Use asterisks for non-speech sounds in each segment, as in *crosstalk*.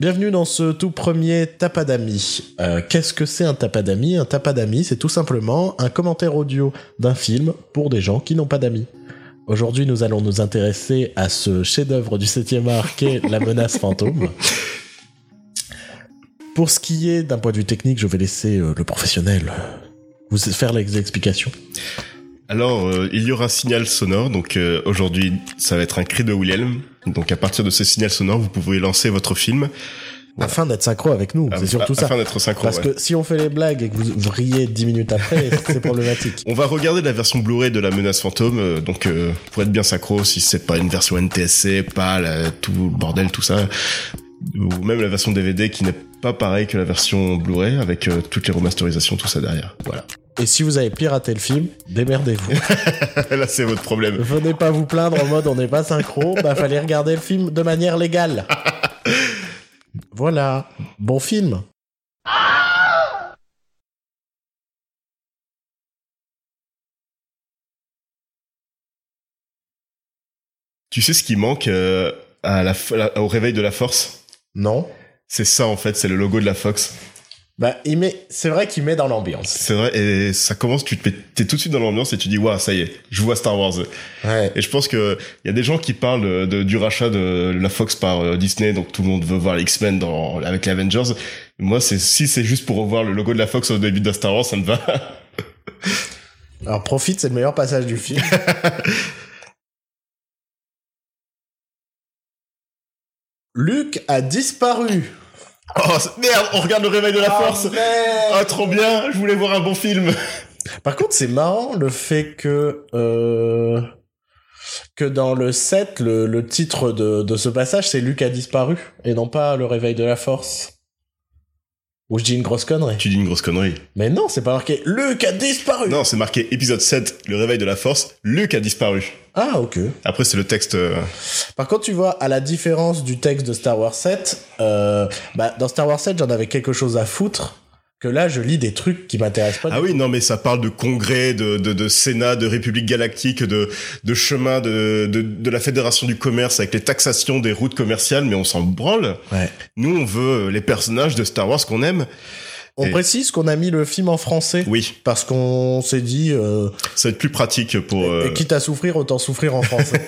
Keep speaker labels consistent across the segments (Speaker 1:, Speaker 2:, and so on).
Speaker 1: Bienvenue dans ce tout premier tapadami. Euh, Qu'est-ce que c'est un tapadami Un tapadami, c'est tout simplement un commentaire audio d'un film pour des gens qui n'ont pas d'amis. Aujourd'hui, nous allons nous intéresser à ce chef-d'œuvre du 7e art qu'est La menace fantôme. Pour ce qui est d'un point de vue technique, je vais laisser euh, le professionnel vous faire les explications.
Speaker 2: Alors, euh, il y aura signal sonore. Donc euh, aujourd'hui, ça va être un cri de Wilhelm. Donc à partir de ce signal sonore, vous pouvez lancer votre film. Voilà.
Speaker 1: Afin d'être synchro avec nous,
Speaker 2: À-
Speaker 1: c'est surtout
Speaker 2: à-
Speaker 1: ça.
Speaker 2: Afin d'être synchro.
Speaker 1: Parce
Speaker 2: ouais.
Speaker 1: que si on fait les blagues et que vous, vous riez 10 minutes après, c'est problématique.
Speaker 2: On va regarder la version Blu-ray de la menace fantôme. euh, donc euh, pour être bien synchro, si c'est pas une version NTSC, pas la- tout le bordel, tout ça, ou même la version DVD qui n'est pas pareille que la version Blu-ray avec euh, toutes les remasterisations, tout ça derrière. Voilà. *laughs*
Speaker 1: Et si vous avez piraté le film, *laughs* démerdez-vous.
Speaker 2: Là, c'est votre problème.
Speaker 1: Venez pas vous plaindre en mode on n'est pas synchro, bah fallait regarder le film de manière *laughs* légale. Voilà, bon film.
Speaker 2: Tu sais ce qui manque euh, à la, fo- la- au réveil de la Force
Speaker 1: Non.
Speaker 2: C'est ça en fait, c'est le logo de la Fox.
Speaker 1: Bah il met, c'est vrai qu'il met dans l'ambiance.
Speaker 2: C'est vrai, et ça commence, tu te mets- t'es tout de suite dans l'ambiance et tu dis, waouh, ça y est, je vois Star Wars.
Speaker 1: Ouais.
Speaker 2: Et je pense que il y a des gens qui parlent de, de- du rachat de la Fox par euh, Disney, donc tout le monde veut voir les X-Men dans, avec les Avengers. Moi, c'est, si c'est juste pour revoir le logo de la Fox au début de Star Wars, ça me va. *laughs*
Speaker 1: Alors profite, c'est le meilleur passage du *laughs* film. Luc a disparu.
Speaker 2: Oh, c'est- merde, on regarde le réveil de la Force.
Speaker 1: Ah, merde.
Speaker 2: Ah, trop bien, je voulais voir un bon film. *laughs*
Speaker 1: Par contre, c'est marrant le fait que euh, que dans le 7, le, le titre de, de ce passage, c'est Luc a disparu et non pas le réveil de la force. Ou je dis une grosse connerie.
Speaker 2: Tu dis une grosse connerie.
Speaker 1: Mais non, c'est pas marqué Luc a disparu.
Speaker 2: Non, c'est marqué épisode 7, le réveil de la Force, Luke a disparu.
Speaker 1: Ah ok.
Speaker 2: Après, c'est le texte... euh,
Speaker 1: Par contre, tu vois, à la différence du texte de Star Wars 7, euh, bah, dans Star Wars 7, j'en avais quelque chose à foutre. Que là, je lis des trucs qui m'intéressent pas.
Speaker 2: Ah oui, non, mais ça parle de congrès, de, de, de Sénat, de République galactique, de, de chemin, de, de, de la Fédération du commerce avec les taxations des routes commerciales, mais on s'en branle.
Speaker 1: Ouais.
Speaker 2: Nous, on veut les personnages de Star Wars qu'on aime.
Speaker 1: On
Speaker 2: Et-
Speaker 1: précise qu'on a mis le film en français
Speaker 2: Oui,
Speaker 1: parce qu'on s'est dit. euh,
Speaker 2: ça va être plus pratique pour... euh,
Speaker 1: Et quitte à souffrir, autant souffrir en français.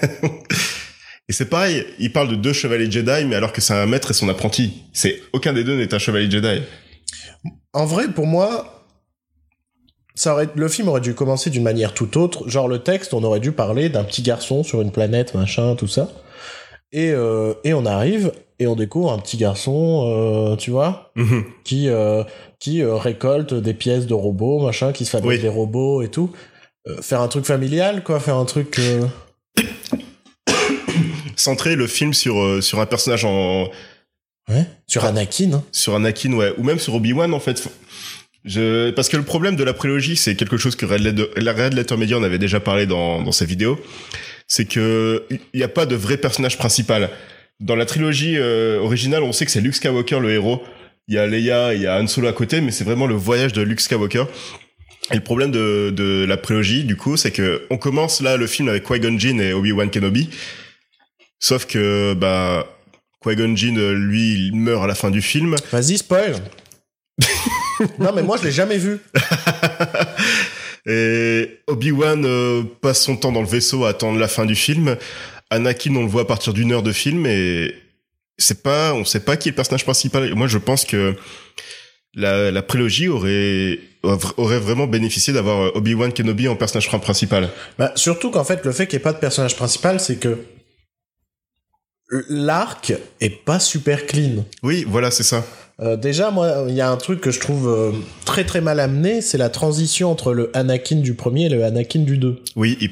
Speaker 2: Et c'est pareil, il parle de deux chevaliers Jedi, mais alors que c'est un maître et son apprenti. C'est Aucun des deux n'est un chevalier Jedi.
Speaker 1: en vrai, pour moi, ça aurait, le film aurait dû commencer d'une manière tout autre. Genre le texte, on aurait dû parler d'un petit garçon sur une planète, machin, tout ça. Et, euh, et on arrive et on découvre un petit garçon, euh, tu vois,
Speaker 2: Mhm.
Speaker 1: qui, euh, qui euh, récolte des pièces de robots, machin, qui se fabrique
Speaker 2: Oui.
Speaker 1: des robots et tout. Euh, faire un truc familial, quoi, faire un truc... euh,
Speaker 2: Centrer le film sur, euh, sur un personnage en,
Speaker 1: ouais, sur Anakin. hein.
Speaker 2: sur Anakin, ouais, ou même sur Obi-Wan en fait. Je, parce que le problème de la prélogie, c'est quelque chose que Red Letter, la Red Letter Media en avait déjà parlé dans, dans sa vidéo, c'est que il n'y a pas de vrai personnage principal. Dans la trilogie euh, originale, on sait que c'est Luke Skywalker le héros. Il y a Leia, il y a Han Solo à côté, mais c'est vraiment le voyage de Luke Skywalker. Et le problème de, de la prélogie, du coup, c'est que on commence là le film avec Qui-Gon Jinn et Obi-Wan Kenobi. Sauf que bah Qui-Gon Jinn, euh, lui, il meurt à la fin du film.
Speaker 1: Vas-y, spoil. non, mais moi, je l'ai jamais vu.
Speaker 2: Et Obi-Wan euh, passe son temps dans le vaisseau à attendre la fin du film. Anakin, on le voit à partir d'une heure de film et c'est pas, on sait pas qui est le personnage principal. Et Moi, je pense que la, la prélogie aurait aurait vraiment bénéficié d'avoir euh, Obi-Wan Kenobi en personnage prin- principal.
Speaker 1: Bah, surtout qu'en fait, le fait qu'il n'y ait pas de personnage principal, c'est que l'arc est pas super clean.
Speaker 2: Oui, voilà, c'est ça.
Speaker 1: Euh, déjà, moi, il y a un truc que je trouve euh, très très mal amené, c'est la transition entre le Anakin du premier et le Anakin du deux.
Speaker 2: Oui, il,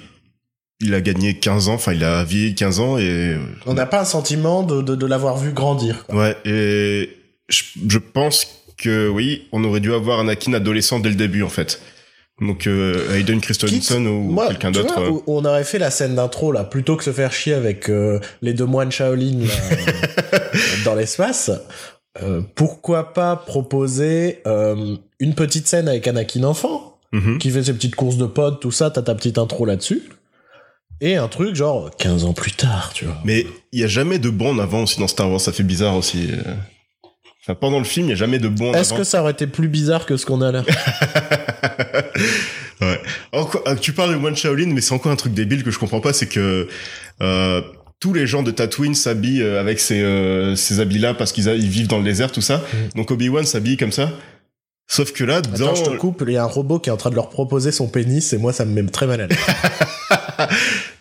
Speaker 2: il a gagné 15 ans, enfin, il a vieilli 15 ans et euh,
Speaker 1: On n'a pas un sentiment de, de, de l'avoir vu grandir. quoi.
Speaker 2: ouais, et je, je pense que oui, on aurait dû avoir Anakin adolescent dès le début en fait. Donc euh, Hayden Christensen ou
Speaker 1: Moi,
Speaker 2: quelqu'un
Speaker 1: tu
Speaker 2: d'autre.
Speaker 1: vois,
Speaker 2: euh,
Speaker 1: on- on aurait fait la scène d'intro là, plutôt que se faire chier avec euh, les deux moines Shaolin là,
Speaker 2: *laughs*
Speaker 1: euh, dans l'espace. euh, pourquoi pas proposer euh, une petite scène avec Anakin enfant
Speaker 2: mhm.
Speaker 1: qui fait ses petites courses de potes, tout ça, t'as ta petite intro là-dessus. Et un truc genre 15 ans plus tard, tu vois.
Speaker 2: Mais il y a jamais de bon en avant aussi dans Star Wars, ça fait bizarre aussi. euh. Enfin, pendant le film, il n'y a jamais de bon. en
Speaker 1: Est-ce
Speaker 2: avant.
Speaker 1: que ça aurait été plus bizarre que ce qu'on a là
Speaker 2: ouais. Encore- ah, tu parles de One Shaolin, mais c'est encore un truc débile que je comprends pas, c'est que euh, tous les gens de Tatooine s'habillent euh, avec ces, euh, ces habits-là parce qu'ils a- ils vivent dans le désert, tout ça. Donc Obi-Wan s'habille comme ça. Sauf que là, dans...
Speaker 1: Mm. Attends, je te coupe, il y a un robot qui est en train de leur proposer son pénis et moi ça me met très mal à l'aise.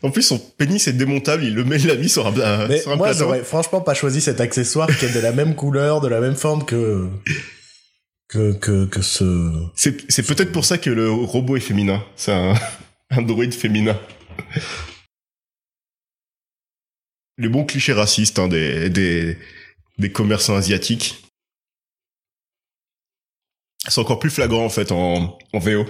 Speaker 2: en plus, son pénis est démontable, il le met la mise sur un, pla-
Speaker 1: Mais
Speaker 2: sur un
Speaker 1: moi
Speaker 2: plateau.
Speaker 1: j'aurais franchement pas choisi cet accessoire qui est de la même couleur, de la même forme que que que, que ce
Speaker 2: C'est c'est peut-être pour ça que le robot est féminin. C'est un, *laughs* un droïde féminin. Le bon cliché raciste hein, des, des, des commerçants asiatiques. C'est encore plus flagrant en fait en, en VO.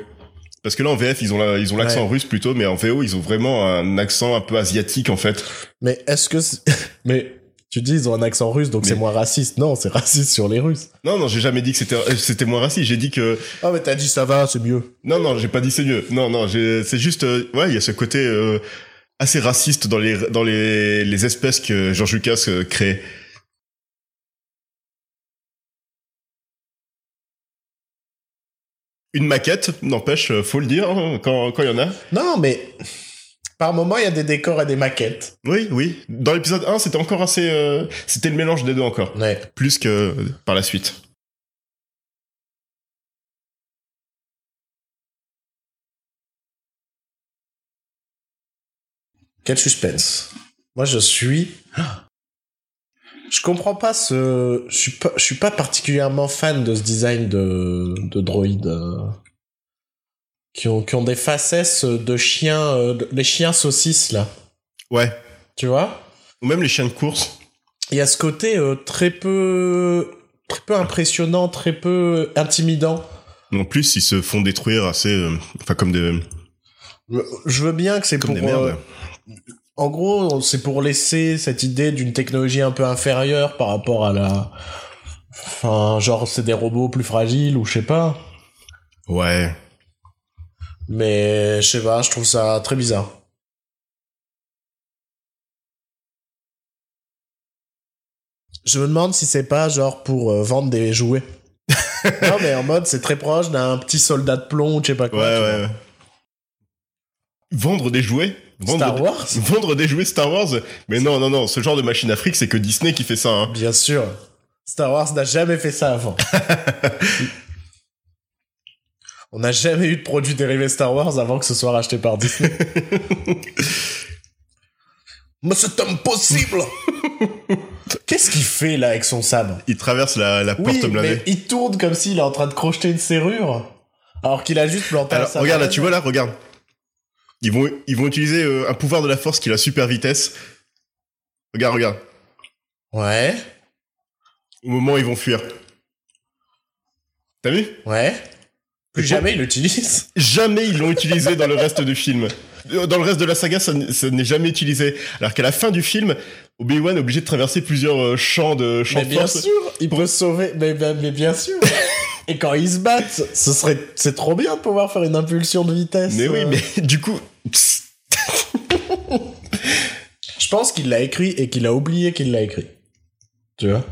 Speaker 2: Parce que là en VF ils ont la- ils ont l'accent russe plutôt, mais en VO ils ont vraiment un accent un peu asiatique en fait.
Speaker 1: Mais est-ce que c'est- *laughs* mais tu dis ils ont un accent russe donc
Speaker 2: Mais-
Speaker 1: c'est moins raciste Non, c'est raciste sur les Russes.
Speaker 2: Non non j'ai jamais dit que c'était euh, c'était moins raciste. J'ai dit que
Speaker 1: Ah mais t'as dit ça va, c'est mieux.
Speaker 2: Non, non, j'ai pas dit c'est mieux. Non, non, j'ai- c'est juste, euh, ouais, il y a ce côté euh, assez raciste dans les dans les, les espèces que George Lucas euh, crée. Une maquette, n'empêche, euh, faut le dire hein, quand quand il y en a.
Speaker 1: Non mais par moment il y a des décors et des maquettes.
Speaker 2: Oui, oui. Dans l'épisode 1, c'était encore assez, euh, c'était le mélange des deux encore,
Speaker 1: Ouais.
Speaker 2: plus que par la suite.
Speaker 1: Quel suspense. Moi, je suis. Je comprends pas ce. Je suis pas, je suis pas particulièrement fan de ce design de, de droïdes. euh, Qui ont, qui ont des faces de chiens. euh, de- les chiens saucisses, là.
Speaker 2: Ouais.
Speaker 1: Tu vois
Speaker 2: Ou même les chiens de course.
Speaker 1: Il y a ce côté euh, très peu. Très peu impressionnant, très peu intimidant.
Speaker 2: En plus, ils se font détruire assez, euh, enfin comme de
Speaker 1: Euh, Je veux bien que c'est
Speaker 2: comme
Speaker 1: pour.
Speaker 2: des merdes.
Speaker 1: euh, En gros, c'est pour laisser cette idée d'une technologie un peu inférieure par rapport à la. Enfin, genre, c'est des robots plus fragiles ou je sais pas.
Speaker 2: Ouais.
Speaker 1: Mais je sais pas, je trouve ça très bizarre. Je me demande si c'est pas genre pour euh, vendre des
Speaker 2: *laughs*
Speaker 1: jouets. non, mais en mode, c'est très proche d'un petit soldat de plomb ou je sais pas
Speaker 2: Ouais,
Speaker 1: quoi. tu vois.
Speaker 2: ouais, ouais. Vendre des jouets vendre
Speaker 1: Star
Speaker 2: des-
Speaker 1: Wars
Speaker 2: Vendre des jouets Star Wars Mais non, non, non, ce genre de machine à fric, c'est que Disney qui fait ça. hein.
Speaker 1: Bien sûr. Star Wars n'a jamais fait ça
Speaker 2: *laughs*
Speaker 1: avant. On n'a jamais eu de produit dérivé Star Wars avant que ce soit racheté par
Speaker 2: *laughs*
Speaker 1: Disney. Mais c'est
Speaker 2: *laughs*
Speaker 1: impossible Qu'est-ce qu'il fait là avec son sabre
Speaker 2: Il traverse la, la
Speaker 1: Oui,
Speaker 2: porte blindée.
Speaker 1: mais il tourne comme s'il est en train de crocheter une serrure. Alors qu'il a juste planté un
Speaker 2: Alors,
Speaker 1: sabre.
Speaker 2: regarde, là, tu vois, là, regarde. Ils vont, ils vont utiliser euh, un pouvoir de la force qui est la super vitesse. Regarde, regarde.
Speaker 1: Ouais,
Speaker 2: Au moment où ils vont fuir. T'as vu
Speaker 1: ouais. Plus
Speaker 2: Et
Speaker 1: jamais il l'utilise.
Speaker 2: Jamais ils l'ont utilisé dans le reste du film. Dans le reste de la saga, ça, n- ça n'est jamais utilisé. Alors qu'à la fin du film, Obi-Wan est obligé de traverser plusieurs euh, champs de champs
Speaker 1: Mais
Speaker 2: de
Speaker 1: bien
Speaker 2: force.
Speaker 1: sûr, il peut sauver. Mais, mais, mais bien sûr.
Speaker 2: *laughs*
Speaker 1: Et quand ils se battent, ce serait, c'est trop bien de pouvoir faire une impulsion de vitesse.
Speaker 2: Mais oui,
Speaker 1: euh.
Speaker 2: mais *laughs* du coup,
Speaker 1: Je pense qu'il l'a écrit et qu'il a oublié qu'il l'a écrit. Tu vois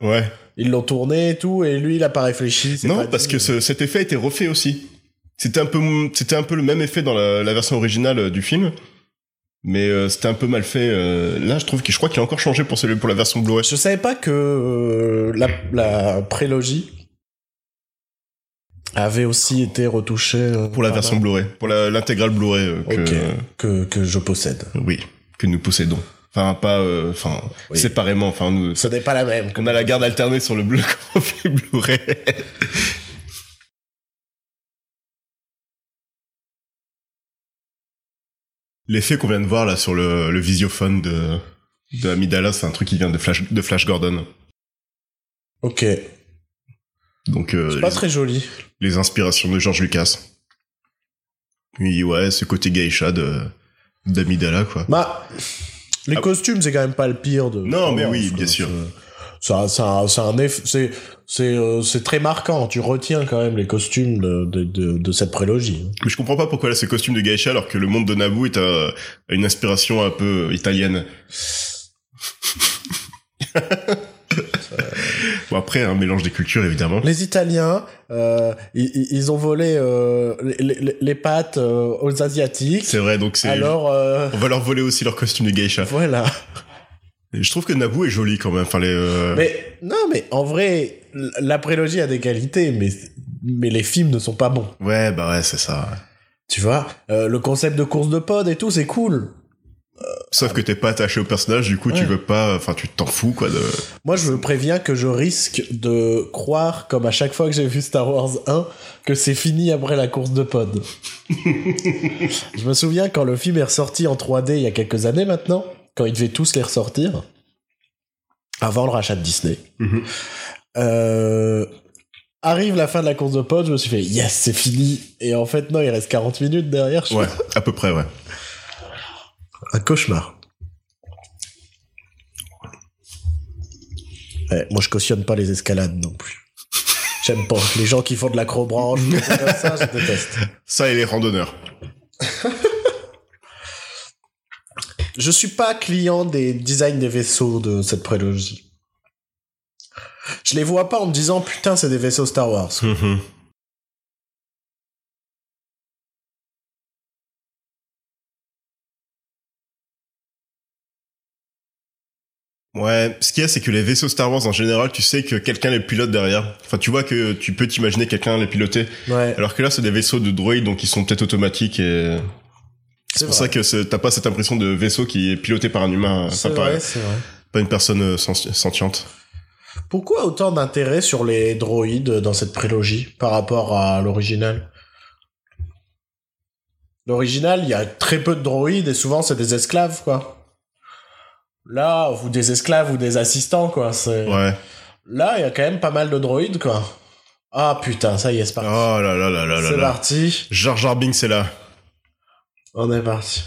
Speaker 2: ouais.
Speaker 1: Ils l'ont tourné et tout, et lui, il a pas réfléchi. c'est
Speaker 2: Non,
Speaker 1: pas
Speaker 2: parce
Speaker 1: dit.
Speaker 2: que ce- cet effet a été refait aussi. C'était un peu, m- c'était un peu le même effet dans la, la version originale euh, du film, mais euh, c'était un peu mal fait. euh, là, je trouve que je crois qu'il a encore changé pour celui pour la version Blu-ray.
Speaker 1: Je savais pas que euh, la, la prélogie avait aussi été retouchée. euh,
Speaker 2: Pour la
Speaker 1: par
Speaker 2: version
Speaker 1: là,
Speaker 2: Blu-ray, pour la- l'intégrale Blu-ray euh, que,
Speaker 1: Ok. que, que je possède.
Speaker 2: oui, que nous possédons. Enfin, pas, euh, enfin,
Speaker 1: Oui.
Speaker 2: séparément. Enfin, nous,
Speaker 1: Ce n'est pas la même.
Speaker 2: on a la garde alternée sur le bleu quand on fait Blu-ray. L'effet qu'on vient de voir là sur le, le visiophone de, de Amidala, c'est un truc qui vient de Flash, de Flash Gordon.
Speaker 1: Ok. C'est
Speaker 2: Donc euh,
Speaker 1: pas
Speaker 2: les,
Speaker 1: très joli.
Speaker 2: les inspirations de George Lucas. Oui, ouais, ce côté geisha de d'Amidala quoi.
Speaker 1: Bah, les
Speaker 2: Ah.
Speaker 1: costumes, c'est quand même pas le pire de.
Speaker 2: Non, mais
Speaker 1: Star Wars,
Speaker 2: oui,
Speaker 1: quoi.
Speaker 2: bien sûr.
Speaker 1: C'est- Ça, ça, ça a un eff- c'est, c'est, euh, c'est très marquant. Tu retiens quand même les costumes de, de, de, de cette prélogie.
Speaker 2: Mais je comprends pas pourquoi là ce costume de geisha alors que le monde de Naboo est euh, a une inspiration un
Speaker 1: *laughs*
Speaker 2: euh, peu italienne. Bon, après, un mélange des cultures, évidemment.
Speaker 1: Les Italiens, euh, ils, ils ont volé euh, les, les- les pâtes euh, aux Asiatiques.
Speaker 2: C'est vrai, donc c'est.
Speaker 1: Alors,
Speaker 2: *laughs*
Speaker 1: euh,
Speaker 2: On va leur voler aussi leur costume de geisha.
Speaker 1: voilà.
Speaker 2: Et Je trouve que Naboo est joli quand même. Enfin, les, euh,
Speaker 1: Mais non, mais en vrai, l- la prélogie a des qualités, mais, mais les films ne sont pas bons.
Speaker 2: Ouais, bah ouais, c'est ça.
Speaker 1: Tu vois, Euh, le concept de course de pod et tout, c'est cool.
Speaker 2: Sauf que t'es pas attaché au personnage, du coup, tu
Speaker 1: Ah, Ouais.
Speaker 2: veux pas. Enfin, tu t'en fous, quoi. De...
Speaker 1: Moi, je préviens que je risque de croire, comme à chaque fois que j'ai vu Star Wars 1, que c'est fini après la course de
Speaker 2: *laughs*
Speaker 1: pod. je me souviens quand le film est ressorti en 3D il y a quelques années maintenant, quand ils devaient tous les ressortir, avant le rachat de Disney.
Speaker 2: Mhm.
Speaker 1: Euh, arrive la fin de la course de pod, je me suis fait yes, c'est fini. Et en fait, non, il reste 40 minutes derrière. je-
Speaker 2: Ouais, à peu près, ouais.
Speaker 1: Un cauchemar. Ouais, moi, je cautionne pas les escalades non plus. J'aime pas les gens qui font de l'acrobranche, des trucs comme ça, je déteste.
Speaker 2: Ça et les randonneurs.
Speaker 1: Je suis pas client des designs des vaisseaux de cette prélogie. Je les vois pas en me disant putain, c'est des vaisseaux Star Wars.
Speaker 2: Mhm. Ouais, ce qu'il y a, c'est que les vaisseaux Star Wars, en général, tu sais que quelqu'un les pilote derrière. Enfin, tu vois que tu peux t'imaginer quelqu'un les piloter.
Speaker 1: Ouais,
Speaker 2: Hmm. Alors que là, c'est des vaisseaux de droïdes, donc ils sont peut-être automatiques et...
Speaker 1: c'est
Speaker 2: C'est pour ça
Speaker 1: vrai.
Speaker 2: que c'est- t'as pas cette impression de vaisseau qui est piloté par un humain,
Speaker 1: C'est
Speaker 2: enfin, par,
Speaker 1: vrai, c'est vrai.
Speaker 2: pas une personne euh, sens- sentiente.
Speaker 1: Pourquoi autant d'intérêt sur les droïdes dans cette prélogie par rapport à l'original L'original, il y a très peu de droïdes et souvent c'est des esclaves, quoi. Là, ou des esclaves ou des assistants, quoi. c'est-
Speaker 2: Ouais.
Speaker 1: Là, il y a quand même pas mal de droïdes, quoi. Ah putain, ça y est, c'est
Speaker 2: Oh
Speaker 1: parti.
Speaker 2: là là là là là
Speaker 1: c'est
Speaker 2: là.
Speaker 1: parti.
Speaker 2: Jar Jar Binks est là.
Speaker 1: On est parti.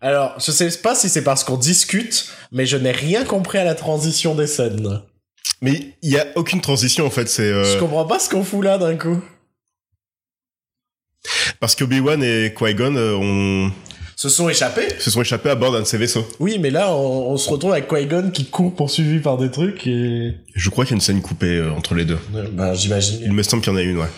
Speaker 1: Alors, je sais pas si c'est parce qu'on discute, mais je n'ai rien compris à la transition des scènes.
Speaker 2: Mais il y a aucune transition en fait, c'est euh,
Speaker 1: Je comprends pas ce qu'on fout là d'un coup.
Speaker 2: parce que Obi-Wan et Qui-Gon euh, ont-
Speaker 1: Se sont échappés
Speaker 2: se sont échappés à bord d'un de ces vaisseaux.
Speaker 1: Oui, mais là, on, on se retrouve avec Qui-Gon qui court poursuivi par des trucs et...
Speaker 2: Je crois qu'il y a une scène coupée euh, entre les deux.
Speaker 1: Ben,
Speaker 2: Il
Speaker 1: j'imagine.
Speaker 2: me semble qu'il y en a une, ouais.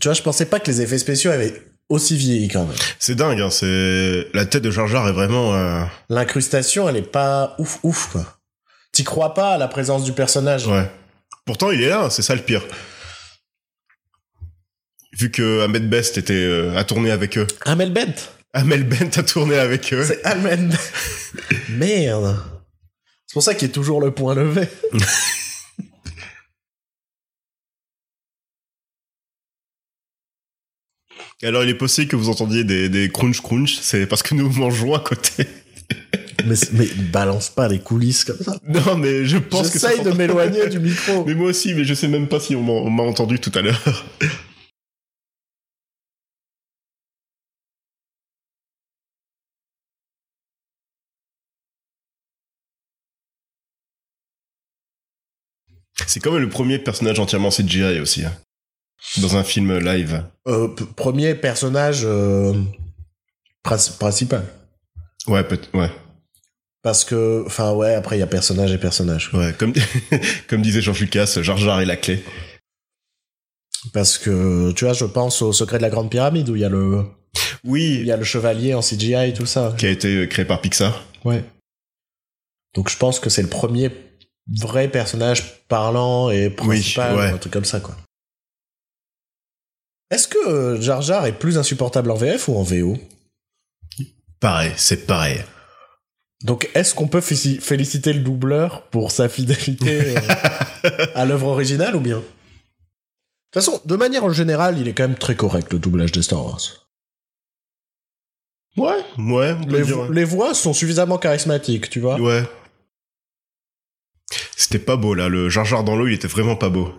Speaker 1: Tu vois, je pensais pas que les effets spéciaux avaient aussi vieilli quand même.
Speaker 2: C'est dingue, hein, c'est la tête de Jar Jar est vraiment euh,
Speaker 1: L'incrustation, elle est pas ouf ouf, quoi. T'y crois pas à la présence du personnage.
Speaker 2: ouais. Pourtant, il est là, hein, c'est ça le pire. Vu que Ahmed Best était euh, à tourner avec eux.
Speaker 1: Amel Bent
Speaker 2: Amel Bent a tourné avec eux.
Speaker 1: C'est Amel *laughs* Bent. Merde C'est pour ça qu'il est toujours le point levé.
Speaker 2: Et Alors, il est possible que vous entendiez des, des crunch crunch, c'est parce que nous mangeons à côté. *laughs*
Speaker 1: mais, c'est- mais balance pas les coulisses comme ça.
Speaker 2: Non, mais je pense que ça
Speaker 1: J'essaye de
Speaker 2: s'entend.
Speaker 1: m'éloigner du *laughs* micro.
Speaker 2: *laughs* Mais moi aussi, mais je sais même pas si on m'a- on m'a entendu tout à l'heure. C'est quand même le premier personnage entièrement CGI aussi, hein. dans un film live.
Speaker 1: Euh, p- premier personnage euh, princi- principal.
Speaker 2: Ouais, peut ouais.
Speaker 1: Parce que, enfin ouais, après il y a personnage et personnage. quoi.
Speaker 2: Ouais, comme, *laughs* comme disait George Lucas, Jar Jar est la clé.
Speaker 1: Parce que, tu vois, je pense au secret de la Grande Pyramide où il y a le, il
Speaker 2: Oui,
Speaker 1: y a le chevalier en CGI et tout ça.
Speaker 2: qui a été euh, créé par Pixar.
Speaker 1: Ouais. Donc je pense que c'est le premier vrai personnage parlant et principal,
Speaker 2: ouais.
Speaker 1: ou un truc comme ça, quoi. Est-ce que euh, Jar Jar est plus insupportable en VF ou en VO
Speaker 2: Pareil, c'est pareil.
Speaker 1: Donc est-ce qu'on peut fé- féliciter le doubleur pour sa fidélité euh, à l'œuvre originale ou bien De toute façon, de manière générale, il est quand même très correct le doublage de Star Wars.
Speaker 2: Ouais, ouais, on peut
Speaker 1: les,
Speaker 2: dire, hein.
Speaker 1: vo-
Speaker 2: ouais.
Speaker 1: les voix sont suffisamment charismatiques, tu vois.
Speaker 2: Ouais. C'était pas beau là, le Jar Jar dans l'eau, il était vraiment pas beau.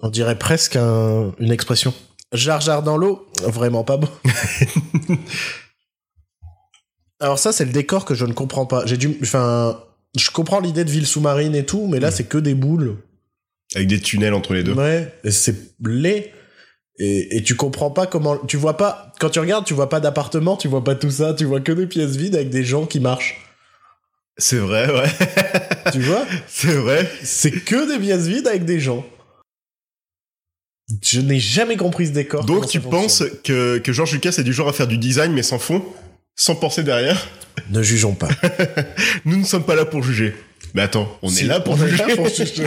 Speaker 1: On dirait presque un- une expression. Jar Jar dans l'eau, vraiment pas *laughs* beau. Alors ça, c'est le décor que je ne comprends pas. J'ai dû, enfin, je comprends l'idée de ville sous-marine et tout, mais là,
Speaker 2: Mm.
Speaker 1: c'est que des boules.
Speaker 2: Avec des tunnels entre les deux.
Speaker 1: Ouais, et c'est laid. Et, et tu comprends pas comment, tu vois pas, quand tu regardes, tu vois pas d'appartement, tu vois pas tout ça, tu vois que des pièces vides avec des gens qui marchent.
Speaker 2: C'est vrai, *laughs* ouais.
Speaker 1: tu
Speaker 2: *laughs*
Speaker 1: vois
Speaker 2: C'est vrai.
Speaker 1: C'est que des pièces vides avec des gens. Je n'ai jamais compris ce décor.
Speaker 2: Donc
Speaker 1: comment
Speaker 2: tu
Speaker 1: ça fonctionne.
Speaker 2: penses que, que George Lucas est du genre à faire du design mais sans fond, sans penser derrière
Speaker 1: Ne jugeons pas.
Speaker 2: Nous ne sommes pas là pour juger. Mais attends, on
Speaker 1: Si,
Speaker 2: est là
Speaker 1: *laughs*
Speaker 2: pour
Speaker 1: on est
Speaker 2: juger.
Speaker 1: là pour juger.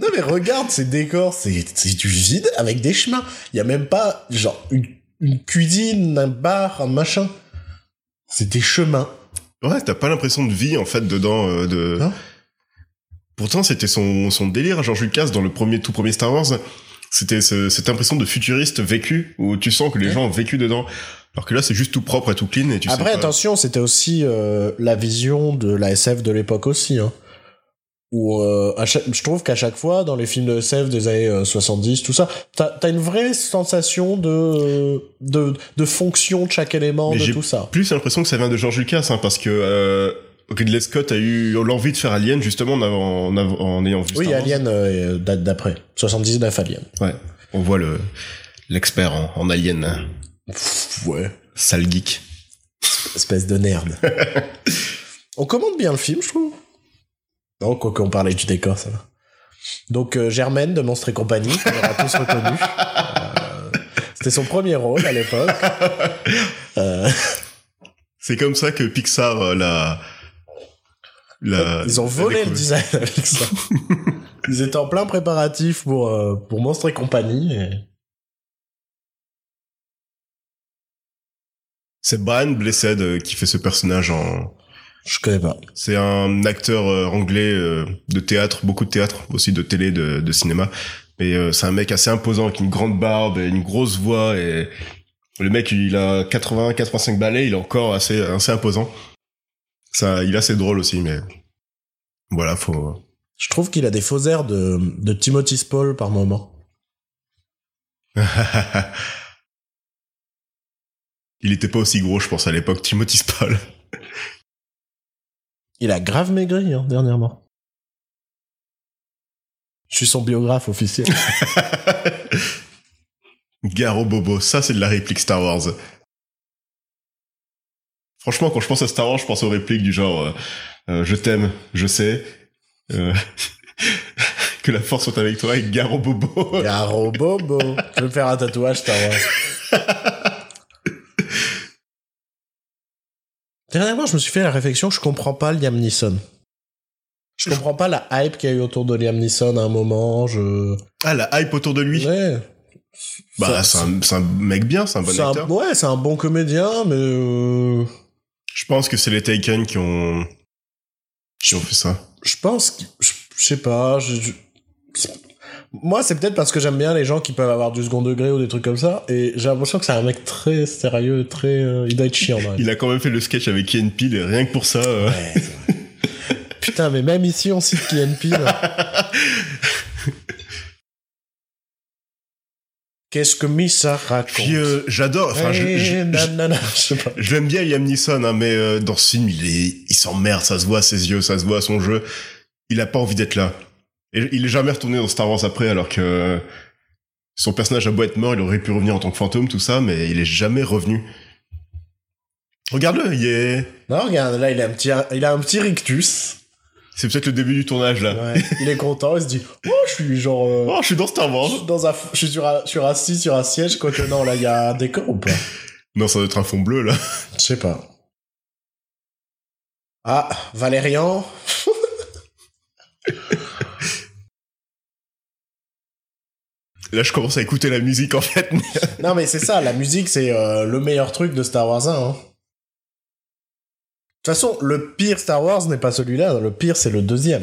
Speaker 1: non mais regarde ces décors, c'est c'est du vide avec des chemins. Il y a même pas genre une, une cuisine, un bar, un machin. C'est des chemins.
Speaker 2: Ouais, t'as pas l'impression de vie en fait dedans. euh, de...
Speaker 1: Non.
Speaker 2: Pourtant, c'était son, son délire, George Lucas, dans le premier, tout premier Star Wars. C'était ce- cette impression de futuriste vécu, où tu sens que les
Speaker 1: Ouais.
Speaker 2: gens ont vécu dedans. Alors que là, c'est juste tout propre et tout clean. Et tu
Speaker 1: Après
Speaker 2: sais pas-
Speaker 1: attention, c'était aussi euh, la vision de la SF de l'époque aussi. Hein. Où, euh, à chaque- je trouve qu'à chaque fois dans les films de SF des années euh, 70, tout ça, t'as as une vraie sensation de, de de fonction de chaque élément
Speaker 2: Mais
Speaker 1: de
Speaker 2: j'ai-
Speaker 1: tout ça.
Speaker 2: Plus, j'ai l'impression que ça vient de George Lucas, hein, parce que euh, Ridley Scott a eu l'envie de faire Alien, justement, en, avant- en, avant- en ayant vu
Speaker 1: Oui,
Speaker 2: Star Wars.
Speaker 1: Alien euh, date d'après, 79 Alien.
Speaker 2: Ouais. On voit le l'expert en, en Alien, hein.
Speaker 1: Pff, ouais.
Speaker 2: sale geek.
Speaker 1: Espèce de nerd. on commande bien le film, je trouve. Non, quoi qu'on parlait du décor, ça va. Donc, euh, Germaine de Monstre et compagnie, qu'on aura tous reconnu. Euh, C'était son premier rôle à l'époque. Euh,
Speaker 2: C'est comme ça que Pixar euh, l'a... l'a-
Speaker 1: ils ont
Speaker 2: l'a
Speaker 1: volé le
Speaker 2: découvert.
Speaker 1: design avec ça. Ils étaient en plein préparatif pour, euh, pour Monstre et compagnie. et-
Speaker 2: C'est Brian Blessed euh, qui fait ce personnage en...
Speaker 1: Je connais pas.
Speaker 2: C'est un acteur euh, anglais euh, de théâtre, beaucoup de théâtre, aussi de télé, de, de cinéma. Mais euh, c'est un mec assez imposant, avec une grande barbe et une grosse voix. Et le mec, il a 80-85 balais, il est encore assez, assez imposant. Ça, il est assez drôle aussi, mais voilà, faut. *laughs*
Speaker 1: Je trouve qu'il a des faux airs de, de Timothy Spall par moment.
Speaker 2: il était pas aussi gros, je pense, à l'époque, Timothy Spall.
Speaker 1: Il a grave maigri hein, dernièrement. Je suis son biographe officiel.
Speaker 2: Garo Bobo, ça c'est de la réplique Star Wars. Franchement, quand je pense à Star Wars, je pense aux répliques du genre euh, euh, Je t'aime, je sais. euh, *laughs* que la force soit avec toi et Garo *laughs* Bobo.
Speaker 1: Garo Bobo. Je vais me faire un tatouage Star Wars. Dernièrement, je me suis fait la réflexion, je comprends pas Liam Neeson. Je comprends pas la hype qu'il y a eu autour de Liam Neeson à un moment, je...
Speaker 2: Ah, la hype autour de lui.
Speaker 1: Ouais.
Speaker 2: bah, c'est un, c'est un mec bien, c'est un bon
Speaker 1: c'est un-
Speaker 2: acteur.
Speaker 1: ouais, c'est un bon comédien, mais... euh,
Speaker 2: Je pense que c'est les Taken qui ont. qui ont fait ça.
Speaker 1: je pense que je je sais pas je- je- c'est- moi c'est peut-être parce que j'aime bien les gens qui peuvent avoir du second degré ou des trucs comme ça et j'ai l'impression que c'est un mec très sérieux très euh, il doit être chiant
Speaker 2: *laughs*
Speaker 1: dans la vie.
Speaker 2: Il a quand même fait le sketch avec Ken Peele et rien que pour ça. euh,
Speaker 1: Ouais, c'est vrai. putain mais même ici on cite Key Peele qu'est-ce que Missa raconte
Speaker 2: Puis euh, j'adore. Enfin, je-
Speaker 1: Eh,
Speaker 2: je- je-
Speaker 1: nanana, je sais pas
Speaker 2: Je l'aime bien Liam Neeson, hein, mais euh, dans ce film, il est, il s'emmerde, ça se voit à ses yeux, ça se voit à son jeu. Il a pas envie d'être là. Et il est jamais retourné dans Star Wars après, alors que euh, son personnage a beau être mort, il aurait pu revenir en tant que fantôme, tout ça, mais il est jamais revenu. Regarde-le, il est.
Speaker 1: non regarde là il a un petit il a un petit rictus
Speaker 2: C'est peut-être le début du tournage là.
Speaker 1: Ouais, il est content il se dit oh je suis genre euh,
Speaker 2: Oh, je suis dans Star
Speaker 1: Je suis
Speaker 2: Wars.
Speaker 1: dans un, je suis sur un- sur assis sur un siège, quoique non, là, il y a un décor ou pas
Speaker 2: Non, ça doit être un fond bleu là.
Speaker 1: Je sais pas. Ah, Valérian.
Speaker 2: Là, je commence à écouter la musique en fait. *laughs*
Speaker 1: Non, mais c'est ça, la musique, c'est euh, le meilleur truc de Star Wars 1. hein. De toute façon, le pire Star Wars n'est pas celui-là, le pire, c'est le deuxième.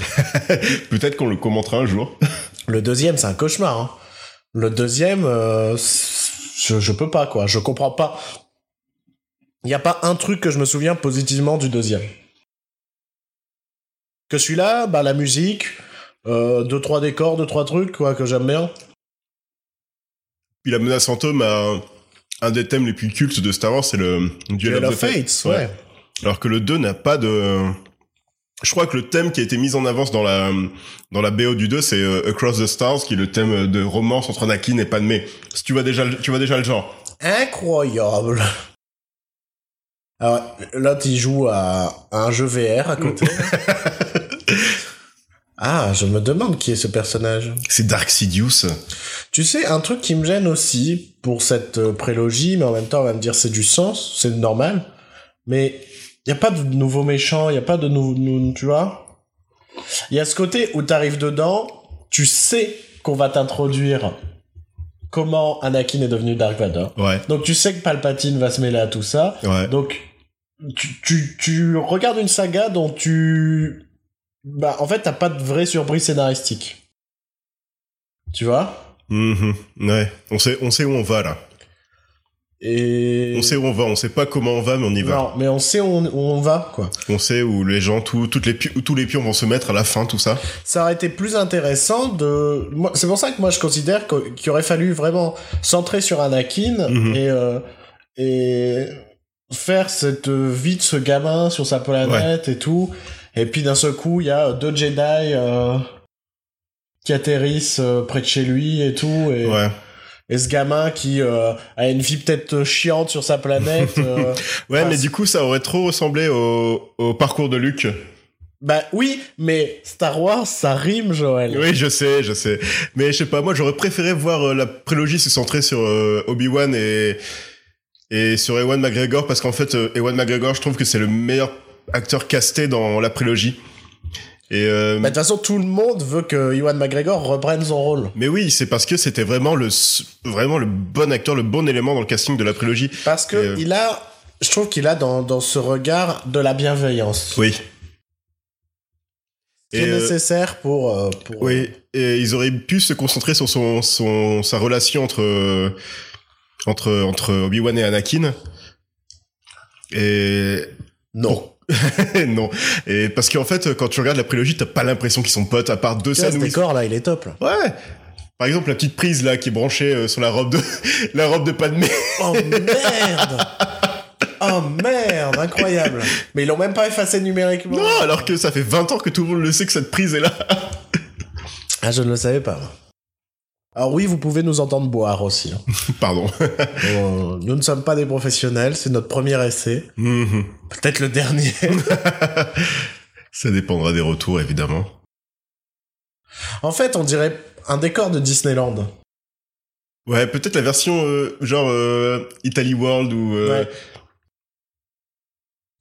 Speaker 2: Peut-être qu'on le commentera un jour.
Speaker 1: Le deuxième, c'est un cauchemar. hein. Le deuxième, euh, c'est- je, je peux pas, quoi. Je comprends pas. Il n'y a pas un truc que je me souviens positivement du deuxième. Que celui-là, bah, la musique, euh, deux, trois décors, deux, trois trucs, quoi, que j'aime bien.
Speaker 2: Puis la menace fantôme a un, un des thèmes les plus cultes de Star Wars, c'est le duel,
Speaker 1: Duel
Speaker 2: of
Speaker 1: of
Speaker 2: the Fates.
Speaker 1: Fates, ouais.
Speaker 2: Ouais. Alors que le 2 n'a pas de... Je crois que le thème qui a été mis en avance dans la, dans la BO du 2, c'est euh, Across the Stars, qui est le thème euh, de romance entre Anakin et Padmé. Si tu vois déjà, le- tu vois déjà le genre.
Speaker 1: Incroyable. Alors, Ah l'autre, il joue à, à un jeu VR à
Speaker 2: *laughs*
Speaker 1: côté. ah, je me demande qui est ce personnage.
Speaker 2: C'est Dark Sidious.
Speaker 1: Tu sais, un truc qui me gêne aussi pour cette euh, prélogie, mais en même temps, on va me dire c'est du sens, c'est normal. Mais il n'y a pas de nouveau méchant, il n'y a pas de nouveau... nou- Tu vois Il y a ce côté où t'arrives dedans, tu sais qu'on va t'introduire comment Anakin est devenu Dark Vador.
Speaker 2: Ouais.
Speaker 1: Donc tu sais que Palpatine va se mêler à tout ça.
Speaker 2: Ouais.
Speaker 1: Donc, tu, tu, tu regardes une saga dont tu... Bah, en fait, t'as pas de vraie surprise scénaristique. Tu vois
Speaker 2: Mhm. Ouais. On sait, on sait où on va là.
Speaker 1: Et...
Speaker 2: On sait où on va. On sait pas comment on va, mais on y va.
Speaker 1: Non, mais on sait où on, où on va, quoi.
Speaker 2: On sait où les gens, tout- toutes les pi- où tous les pions vont se mettre à la fin, tout ça.
Speaker 1: Ça aurait été plus intéressant de... moi- C'est pour ça que moi, je considère qu'au- qu'il aurait fallu vraiment centrer sur Anakin
Speaker 2: Mhm.
Speaker 1: et... euh, et faire cette euh, vie de ce gamin sur sa planète et tout. Et puis d'un seul coup, il y a euh, deux Jedi euh, qui atterrissent euh, près de chez lui et tout. Et,
Speaker 2: Ouais.
Speaker 1: et ce gamin qui euh, a une vie peut-être chiante sur sa
Speaker 2: *laughs*
Speaker 1: planète. euh,
Speaker 2: Ouais,
Speaker 1: Ah,
Speaker 2: mais
Speaker 1: c'est-
Speaker 2: du coup, ça aurait trop ressemblé au, au parcours de Luke.
Speaker 1: bah oui, mais Star Wars, ça rime, Joël.
Speaker 2: Oui, je sais, je sais. Mais je sais pas, moi, j'aurais préféré voir euh, la prélogie se centrer sur euh, Obi-Wan et, et sur Ewan McGregor, parce qu'en fait, euh, Ewan McGregor, je trouve que c'est le meilleur acteur casté dans la prélogie. Et euh,
Speaker 1: Bah, De toute façon, tout le monde veut que Iwan McGregor reprenne son rôle.
Speaker 2: mais oui, c'est parce que c'était vraiment le s- vraiment le bon acteur, le bon élément dans le casting de la prélogie.
Speaker 1: Parce que
Speaker 2: Et, euh,
Speaker 1: il a... Je trouve qu'il a dans, dans ce regard de la bienveillance.
Speaker 2: Oui.
Speaker 1: qui est
Speaker 2: Et, euh,
Speaker 1: nécessaire pour... euh, pour
Speaker 2: Oui, et ils auraient pu se concentrer sur son, son sa relation entre euh, entre entre Obi-Wan et Anakin. Et
Speaker 1: Non.
Speaker 2: *laughs* non, et parce qu'en fait, quand tu regardes la prélogie, t'as pas l'impression qu'ils sont potes à part deux
Speaker 1: Ça,
Speaker 2: scènes
Speaker 1: ce
Speaker 2: où ils-
Speaker 1: décor là, il est top. Là.
Speaker 2: *laughs* Ouais. Par exemple, la petite prise là qui est branchée euh, sur la robe de *laughs* la robe
Speaker 1: *laughs*
Speaker 2: de Padmé.
Speaker 1: Oh merde Oh merde, incroyable. Mais ils l'ont même pas effacé numériquement.
Speaker 2: Non, alors que ça fait 20 ans que tout le monde le sait que cette prise est là. *laughs*
Speaker 1: Ah, je ne le savais pas. moi. Alors oui, vous pouvez nous entendre boire aussi.
Speaker 2: *laughs*
Speaker 1: hein.
Speaker 2: Pardon.
Speaker 1: Bon, euh, nous ne sommes pas des professionnels, c'est notre premier essai,
Speaker 2: Mhm.
Speaker 1: peut-être le
Speaker 2: *laughs*
Speaker 1: dernier.
Speaker 2: ça dépendra des retours évidemment.
Speaker 1: en fait, on dirait un décor de Disneyland.
Speaker 2: Ouais, peut-être la version euh, genre euh, Italy World ou euh,
Speaker 1: Ouais.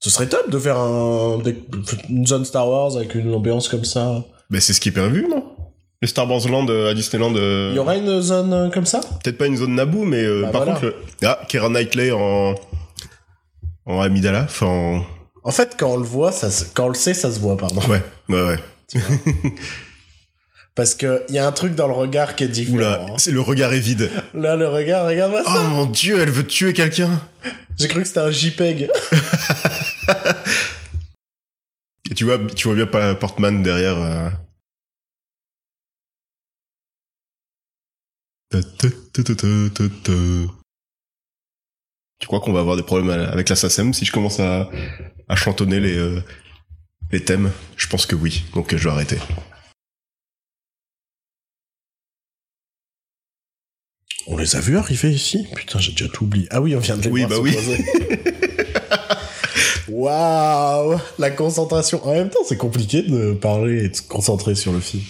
Speaker 1: Ce serait top de faire un, dé- une zone Star Wars avec une ambiance comme ça.
Speaker 2: Mais Ben, c'est ce qui est prévu, non Le Star Wars Land euh, à Disneyland. euh,
Speaker 1: Il y aurait une zone euh, comme ça
Speaker 2: Peut-être pas une zone Naboo, mais euh,
Speaker 1: Bah
Speaker 2: par
Speaker 1: voilà.
Speaker 2: contre. le- Ah, Kera Knightley en. En Amidala. Enfin. en-
Speaker 1: En fait, quand on le voit, ça se- quand on le sait, ça se voit, pardon.
Speaker 2: Ouais, ouais, ouais.
Speaker 1: Parce que il y a un truc dans le regard qui est différent.
Speaker 2: Oula, c'est le regard est vide.
Speaker 1: hein. Là, le regard, regarde-moi ça.
Speaker 2: Oh mon dieu, elle veut tuer quelqu'un
Speaker 1: J'ai cru que c'était un JPEG.
Speaker 2: Et tu vois, tu vois bien pas Portman derrière. euh. Ta, ta, ta, ta, ta, ta, ta. Tu crois qu'on va avoir des problèmes à- avec la SACEM si je commence à, à chantonner les, euh, les thèmes Je pense que oui, donc euh, je vais arrêter.
Speaker 1: On les a vus arriver ici Putain, j'ai déjà tout oublié. Ah oui, on vient de les
Speaker 2: Oui,
Speaker 1: voir
Speaker 2: bah
Speaker 1: se
Speaker 2: oui.
Speaker 1: poser.
Speaker 2: *laughs*
Speaker 1: Waouh La concentration. En même temps, c'est compliqué de parler et de se concentrer sur le film.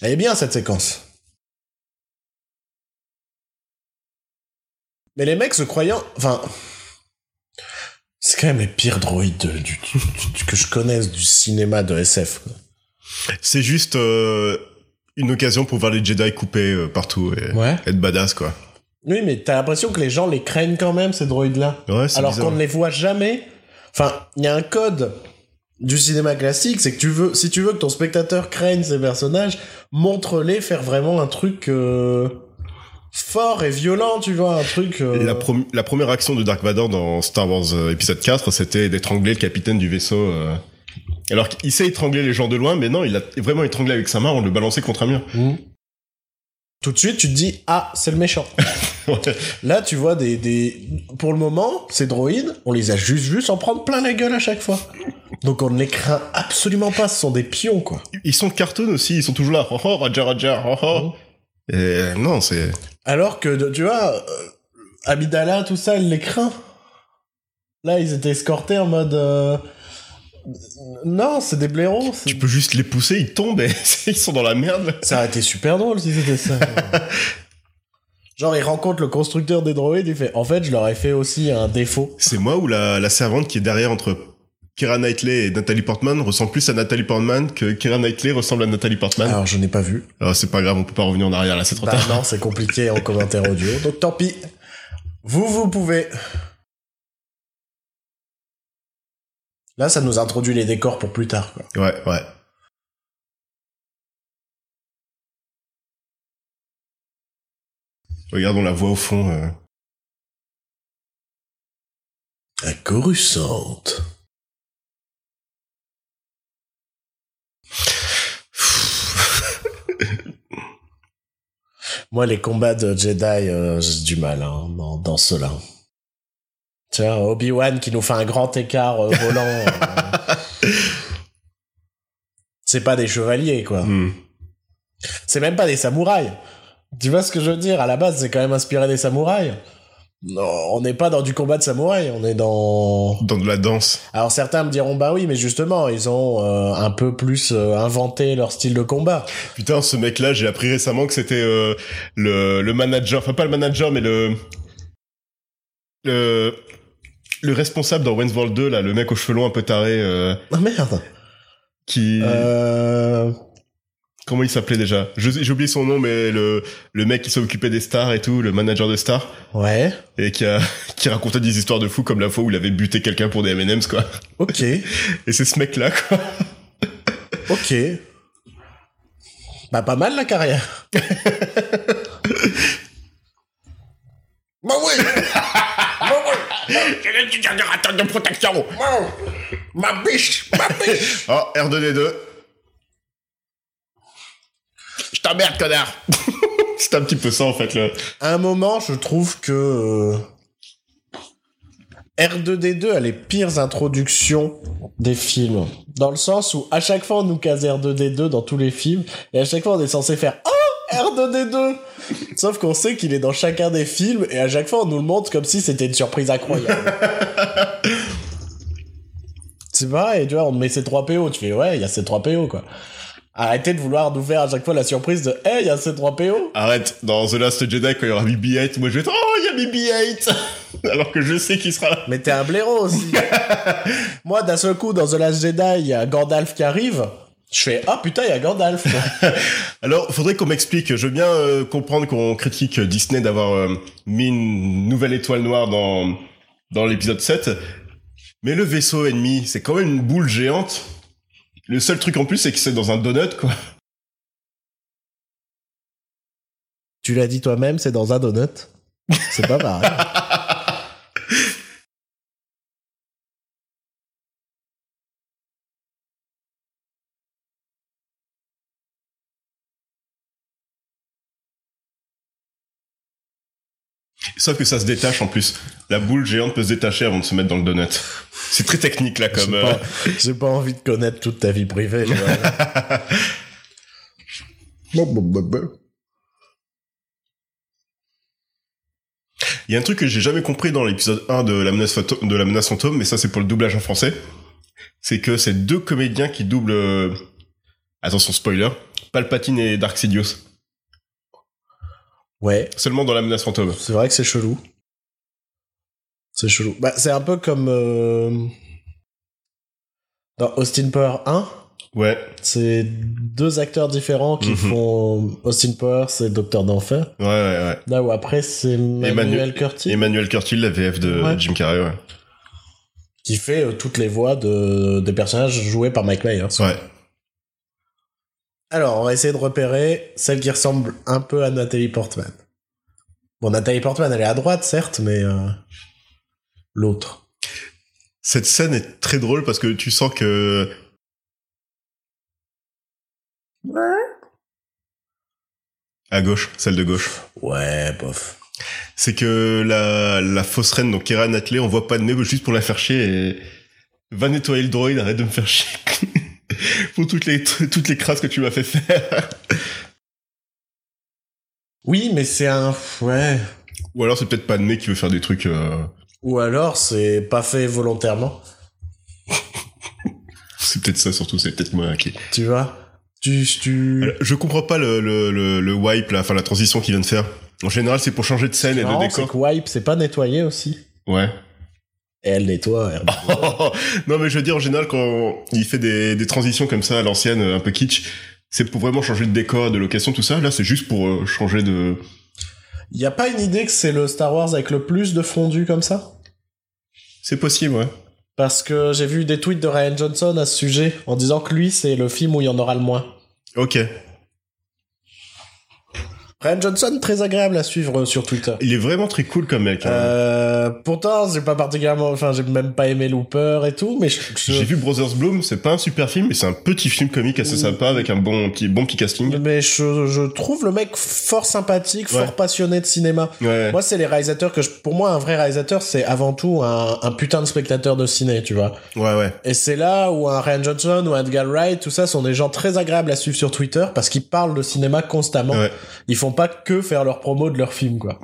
Speaker 1: Elle est Eh bien, cette séquence. Mais les mecs se croyant... Enfin... C'est quand même les pires droïdes de- du- du- que je connaisse du cinéma de SF. quoi.
Speaker 2: C'est juste euh, une occasion pour voir les Jedi coupés euh, partout et
Speaker 1: Ouais.
Speaker 2: être badass, quoi.
Speaker 1: Oui, mais t'as l'impression que les gens les craignent quand même, ces droïdes-là.
Speaker 2: Ouais, c'est
Speaker 1: Alors
Speaker 2: bizarre.
Speaker 1: qu'on ne les voit jamais. Enfin, il y a un code du cinéma classique, c'est que tu veux, si tu veux que ton spectateur craigne ces personnages, montre-les faire vraiment un truc euh, fort et violent, tu vois, un truc. euh,
Speaker 2: La, prom- la première action de Dark Vador dans Star Wars euh, épisode 4, c'était d'étrangler le capitaine du vaisseau. euh. Alors qu'il sait étrangler les gens de loin, mais non, il a vraiment étranglé avec sa main, on le balançait contre un mur. *laughs*
Speaker 1: Mm. Tout de suite, tu te dis ah, c'est le
Speaker 2: *laughs*
Speaker 1: méchant.
Speaker 2: Ouais.
Speaker 1: Là, tu vois des, des, pour le moment, ces droïdes, on les a juste vus s'en prendre plein la gueule à chaque fois. Donc on ne les craint absolument pas, ce sont des pions, quoi.
Speaker 2: Ils sont cartoons aussi, ils sont toujours là. Oh oh, Roger, Roger, oh oh. Et, euh, non, c'est...
Speaker 1: Alors que, de- tu vois, euh, Amidala, tout ça, elle les craint. Là, ils étaient escortés en mode. euh, Non, c'est des blaireaux. c'est-
Speaker 2: Tu peux juste les pousser, ils tombent et *laughs* ils sont dans la merde.
Speaker 1: Ça aurait été super drôle si c'était *laughs* ça. Genre, il rencontre le constructeur des droïdes, il fait En fait, je leur ai fait aussi un défaut.
Speaker 2: C'est moi ou la, la servante qui est derrière entre Kira Knightley et Nathalie Portman ressemble plus à Nathalie Portman que Kira Knightley ressemble à Nathalie Portman.
Speaker 1: Alors, je n'ai pas vu.
Speaker 2: Alors, c'est pas grave, on peut pas revenir en arrière là, c'est trop
Speaker 1: Ah. Bah
Speaker 2: tard.
Speaker 1: non, c'est compliqué en commentaire audio. Donc, tant pis. Vous, vous pouvez. Là, ça nous introduit les décors pour plus tard. Quoi.
Speaker 2: Ouais, ouais. Regarde, on la voit au fond. euh.
Speaker 1: À Coruscant. *laughs* Moi, les combats de Jedi, euh, j'ai du mal hein, dans, dans ceux-là. Tiens, Obi-Wan qui nous fait un grand écart euh, volant. *laughs* euh. C'est pas des chevaliers, quoi.
Speaker 2: Hmm.
Speaker 1: C'est même pas des samouraïs. Tu vois ce que je veux dire À la base, c'est quand même inspiré des samouraïs. Non, on n'est pas dans du combat de samouraïs, on est dans...
Speaker 2: Dans de la danse.
Speaker 1: Alors certains me diront bah oui mais justement ils ont euh, un peu plus euh, inventé leur style de combat.
Speaker 2: Putain, ce mec-là, j'ai appris récemment que c'était euh, le, le manager, enfin pas le manager, mais le... Le, le responsable dans Westworld 2, là, le mec aux cheveux longs un peu taré, euh,
Speaker 1: Ah merde.
Speaker 2: qui...
Speaker 1: Euh,
Speaker 2: Comment il s'appelait déjà Je- J'ai oublié son nom, mais le, le mec qui s'est occupé des stars et tout, le manager de stars,
Speaker 1: ouais.
Speaker 2: et qui, a, *laughs* qui racontait des histoires de fous comme la fois où il avait buté quelqu'un pour des M&M's, quoi.
Speaker 1: Ok.
Speaker 2: Et c'est ce mec-là, *laughs* quoi.
Speaker 1: Ok. Bah pas mal la carrière. bah oui. bah oui.
Speaker 2: de protection
Speaker 1: Ma biche. Ma biche.
Speaker 2: *laughs* Oh, R2D2. Je t'emmerde, connard *laughs* C'est un petit peu ça, en fait, le...
Speaker 1: À un moment je trouve que euh, R2D2 a les pires introductions des films. Dans le sens où à chaque fois on nous case R2D2 dans tous les films, et à chaque fois on est censé faire Oh R2D2 Sauf qu'on sait qu'il est dans chacun des films, et à chaque fois on nous le montre comme si c'était une surprise incroyable. *laughs* C'est pareil, tu vois, on te met ces 3 PO, tu fais ouais, il y a ces 3 PO quoi. Arrêtez de vouloir nous faire à chaque fois la surprise de Hey, il y a ces 3 PO
Speaker 2: Arrête, dans The Last Jedi, quand il y aura BB-8, moi je vais être « Oh, il y a BB-8 » *laughs* Alors que je sais qu'il sera là.
Speaker 1: Mais t'es un blaireau *laughs* aussi. Moi, d'un seul coup, dans The Last Jedi, il y a Gandalf qui arrive. Je fais ah putain, il y a Gandalf.
Speaker 2: Alors, faudrait qu'on m'explique. Je veux bien euh, comprendre qu'on critique Disney d'avoir euh, mis une nouvelle étoile noire dans, dans l'épisode 7. Mais le vaisseau ennemi, c'est quand même une boule géante. Le seul truc en plus, c'est que c'est dans un donut, quoi.
Speaker 1: tu l'as dit toi-même, c'est dans un donut. C'est pas pareil. *laughs*
Speaker 2: Sauf que ça se détache en plus. La boule géante peut se détacher avant de se mettre dans le donut. C'est très technique, là,
Speaker 1: J'ai
Speaker 2: comme... euh,
Speaker 1: pas, j'ai pas envie de connaître toute ta vie privée. tu vois. Bon, bon, bon, bon.
Speaker 2: Il y a un truc que j'ai jamais compris dans l'épisode 1 de la menace photo- de la menace fantôme, mais ça c'est pour le doublage en français. C'est que c'est deux comédiens qui doublent euh, attention spoiler, Palpatine et Dark Sidious.
Speaker 1: *laughs* Ouais,
Speaker 2: Seulement dans la menace fantôme.
Speaker 1: c'est vrai que c'est chelou. C'est chelou. Bah, c'est un peu comme euh, dans Austin Power 1.
Speaker 2: Ouais,
Speaker 1: C'est deux acteurs différents qui
Speaker 2: Mhm.
Speaker 1: font Austin Powers et Docteur d'Enfer.
Speaker 2: ouais, ouais, ouais.
Speaker 1: Là où après, c'est Manuel,
Speaker 2: Emmanuel-
Speaker 1: Curtis
Speaker 2: Emmanuel Curtil, la VF de
Speaker 1: Ouais.
Speaker 2: Jim Carrey, ouais.
Speaker 1: qui fait euh, toutes les voix de, des personnages joués par Mike Myers.
Speaker 2: Ouais.
Speaker 1: Alors, on va essayer de repérer celle qui ressemble un peu à Nathalie Portman. Bon, Nathalie Portman, elle est à droite, certes, mais euh, l'autre.
Speaker 2: Cette scène est très drôle parce que tu sens que à gauche, celle de gauche.
Speaker 1: Ouais, bof.
Speaker 2: c'est que la, la fausse reine, donc Kira Knightley, on voit pas de nez, mais juste pour la faire chier et va nettoyer le droïde, arrête de me faire chier. *laughs* pour toutes les, toutes les crasses que tu m'as fait faire. *laughs*
Speaker 1: Oui, mais c'est un... Ouais.
Speaker 2: Ou alors c'est peut-être pas Padmé qui veut faire des trucs. euh,
Speaker 1: Ou alors, c'est pas fait volontairement.
Speaker 2: C'est peut-être ça surtout. C'est peut-être moi qui.
Speaker 1: Tu vois Tu. tu...
Speaker 2: Alors, Je comprends pas le le le, le wipe là, enfin la transition qu'il vient de faire. En général, c'est pour changer de scène et de
Speaker 1: Marrant, c'est
Speaker 2: décor.
Speaker 1: que Wipe, c'est pas nettoyé aussi.
Speaker 2: Ouais. *laughs*
Speaker 1: Et elle nettoie. elle-
Speaker 2: Ah. non, mais je veux dire, en général, quand il fait des, des transitions comme ça à l'ancienne, un peu kitsch, c'est pour vraiment changer de décor, de location, tout ça. Là, c'est juste pour euh, changer de...
Speaker 1: Y a pas une idée que c'est le Star Wars avec le plus de fondu comme ça
Speaker 2: C'est possible, ouais.
Speaker 1: Parce que j'ai vu des tweets de Ryan Johnson à ce sujet en disant que lui, c'est le film où il y en aura le moins.
Speaker 2: Ok.
Speaker 1: Ryan Johnson, très agréable à suivre euh, sur Twitter.
Speaker 2: Il est vraiment très cool comme mec. hein.
Speaker 1: Euh, pourtant, j'ai pas particulièrement, enfin, j'ai même pas aimé Looper et tout, mais je, je-
Speaker 2: J'ai vu Brothers Bloom, c'est pas un super film, mais c'est un petit film comique assez
Speaker 1: Mm.
Speaker 2: sympa avec un bon petit, bon petit casting.
Speaker 1: mais je, je trouve le mec fort sympathique,
Speaker 2: Ouais.
Speaker 1: fort passionné de cinéma.
Speaker 2: Ouais.
Speaker 1: Moi, c'est les réalisateurs que je, pour moi, un vrai réalisateur, c'est avant tout un, un putain de spectateur de ciné, tu vois.
Speaker 2: Ouais, ouais.
Speaker 1: Et c'est là où un Ryan Johnson ou un Edgar Wright, tout ça, sont des gens très agréables à suivre sur Twitter parce qu'ils parlent de cinéma constamment.
Speaker 2: Ouais.
Speaker 1: Ils font pas que faire leur promo de leur film, quoi.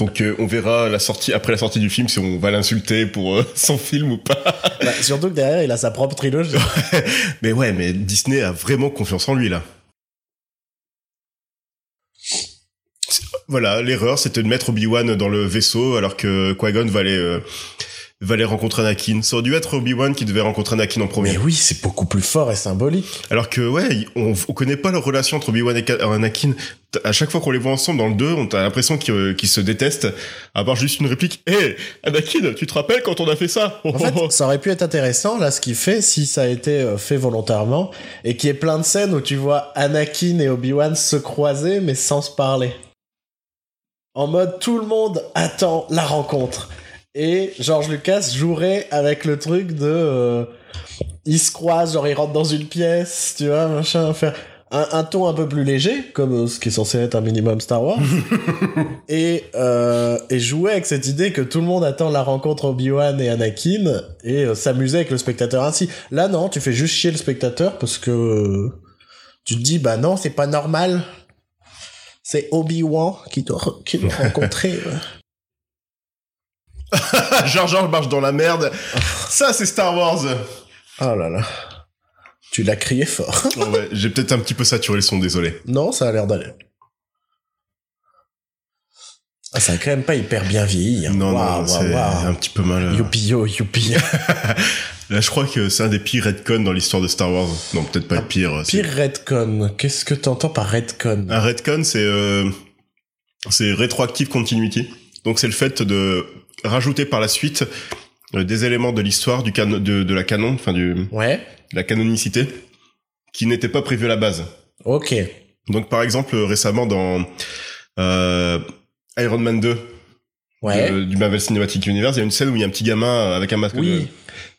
Speaker 2: Donc, euh, on verra la sortie, après la sortie du film, si on va l'insulter pour euh, *laughs* son film ou pas.
Speaker 1: Bah, surtout que derrière, il a sa propre trilogie.
Speaker 2: Mais ouais, mais Disney a vraiment confiance en lui là. Voilà, l'erreur, c'était de mettre Obi-Wan dans le vaisseau alors que Qui-Gon va aller, euh, va aller rencontrer Anakin. Ça aurait dû être Obi-Wan qui devait rencontrer Anakin en premier.
Speaker 1: Oh, Mais oui, c'est beaucoup plus fort et symbolique.
Speaker 2: Alors que ouais, il- on, on connaît pas leur relation entre Obi-Wan et Ka- euh, Anakin. T- À chaque fois qu'on les voit ensemble dans le 2, on a l'impression qu'ils euh, qu'ils se détestent. À part juste une réplique, hé, Anakin, tu te rappelles quand on a fait ça
Speaker 1: En
Speaker 2: *laughs*
Speaker 1: fait, ça aurait pu être intéressant, là, ce qu'il fait, si ça a été euh, fait volontairement, et qu'il y ait plein de scènes où tu vois Anakin et Obi-Wan se croiser, mais sans se parler. En mode, tout le monde attend la rencontre. Et George Lucas jouerait avec le truc de... euh, ils se croisent, genre ils rentrent dans une pièce, tu vois, machin, faire un, un ton un peu plus léger, comme euh, ce qui est censé être un minimum Star Wars, et, euh, et jouer avec cette idée que tout le monde attend la rencontre Obi-Wan et Anakin, et euh, s'amuser avec le spectateur ainsi. Là, non, tu fais juste chier le spectateur parce que euh, tu te dis, bah non, c'est pas normal. C'est Obi-Wan qui doit, re- qui doit
Speaker 2: *laughs*
Speaker 1: rencontrer. euh.
Speaker 2: George marche dans la merde.
Speaker 1: Ah.
Speaker 2: Ça, c'est
Speaker 1: *laughs*
Speaker 2: Star Wars.
Speaker 1: Oh là là. Tu l'as crié fort. *laughs*
Speaker 2: Oh ouais, j'ai peut-être un petit peu saturé le son, désolé.
Speaker 1: Non, ça a l'air d'aller. Ah, ça a quand même pas hyper bien vieilli. hein.
Speaker 2: Non,
Speaker 1: Waouh, waouh,
Speaker 2: non, c'est
Speaker 1: waouh. oh,
Speaker 2: un petit peu mal. euh.
Speaker 1: Youpi yo,
Speaker 2: *laughs*
Speaker 1: youpi.
Speaker 2: Là, je crois que c'est un des pires redcons dans l'histoire de Star Wars. Non, peut-être pas
Speaker 1: Un
Speaker 2: le pire. euh, c'est-
Speaker 1: Ah, Pire Redcon. Qu'est-ce que t'entends par Redcon
Speaker 2: Un redcon, c'est euh, c'est rétroactive continuity. Donc, c'est le fait de rajouter par la suite euh, des éléments de l'histoire du canon, de, de la canon, enfin du de
Speaker 1: Ouais,
Speaker 2: la canonicité, qui n'étaient pas prévus à la base.
Speaker 1: ok.
Speaker 2: Donc, par exemple, récemment dans euh, Iron Man 2,
Speaker 1: Ouais.
Speaker 2: de- du Marvel Cinematic Universe, il y a une scène où il y a un petit gamin avec un masque de...
Speaker 1: oui. Ah.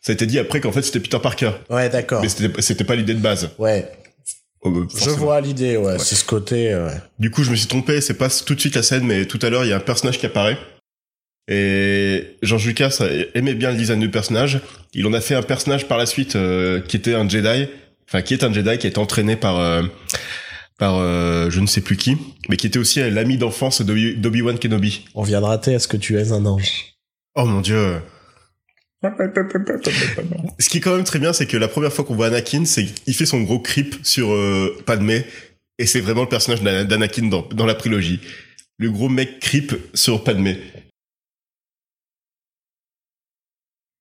Speaker 2: Ça a été dit après qu'en fait c'était Peter Parker,
Speaker 1: Ouais, d'accord.
Speaker 2: mais c'était c'était pas l'idée de base.
Speaker 1: Ouais.
Speaker 2: Oh, bah,
Speaker 1: Je
Speaker 2: forcément.
Speaker 1: vois l'idée, ouais.
Speaker 2: Ouais.
Speaker 1: C'est ce côté, euh, ouais.
Speaker 2: Du coup, je me suis trompé, c'est pas tout de suite la scène, mais tout à l'heure, il y a un personnage qui apparaît. Et George Lucas aimait bien le design du personnage. Il en a fait un personnage par la suite euh, qui était un Jedi, enfin qui est un Jedi, qui est entraîné par euh, par euh, je ne sais plus qui, mais qui était aussi euh, l'ami d'enfance d'Obi- d'Obi-Wan Kenobi.
Speaker 1: On vient de rater, est-ce que tu es un *laughs* ange
Speaker 2: Oh mon dieu. Ce qui est quand même très bien, c'est que la première fois qu'on voit Anakin, c'est qu'il fait son gros creep sur euh, Padmé, et c'est vraiment le personnage d'Ana- d'Anakin dans, dans la trilogie. Le gros mec creep sur Padmé.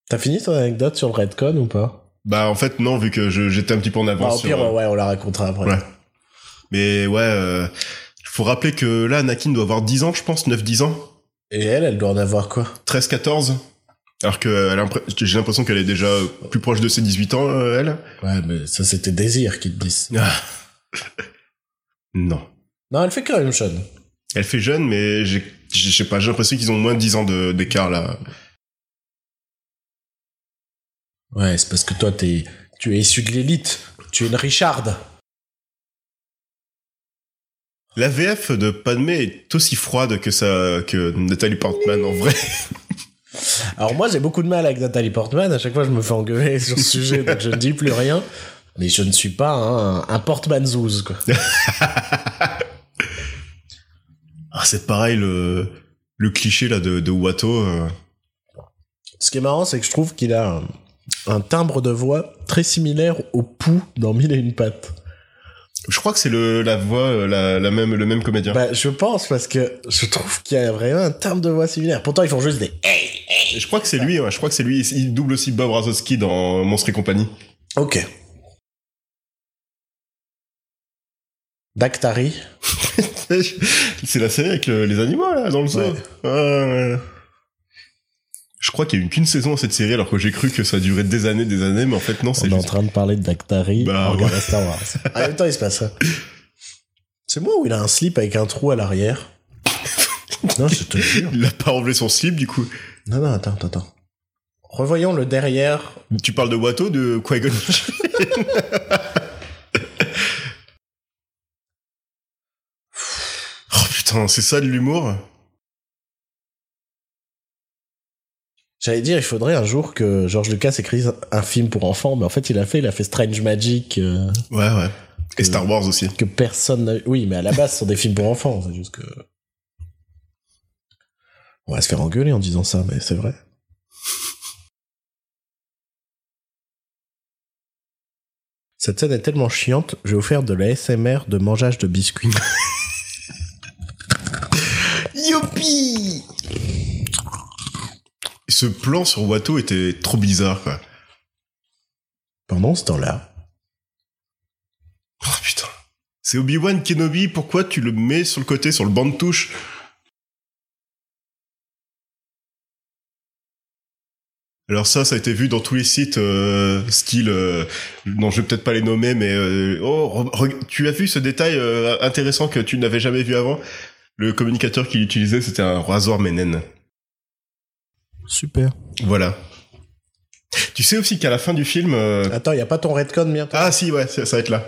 Speaker 1: T'as fini ton anecdote sur le Redcon ou pas
Speaker 2: Bah en fait non, vu que je- j'étais un petit peu en
Speaker 1: Bah,
Speaker 2: avance.
Speaker 1: Au
Speaker 2: sur,
Speaker 1: pire,
Speaker 2: euh,
Speaker 1: ouais, on la racontera après.
Speaker 2: Ouais. Mais ouais, euh, faut rappeler que là Anakin doit avoir 10 ans, je pense, 9-10 ans,
Speaker 1: Et elle, elle doit en avoir quoi
Speaker 2: 13-14. Alors que euh, elle a l'impre- j'ai l'impression qu'elle est déjà euh, plus proche de ses 18 ans, euh, elle.
Speaker 1: Ouais, mais ça, c'était Désir qui te disent.
Speaker 2: Non.
Speaker 1: Non, elle fait quand même Sean.
Speaker 2: Elle fait jeune, mais j'ai, je sais pas, j'ai l'impression qu'ils ont moins de 10 ans de- d'écart là.
Speaker 1: Ouais, c'est parce que toi, t'es, tu es issu de l'élite. Tu es une Richarde.
Speaker 2: La VF de Padmé est aussi froide que ça, que Nathalie Portman en vrai. *laughs*
Speaker 1: Alors moi, j'ai beaucoup de mal avec Nathalie Portman. À chaque fois, je me fais engueuler sur ce sujet, donc je ne dis plus rien. Mais je ne suis pas un, un Portman zouze, quoi.
Speaker 2: Ah, c'est pareil le, le cliché là de, de Watto. euh,
Speaker 1: Ce qui est marrant, c'est que je trouve qu'il a un, un timbre de voix très similaire au Pou dans Mille et une pattes.
Speaker 2: Je crois que c'est le la voix euh, la, la même le même comédien.
Speaker 1: Bah, je pense parce que je trouve qu'il y a vraiment un timbre de voix similaire. Pourtant, ils font juste des.
Speaker 2: je crois que c'est lui. ouais, je crois que c'est lui. Il- Il double aussi Bob Razowski dans Monstres et compagnie. *laughs*
Speaker 1: Ok. Dactari.
Speaker 2: c'est la série avec le- les animaux là dans le zoo.
Speaker 1: Ouais.
Speaker 2: Ouais, ouais. Je crois qu'il y a eu qu'une saison à cette série alors que j'ai cru que ça durait des années, des années, mais en fait non,
Speaker 1: On
Speaker 2: c'est
Speaker 1: est en
Speaker 2: juste.
Speaker 1: train de parler de Dactari.
Speaker 2: Bah,
Speaker 1: en regardant Star Wars. en même temps, il se passe ça. C'est moi où il a un slip avec un trou à l'arrière Non, je te jure.
Speaker 2: Il a pas enlevé son slip du coup.
Speaker 1: Non, non, attends, attends, attends. Revoyons le derrière.
Speaker 2: Tu parles de Watto de Qui-Gon *laughs* Oh putain, c'est ça de l'humour
Speaker 1: J'allais dire, il faudrait un jour que George Lucas écrive un film pour enfants, mais en fait, il a fait, il a fait Strange Magic. euh,
Speaker 2: Ouais, ouais.
Speaker 1: Que-
Speaker 2: Et Star Wars aussi.
Speaker 1: que personne n'a- Oui, mais à la base, ce sont des films pour enfants. C'est juste que. On va se faire engueuler en disant ça, mais c'est vrai. Cette scène est tellement chiante, je vais vous faire de la SMR de mangeage de biscuits.
Speaker 2: Youpi Ce plan sur Watto était trop bizarre, quoi.
Speaker 1: Pendant ce temps-là,
Speaker 2: Oh putain. C'est Obi-Wan Kenobi, pourquoi tu le mets sur le côté, sur le banc de touche Alors ça, ça a été vu dans tous les sites, euh, style... euh, non, je vais peut-être pas les nommer, mais... euh, oh, re- re- tu as vu ce détail euh, intéressant que tu n'avais jamais vu avant Le communicateur qu'il utilisait, c'était un rasoir Menen.
Speaker 1: super.
Speaker 2: Voilà. Tu sais aussi qu'à la fin du film... euh,
Speaker 1: Attends, y a pas ton redcon bientôt
Speaker 2: ah si, ouais, ça, ça va être là.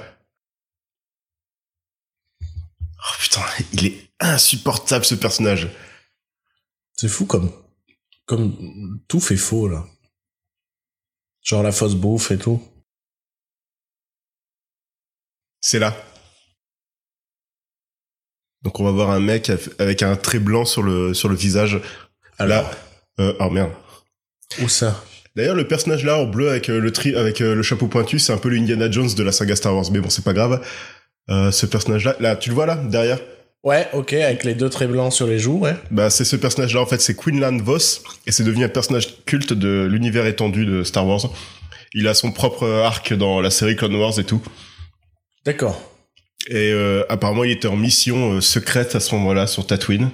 Speaker 2: Oh putain, il est insupportable ce personnage.
Speaker 1: C'est fou comme. Comme tout fait faux, là. Genre la fausse bouffe et tout.
Speaker 2: C'est là. Donc on va voir un mec af- avec un trait blanc sur le, sur le visage.
Speaker 1: Alors,
Speaker 2: Là. Euh, oh merde.
Speaker 1: où ça
Speaker 2: D'ailleurs, le personnage là en bleu avec euh, le tri, avec euh, le chapeau pointu, c'est un peu l'Indiana Jones de la saga Star Wars, mais bon, c'est pas grave. Euh, ce personnage là, là, tu le vois là, derrière
Speaker 1: Ouais, ok, avec les deux traits blancs sur les joues, ouais.
Speaker 2: Bah, c'est ce personnage-là, en fait, c'est Quinlan Voss, et c'est devenu un personnage culte de l'univers étendu de Star Wars. Il a son propre arc dans la série Clone Wars et tout.
Speaker 1: D'accord.
Speaker 2: Et euh, apparemment, il était en mission euh, secrète à ce moment-là sur Tatooine.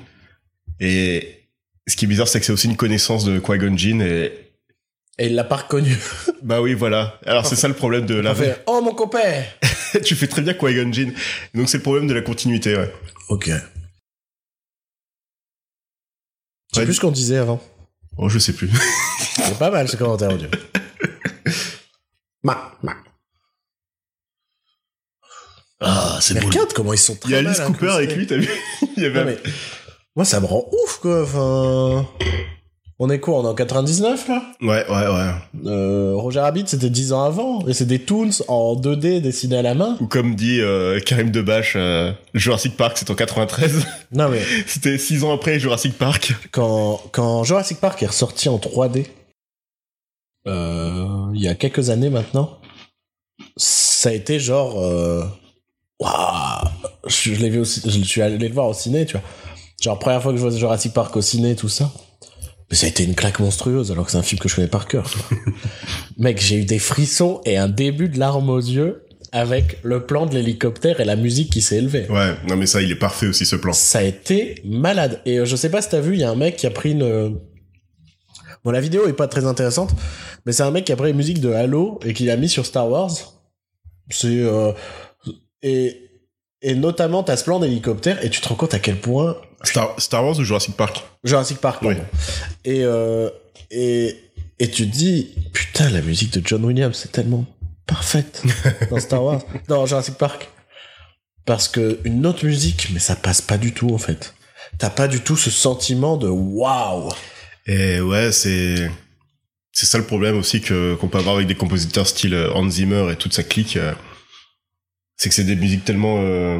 Speaker 2: Et ce qui est bizarre, c'est que c'est aussi une connaissance de Qui-Gon Jinn. Et
Speaker 1: Et il l'a pas reconnu.
Speaker 2: bah oui, voilà. Alors c'est ça le problème de *laughs* la.
Speaker 1: Il fait, oh mon copain
Speaker 2: *laughs* tu fais très bien Qui-Gon Jinn. Donc c'est le problème de la continuité. Ouais.
Speaker 1: Ok.
Speaker 2: Ouais.
Speaker 1: C'est plus ce qu'on disait avant.
Speaker 2: Oh, je sais plus.
Speaker 1: C'est pas mal ce commentaire
Speaker 2: *laughs*
Speaker 1: audio. Ma, ma. Ah, c'est Regarde comment ils sont très
Speaker 2: Il y a
Speaker 1: mal
Speaker 2: Alice Cooper
Speaker 1: incrustés.
Speaker 2: avec lui. T'as vu *laughs* Il y avait.
Speaker 1: Non, mais Moi, ça me rend ouf, quoi. Enfin... On est quoi On est en 99, là
Speaker 2: Ouais, ouais, ouais.
Speaker 1: Euh, Roger Rabbit, c'était 10 ans avant. Et c'est des Toons en 2D dessinés à la main.
Speaker 2: Ou comme dit euh, Karim Debache, euh, Jurassic Park, c'est en 93.
Speaker 1: Non, mais
Speaker 2: *laughs* C'était six ans après Jurassic Park.
Speaker 1: quand, quand Jurassic Park est ressorti en 3D, euh, il y a quelques années maintenant, ça a été genre. euh, Waouh Je, je l'ai vu aussi, je, suis allé le voir au ciné, tu vois. Genre, première fois que je vois Jurassic Park au ciné, tout ça. Mais ça a été une claque monstrueuse, alors que c'est un film que je connais par cœur. tu vois. Mec, j'ai eu des frissons et un début de larmes aux yeux avec le plan de l'hélicoptère et la musique qui s'est élevée.
Speaker 2: Ouais, non mais ça, il est parfait aussi ce plan.
Speaker 1: Ça a été malade. Et euh, je sais pas si t'as vu, il y a un mec qui a pris une. euh, Bon, la vidéo est pas très intéressante, mais c'est un mec qui a pris une musique de Halo et qui l'a mis sur Star Wars. C'est. euh, Et... et notamment, t'as ce plan d'hélicoptère et tu te rends compte à quel point.
Speaker 2: Star, Star Wars ou Jurassic Park
Speaker 1: Jurassic Park,
Speaker 2: Oui.
Speaker 1: pardon. Et, euh, et, et tu te dis, putain, la musique de John Williams, c'est tellement parfaite dans Star
Speaker 2: *laughs*
Speaker 1: Wars. dans Jurassic Park. Parce que une autre musique, mais ça passe pas du tout, en fait. T'as pas du tout ce sentiment de waouh!
Speaker 2: Et ouais, c'est c'est ça le problème aussi que qu'on peut avoir avec des compositeurs style euh, Hans Zimmer et toute sa clique. euh, C'est que c'est des musiques tellement euh,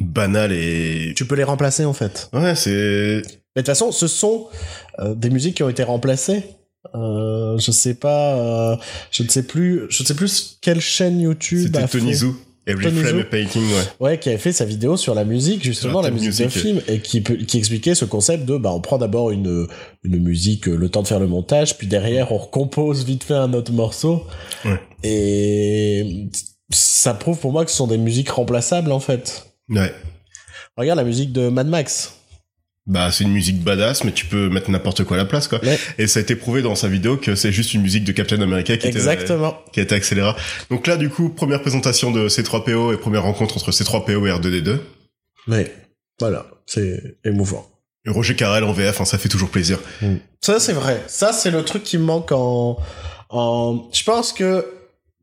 Speaker 2: banales et
Speaker 1: Tu peux les remplacer, en fait.
Speaker 2: ouais, c'est
Speaker 1: Mais de toute façon, ce sont euh, des musiques qui ont été remplacées. Euh, je sais pas, euh, je ne sais plus, je ne sais plus quelle chaîne YouTube.
Speaker 2: C'était
Speaker 1: a
Speaker 2: Tony
Speaker 1: fait-
Speaker 2: Zoo. Every
Speaker 1: Tony
Speaker 2: frame
Speaker 1: Zoo.
Speaker 2: a painting, ouais.
Speaker 1: Ouais, qui avait fait sa vidéo sur la musique, justement,
Speaker 2: Sur la
Speaker 1: la
Speaker 2: thème
Speaker 1: musique d'un
Speaker 2: musique.
Speaker 1: film, et qui, peut- qui expliquait ce concept de, bah, on prend d'abord une, une musique, euh, le temps de faire le montage, puis derrière, on recompose vite fait un autre morceau.
Speaker 2: Ouais.
Speaker 1: Et ça prouve pour moi que ce sont des musiques remplaçables, en fait.
Speaker 2: Ouais.
Speaker 1: Regarde la musique de Mad Max.
Speaker 2: Bah, c'est une musique badass, mais tu peux mettre n'importe quoi à la place, quoi.
Speaker 1: Ouais.
Speaker 2: Et ça a été prouvé dans sa vidéo que c'est juste une musique de Captain America qui était, euh,
Speaker 1: Exactement.
Speaker 2: qui a été accélérée. Donc là, du coup, première présentation de C3PO et première rencontre entre C3PO et R2D2.
Speaker 1: Mais, voilà, c'est émouvant.
Speaker 2: Et Roger Carrel en VF, hein, ça fait toujours plaisir.
Speaker 1: Ça, c'est vrai. Ça, c'est le truc qui me manque en, en, je pense que,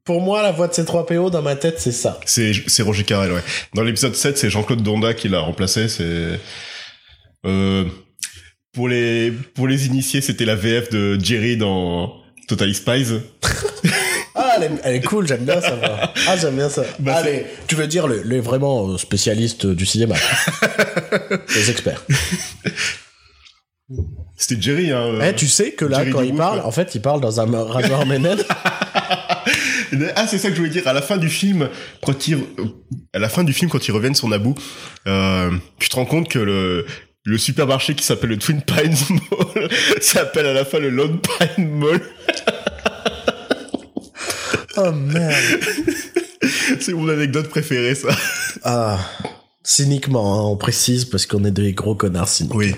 Speaker 1: pour moi, la voix de ces 3 PO dans ma tête, c'est ça.
Speaker 2: C'est c'est Roger Carrel, ouais. Dans l'épisode 7, c'est Jean-Claude Donda qui l'a remplacé. C'est euh, pour les pour les initiés, c'était la VF de Jerry dans Totally Spies.
Speaker 1: Ah, elle est, elle est cool, j'aime bien ça. moi. Ah, j'aime bien ça.
Speaker 2: Bah,
Speaker 1: Allez, tu veux dire les, les vraiment euh, spécialistes du *laughs* cinéma. les experts.
Speaker 2: C'était Jerry, hein. euh.
Speaker 1: Eh, tu sais que là,
Speaker 2: Jerry
Speaker 1: quand il
Speaker 2: Dugout,
Speaker 1: parle,
Speaker 2: quoi.
Speaker 1: en fait, il parle dans un rasoir Ménel.
Speaker 2: Ah, c'est ça que je voulais dire. À la fin du film, quand ils, à la fin du film, quand ils reviennent sur Naboo, euh, tu te rends compte que le le supermarché qui s'appelle le Twin Pines *laughs* Mall s'appelle à la fin le Lone Pine Mall.
Speaker 1: *laughs* Oh merde.
Speaker 2: C'est mon anecdote préférée, ça.
Speaker 1: Ah, cyniquement, hein, on précise parce qu'on est des gros connards sinon.
Speaker 2: Oui.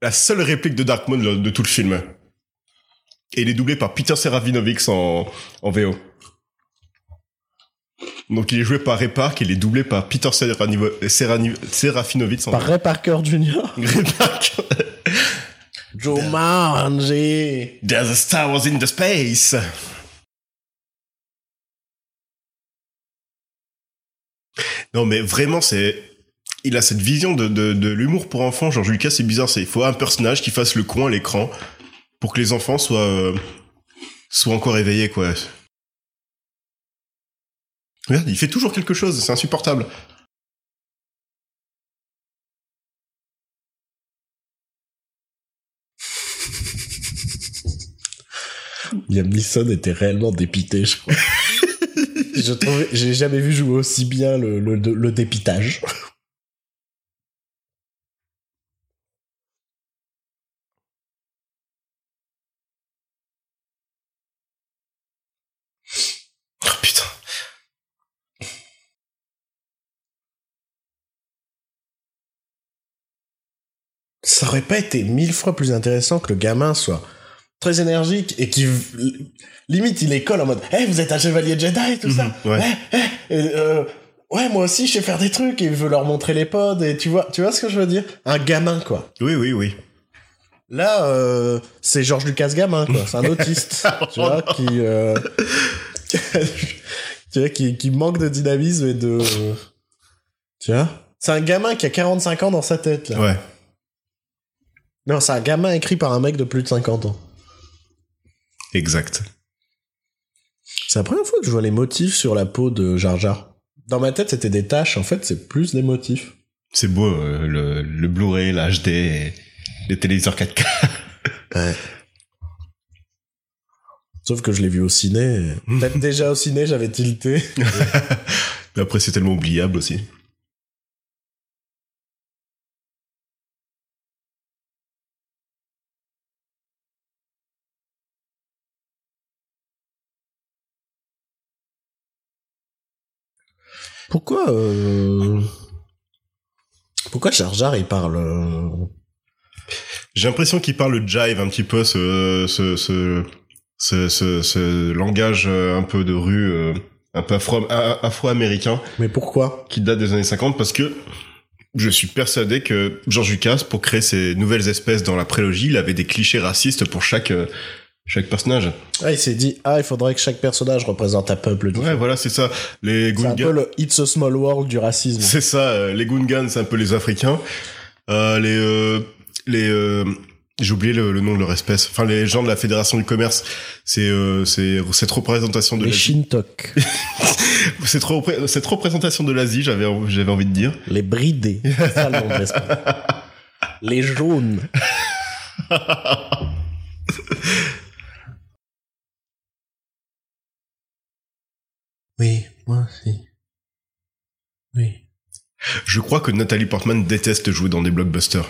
Speaker 2: La seule réplique de Dark Moon de de tout le film. Et il est doublé par Peter Seravinovix en, en VO. Donc il est joué par Ray Park, il est doublé par Peter Seranivo- Serani- Serafinovic en
Speaker 1: Par Ray Parker Jr.
Speaker 2: Ray Park. *laughs*
Speaker 1: Joe Marge.
Speaker 2: There's a Star Wars in the space. Non, mais vraiment, c'est. Il a cette vision de, de, de l'humour pour enfants. George Lucas, c'est bizarre. C'est, il faut un personnage qui fasse le con à l'écran pour que les enfants soient, euh, soient encore éveillés, quoi. Regarde, il fait toujours quelque chose. C'est insupportable.
Speaker 1: Liam Neeson était réellement dépité, je *laughs* crois. je trouvais, j'ai jamais vu jouer aussi bien le, le, le dépitage.
Speaker 2: Oh putain.
Speaker 1: ça aurait pas été mille fois plus intéressant que le gamin soit très énergique et qui limite il est colle en mode Eh, vous êtes un chevalier Jedi tout ça
Speaker 2: Mhm, ouais.
Speaker 1: Eh, eh, et, euh, ouais moi aussi je sais faire des trucs et il veut leur montrer les pods et tu vois tu vois ce que je veux dire un gamin quoi
Speaker 2: Oui, oui, oui.
Speaker 1: là euh, c'est Georges Lucas gamin quoi c'est un autiste tu vois qui euh, *laughs* tu vois qui, qui manque de dynamisme et de tu vois c'est un gamin qui a 45 ans dans sa tête là
Speaker 2: Ouais.
Speaker 1: non c'est un gamin écrit par un mec de plus de 50 ans
Speaker 2: Exact.
Speaker 1: C'est la première fois que je vois les motifs sur la peau de Jar Jar. Dans ma tête, c'était des taches. En fait, c'est plus des motifs.
Speaker 2: C'est beau, euh, le, le Blu-ray, la HD, et les téléviseurs 4K.
Speaker 1: Sauf que je l'ai vu au ciné. Peut-être déjà au ciné, j'avais tilté.
Speaker 2: Mais après, c'est tellement oubliable aussi.
Speaker 1: Pourquoi... euh, Pourquoi Jar Jar, il parle... euh,
Speaker 2: J'ai l'impression qu'il parle le jive un petit peu, ce, ce, ce, ce, ce- ce langage euh, un peu de rue, euh, un peu afro- a- afro-américain,
Speaker 1: Mais pourquoi
Speaker 2: qui date des années 50, parce que je suis persuadé que George Lucas, pour créer ces nouvelles espèces dans la prélogie, il avait des clichés racistes pour chaque, euh, chaque personnage.
Speaker 1: Ah, il s'est dit, ah, il faudrait que chaque personnage représente un peuple.
Speaker 2: Ouais, voilà, c'est ça. Les
Speaker 1: C'est un
Speaker 2: Gungans-
Speaker 1: peu le It's a Small World du racisme.
Speaker 2: C'est ça, euh, les Gungans, c'est un peu les Africains. Euh, les euh, les euh, j'ai oublié le, le nom de leur espèce. Enfin, les gens de la Fédération du commerce, c'est euh, c'est cette représentation de
Speaker 1: Les
Speaker 2: l'Asie.
Speaker 1: Shintok,
Speaker 2: *laughs* Cette, repré- cette représentation de l'Asie, j'avais j'avais envie de dire. *laughs*
Speaker 1: les bridés. C'est ça le nom de l'esprit. Les jaunes. oui, moi aussi. Oui.
Speaker 2: Je crois que Nathalie Portman déteste jouer dans des blockbusters.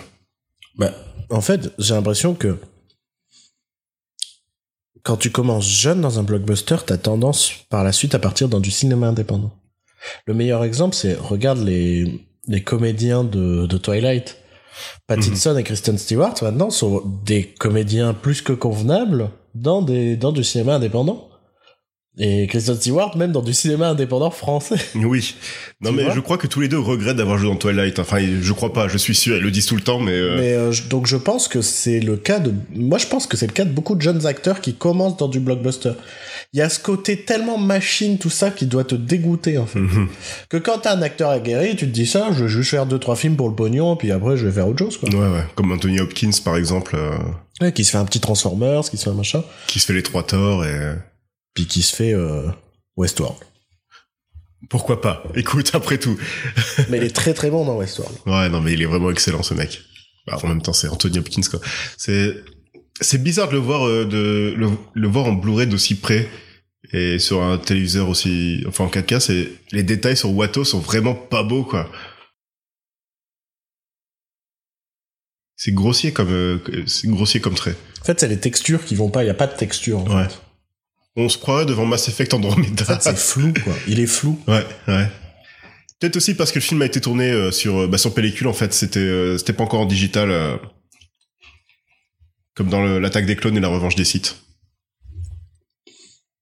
Speaker 1: Bah, en fait, j'ai l'impression que quand tu commences jeune dans un blockbuster, t'as tendance par la suite à partir dans du cinéma indépendant. Le meilleur exemple, c'est regarde les, les comédiens de, de Twilight. Pattinson et Kristen Stewart, maintenant, sont des comédiens plus que convenables dans, des, dans du cinéma indépendant. Et Kristen Stewart, même dans du cinéma indépendant français.
Speaker 2: Oui. Non,
Speaker 1: Tu
Speaker 2: mais
Speaker 1: vois
Speaker 2: je crois que tous les deux regrettent d'avoir joué dans Twilight. Enfin, je crois pas, je suis sûr, ils le disent tout le temps, mais, euh,
Speaker 1: Mais euh, je- donc je pense que c'est le cas de moi je pense que c'est le cas de beaucoup de jeunes acteurs qui commencent dans du blockbuster. Il y a ce côté tellement machine tout ça qui doit te dégoûter en fait.
Speaker 2: mhm.
Speaker 1: Que quand t'es un acteur aguerri, tu te dis ça, je vais juste faire deux trois films pour le pognon puis après je vais faire autre chose quoi.
Speaker 2: *laughs* Ouais, ouais. Comme Anthony Hopkins, par exemple, euh,
Speaker 1: Ouais, qui se fait un petit Transformers, qui se fait un machin,
Speaker 2: qui se fait les trois torts et.
Speaker 1: puis qui se fait euh, Westworld.
Speaker 2: Pourquoi pas Écoute, après tout.
Speaker 1: *laughs* Mais il est très très bon dans Westworld.
Speaker 2: Ouais, non, mais il est vraiment excellent, ce mec. Bah, en même temps, c'est Anthony Hopkins, quoi. C'est, c'est bizarre de le voir, euh, de le, le voir en Blu-ray d'aussi près et sur un téléviseur aussi, enfin en 4K, c'est, les détails sur Watteau sont vraiment pas beaux, quoi. C'est grossier comme, euh, c'est grossier comme trait.
Speaker 1: En fait, c'est les textures qui vont pas, il y a pas de texture. en
Speaker 2: Ouais.
Speaker 1: fait.
Speaker 2: On se croirait devant Mass Effect
Speaker 1: En
Speaker 2: Andromeda.
Speaker 1: fait, c'est flou quoi. Il est flou.
Speaker 2: Ouais, ouais. Peut-être aussi parce que le film a été tourné euh, sur, euh, bah, sur pellicule, en fait. C'était euh, c'était pas encore en digital. euh, comme dans le- l'attaque des clones et la revanche des sites.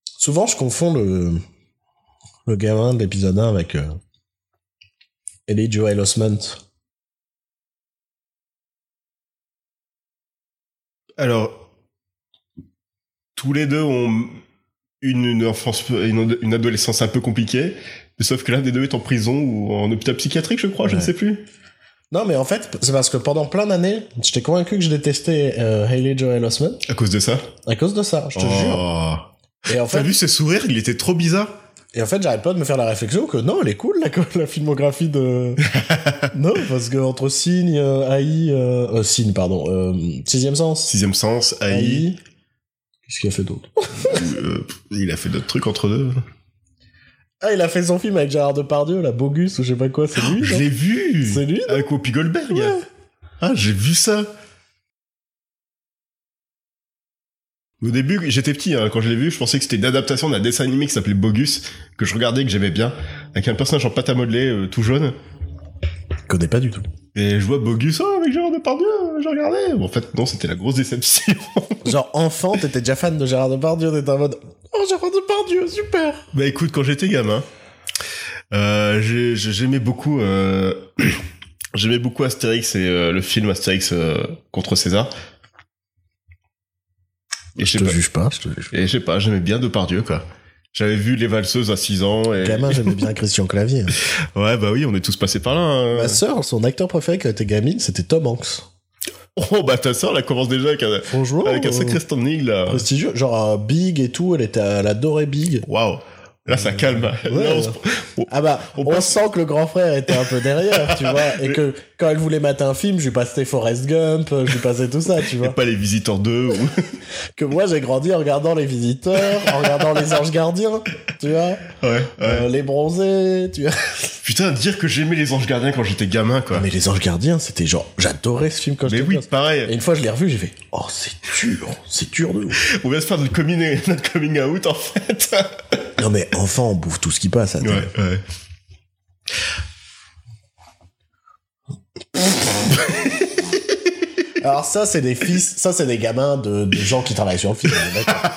Speaker 1: Souvent, je confonds le, le gamin de l'épisode 1 avec euh, Ellie Joel Osment.
Speaker 2: Alors, tous les deux ont une, une enfance, une, une adolescence un peu compliquée. mais Sauf que l'un des deux est en prison ou en hôpital psychiatrique, je crois, je ne
Speaker 1: Ouais.
Speaker 2: sais plus.
Speaker 1: Non, mais en fait, c'est parce que pendant plein d'années, je t'ai convaincu que je détestais euh, Hailey Joel Osment
Speaker 2: À cause de ça.
Speaker 1: à cause de ça, je te
Speaker 2: Oh.
Speaker 1: jure. Et en
Speaker 2: T'as
Speaker 1: fait,
Speaker 2: vu ce sourire Il était trop bizarre.
Speaker 1: et en fait j'arrête pas de me faire la réflexion que non, elle est cool, la, la filmographie
Speaker 2: *laughs*
Speaker 1: de... non, parce que entre Signe, euh, AI... Euh, euh, Signe, pardon, euh, Sixième Sens,
Speaker 2: Sixième sens, AI.
Speaker 1: AI... Qu'est-ce qu'il a fait d'autre
Speaker 2: euh, il a fait d'autres trucs entre deux.
Speaker 1: Ah, il a fait son film avec Gérard Depardieu, la Bogus ou je sais pas quoi, c'est lui,
Speaker 2: Ah, Je
Speaker 1: non
Speaker 2: l'ai vu
Speaker 1: C'est lui,
Speaker 2: Avec Whoopi Goldberg
Speaker 1: Ouais.
Speaker 2: Ah, j'ai vu ça Au début, j'étais petit, hein, quand je l'ai vu, je pensais que c'était une adaptation d'un dessin animé qui s'appelait Bogus, que je regardais, que j'aimais bien, avec un personnage en pâte à modeler, euh, tout jaune.
Speaker 1: Je connais pas du tout.
Speaker 2: Et je vois Bogus, oh, avec Gérard Depardieu, euh, je regardais Bon, En fait, non, c'était la grosse déception.
Speaker 1: Genre enfant, t'étais déjà fan de Gérard Depardieu, t'étais en mode Oh Gérard Depardieu, super
Speaker 2: bah écoute, quand j'étais gamin, euh, j'ai- j'ai- j'aimais beaucoup... euh, *clears throat* J'aimais beaucoup Astérix et euh, le film Astérix euh, contre César. Et je sais pas,
Speaker 1: juge pas, je te juge.
Speaker 2: Et je sais pas, j'aimais bien Depardieu, quoi. J'avais vu Les Valseuses à 6 ans et...
Speaker 1: *laughs* Gamin, j'aimais bien Christian Clavier. hein.
Speaker 2: Ouais, bah oui, on est tous passés par là. hein. *laughs*
Speaker 1: Ma sœur, son acteur préféré quand elle était gamine, c'était Tom Hanks.
Speaker 2: Oh, bah ta sœur, elle commence déjà avec un,
Speaker 1: Bonjour
Speaker 2: avec un
Speaker 1: euh,
Speaker 2: sacré standing, là.
Speaker 1: *laughs* prestigieux, genre euh, Big et tout, elle était, elle adorait Big.
Speaker 2: Waouh. Là, ça calme. *laughs* Là, on se-
Speaker 1: Ah bah,
Speaker 2: On
Speaker 1: on,
Speaker 2: passe-
Speaker 1: sent que le grand frère était un peu derrière, tu vois, et
Speaker 2: Mais-
Speaker 1: que quand elle voulait mater un film, je lui passais Forrest Gump, euh, je lui passais tout ça, tu
Speaker 2: Et
Speaker 1: vois.
Speaker 2: pas les Visiteurs 2 ou... *laughs*
Speaker 1: Que moi, j'ai grandi en regardant Les Visiteurs, en regardant Les Anges Gardiens, tu vois,
Speaker 2: Ouais, ouais.
Speaker 1: euh, Les Bronzés, tu vois.
Speaker 2: Putain, dire que j'aimais Les Anges Gardiens quand j'étais gamin, quoi.
Speaker 1: Ah, Mais Les Anges Gardiens, c'était genre, j'adorais ce film quand
Speaker 2: Ah, Mais
Speaker 1: j'étais
Speaker 2: oui,
Speaker 1: gosse. Et
Speaker 2: pareil.
Speaker 1: une fois, je l'ai revu, j'ai fait, oh, c'est dur, c'est dur de ouf.
Speaker 2: On vient se faire notre coming, *laughs* notre coming out, en fait.
Speaker 1: Non, mais enfin, on bouffe tout ce qui passe. à la
Speaker 2: ouais,
Speaker 1: télé.
Speaker 2: ouais.
Speaker 1: Alors, ça, c'est des fils, ça, c'est des gamins de, de gens qui travaillent sur le film. on est
Speaker 2: *laughs*
Speaker 1: d'accord.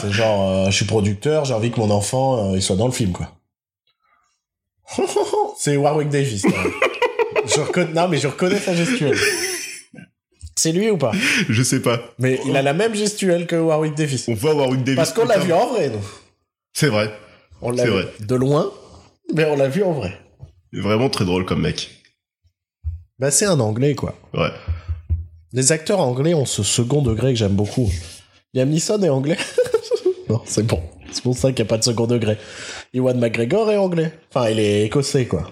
Speaker 1: c'est genre, euh, je suis producteur, j'ai envie que mon enfant, euh, il soit dans le film, quoi. *laughs* c'est Warwick Davis. quand même. je reconnais, non, mais je reconnais sa gestuelle. C'est lui ou pas
Speaker 2: Je sais pas.
Speaker 1: Mais il a la même gestuelle que Warwick Davis.
Speaker 2: On va avoir une Davis.
Speaker 1: Parce qu'on l'a
Speaker 2: putain.
Speaker 1: vu en vrai, nous.
Speaker 2: C'est vrai.
Speaker 1: On l'a
Speaker 2: C'est
Speaker 1: vu
Speaker 2: vrai.
Speaker 1: de loin, mais on l'a vu en vrai.
Speaker 2: Vraiment très drôle comme mec.
Speaker 1: Bah, c'est un anglais, quoi.
Speaker 2: Ouais.
Speaker 1: Les acteurs anglais ont ce second degré que j'aime beaucoup. Liam Neeson est anglais. *laughs* non, c'est bon. C'est pour ça qu'il n'y a pas de second degré. Iwan McGregor est anglais. Enfin, il est écossais, quoi.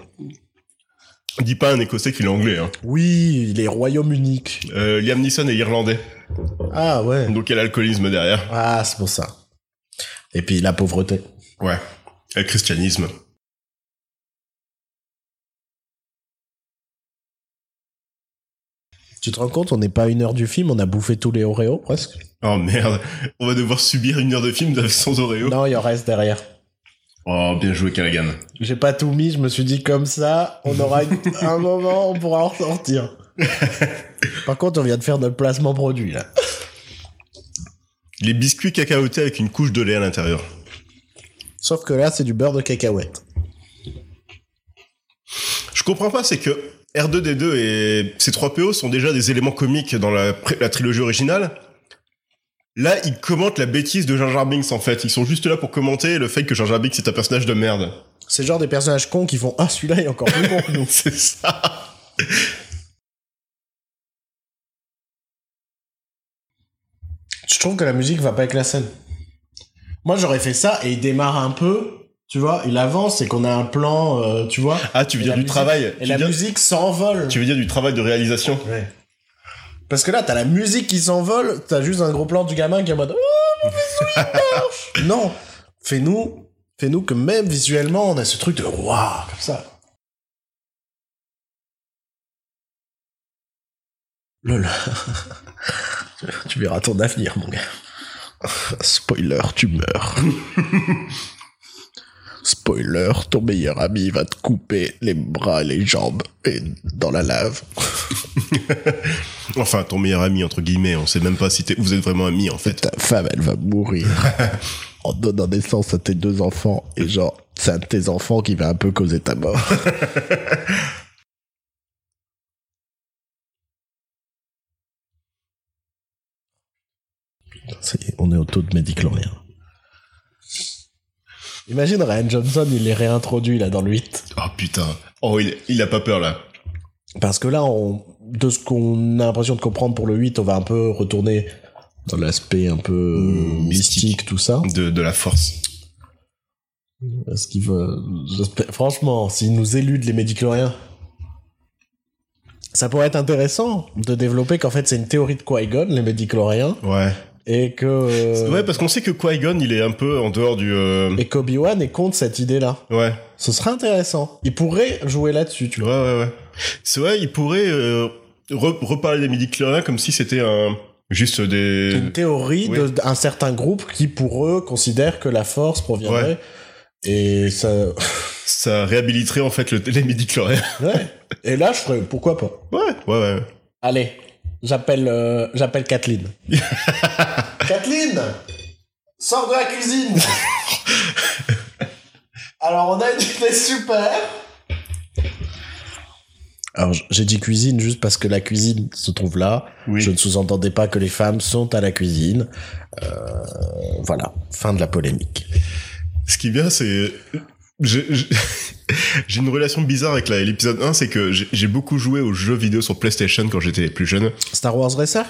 Speaker 2: Dis pas un Écossais qu'il est anglais. Hein.
Speaker 1: Oui, il est royaume unique.
Speaker 2: Euh, Liam Neeson est irlandais,
Speaker 1: Ah ouais.
Speaker 2: donc il y a l'alcoolisme derrière.
Speaker 1: Ah, c'est pour ça. Et puis la pauvreté.
Speaker 2: Ouais. Et le christianisme.
Speaker 1: Tu te rends compte, on n'est pas à une heure du film, on a bouffé tous les Oreos presque.
Speaker 2: Oh merde, on va devoir subir une heure de film sans Oreo.
Speaker 1: Non, il en reste derrière.
Speaker 2: Oh, bien joué Callaghan.
Speaker 1: J'ai pas tout mis, je me suis dit comme ça, on aura *laughs* une- un moment, on pourra en ressortir. Par contre, on vient de faire notre placement produit là.
Speaker 2: Les biscuits cacaotés avec une couche de lait à l'intérieur.
Speaker 1: Sauf que là, c'est du beurre de cacahuète.
Speaker 2: Je comprends pas, c'est que R2D2 et C3PO sont déjà des éléments comiques dans la, pré- la trilogie originale. Là, ils commentent la bêtise de Jar Jar Binks en fait. Ils sont juste là pour commenter le fait que Jar Jar Binks est un personnage de merde.
Speaker 1: C'est genre des personnages cons qui font Ah, celui-là est encore plus bon que nous.
Speaker 2: c'est ça.
Speaker 1: Je trouve que la musique va pas avec la scène. Moi, j'aurais fait ça et il démarre un peu, tu vois, il avance et qu'on a un plan, euh, tu vois.
Speaker 2: Ah, tu veux
Speaker 1: Et
Speaker 2: dire
Speaker 1: la
Speaker 2: du
Speaker 1: musique-
Speaker 2: travail.
Speaker 1: Et
Speaker 2: Tu
Speaker 1: la
Speaker 2: veux dire,
Speaker 1: musique s'envole.
Speaker 2: tu veux dire du travail de réalisation.
Speaker 1: Ouais. Parce que là, t'as la musique qui s'envole, t'as juste un gros plan du gamin qui est en mode Oh, *laughs* mon vaisseau, il marche Non Fais-nous fais -nous que même visuellement, on a ce truc de Waouh Comme ça. Lol. *laughs* tu verras ton avenir, mon gars. *laughs* Spoiler, tu meurs. *laughs* Spoiler, ton meilleur ami va te couper les bras et les jambes et dans la lave. *laughs*
Speaker 2: Enfin, ton meilleur ami entre guillemets. On sait même pas si t'es- vous êtes vraiment amis en fait.
Speaker 1: ta femme, elle va *laughs* mourir en donnant naissance à tes deux enfants. Et genre, c'est un de tes enfants qui va un peu causer ta *laughs* mort. Ça y est, on est au taux de médiclorien. Imagine Ryan Johnson, il est réintroduit là dans le 8.
Speaker 2: Oh putain. Oh, il, il a pas peur là.
Speaker 1: Parce que là, on, de ce qu'on a l'impression de comprendre pour le 8, on va un peu retourner dans l'aspect un peu euh,
Speaker 2: Mmh, mystique.
Speaker 1: mystique, tout ça.
Speaker 2: De, de la force.
Speaker 1: Parce qu'il va... j'espère- Franchement, s'ils nous éludent les médicloriens, ça pourrait être intéressant de développer qu'en fait c'est une théorie de Qui-Gon, les médicloriens,
Speaker 2: Ouais.
Speaker 1: et que... euh,
Speaker 2: Ouais, parce qu'on sait que Qui-Gon, il est un peu en dehors du. euh,
Speaker 1: Et qu'Obi-Wan est contre cette idée-là.
Speaker 2: Ouais.
Speaker 1: Ce serait intéressant. Il pourrait jouer là-dessus, tu
Speaker 2: Ouais,
Speaker 1: vois.
Speaker 2: ouais, ouais. C'est vrai, il pourrait euh, re- reparler des midi-chloriens comme si c'était un. Juste des.
Speaker 1: Une théorie
Speaker 2: oui.
Speaker 1: de- d'un certain groupe qui, pour eux, considère que la force proviendrait. Et ça... *laughs*
Speaker 2: Ça réhabiliterait en fait le... les midi-chloriens.
Speaker 1: Ouais. Et là, je ferais pourquoi pas.
Speaker 2: *laughs* Ouais, ouais, ouais.
Speaker 1: Allez, j'appelle euh, j'appelle *laughs* Kathleen. Kathleen Sors de la cuisine Alors, on a une idée super Alors, j- j'ai dit cuisine juste parce que la cuisine se trouve là.
Speaker 2: Oui.
Speaker 1: Je ne sous-entendais pas que les femmes sont à la cuisine. Euh, voilà, fin de la polémique.
Speaker 2: Ce qui est bien, c'est. J'ai j'ai- *laughs* j'ai une relation bizarre avec la- l'épisode 1, c'est que j'ai j'ai beaucoup joué aux jeux vidéo sur PlayStation quand j'étais plus jeune.
Speaker 1: Star Wars Racer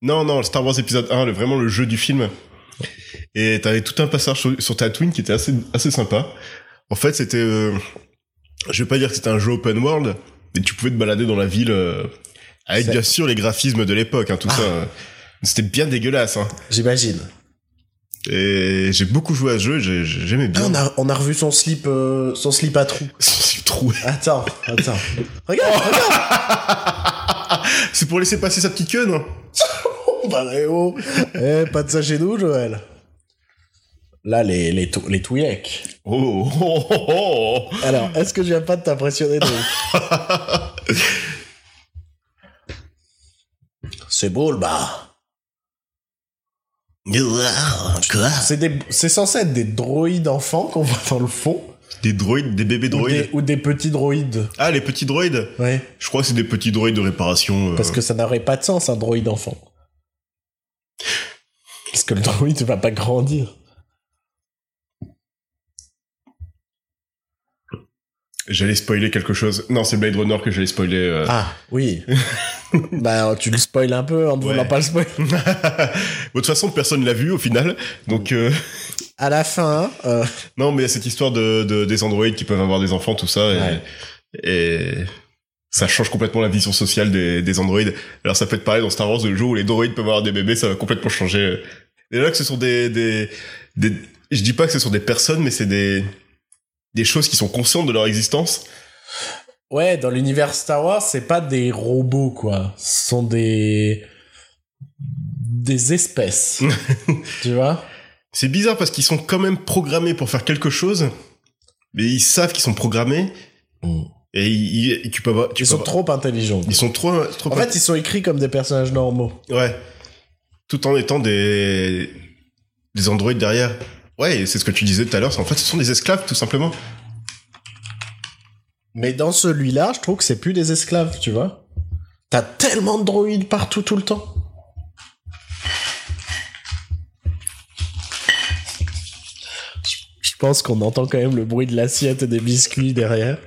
Speaker 2: Non, non, le Star Wars épisode 1, le, vraiment le jeu du film. Et t'avais tout un passage sur, sur Tatooine qui était assez, assez sympa. En fait, c'était... euh, je vais pas dire que c'était un jeu open world, mais tu pouvais te balader dans la ville euh, avec
Speaker 1: C'est- Ah.
Speaker 2: bien sûr les graphismes de l'époque, hein, tout ça. euh. C'était bien dégueulasse. Hein.
Speaker 1: J'imagine.
Speaker 2: Et j'ai beaucoup joué à ce jeu, j'ai- j'ai- j'aimais
Speaker 1: Ah,
Speaker 2: bien.
Speaker 1: on, a, on a revu son slip, euh, son slip à trous.
Speaker 2: *laughs*
Speaker 1: Oh.
Speaker 2: C'est troué.
Speaker 1: Attends, *laughs* attends. Regarde,
Speaker 2: C'est pour laisser passer sa petite queue, non
Speaker 1: Bah, eh oh. *laughs* Eh, pas de ça chez nous, Joël. Là, les, les, tou- les touillecs.
Speaker 2: oh, oh, oh, oh, oh.
Speaker 1: Alors, est-ce que je viens pas de t'impressionner Dave *laughs* C'est beau, le bar.
Speaker 2: oh.
Speaker 1: C'est des- c'est censé être des droïdes enfants qu'on voit dans le fond.
Speaker 2: Des droïdes, des bébés
Speaker 1: Ou
Speaker 2: droïdes.
Speaker 1: des, ou des petits droïdes.
Speaker 2: Ah, les petits droïdes
Speaker 1: Ouais.
Speaker 2: Je crois que c'est des petits droïdes de réparation. euh.
Speaker 1: Parce que ça n'aurait pas de sens, un droïde enfant. Parce que le droïde va pas grandir.
Speaker 2: J'allais spoiler quelque chose. Non, c'est Blade Runner que j'allais spoiler. euh.
Speaker 1: Ah, *laughs* oui. bah, tu le spoil un peu en ne
Speaker 2: Ouais.
Speaker 1: voulant pas le spoil.
Speaker 2: *laughs* Bon, de toute façon, personne l'a vu au final. Donc, euh,
Speaker 1: À la fin, euh,
Speaker 2: non, mais il y a cette histoire de, de- des androïdes qui peuvent avoir des enfants, tout ça. Et,
Speaker 1: Ouais.
Speaker 2: et ça change complètement la vision sociale des, des androïdes. Alors ça peut être pareil dans Star Wars, le jour où les androïdes peuvent avoir des bébés, ça va complètement changer. Et là que ce sont des, des, des je dis pas que ce sont des personnes, mais c'est des, des choses qui sont conscientes de leur existence.
Speaker 1: Ouais, dans l'univers Star Wars, c'est pas des robots, quoi. Ce sont des. des *laughs* espèces. tu vois
Speaker 2: C'est bizarre parce qu'ils sont quand même programmés pour faire quelque chose, mais ils savent qu'ils sont programmés.
Speaker 1: Mm.
Speaker 2: Et ils, ils- tu peux pas. tu
Speaker 1: Ils
Speaker 2: peux
Speaker 1: sont
Speaker 2: pas-
Speaker 1: trop intelligents.
Speaker 2: Ils sont trop. trop
Speaker 1: En fait, ils sont écrits comme des personnages normaux.
Speaker 2: Ouais. Tout en étant des des androïdes derrière. Ouais, et c'est ce que tu disais tout à l'heure. c'est- En fait, ce sont des esclaves tout simplement.
Speaker 1: Mais dans celui-là, je trouve que c'est plus des esclaves, tu vois. T'as tellement de droïdes partout tout le temps. Je- Je pense qu'on entend quand même le bruit de l'assiette et des biscuits derrière.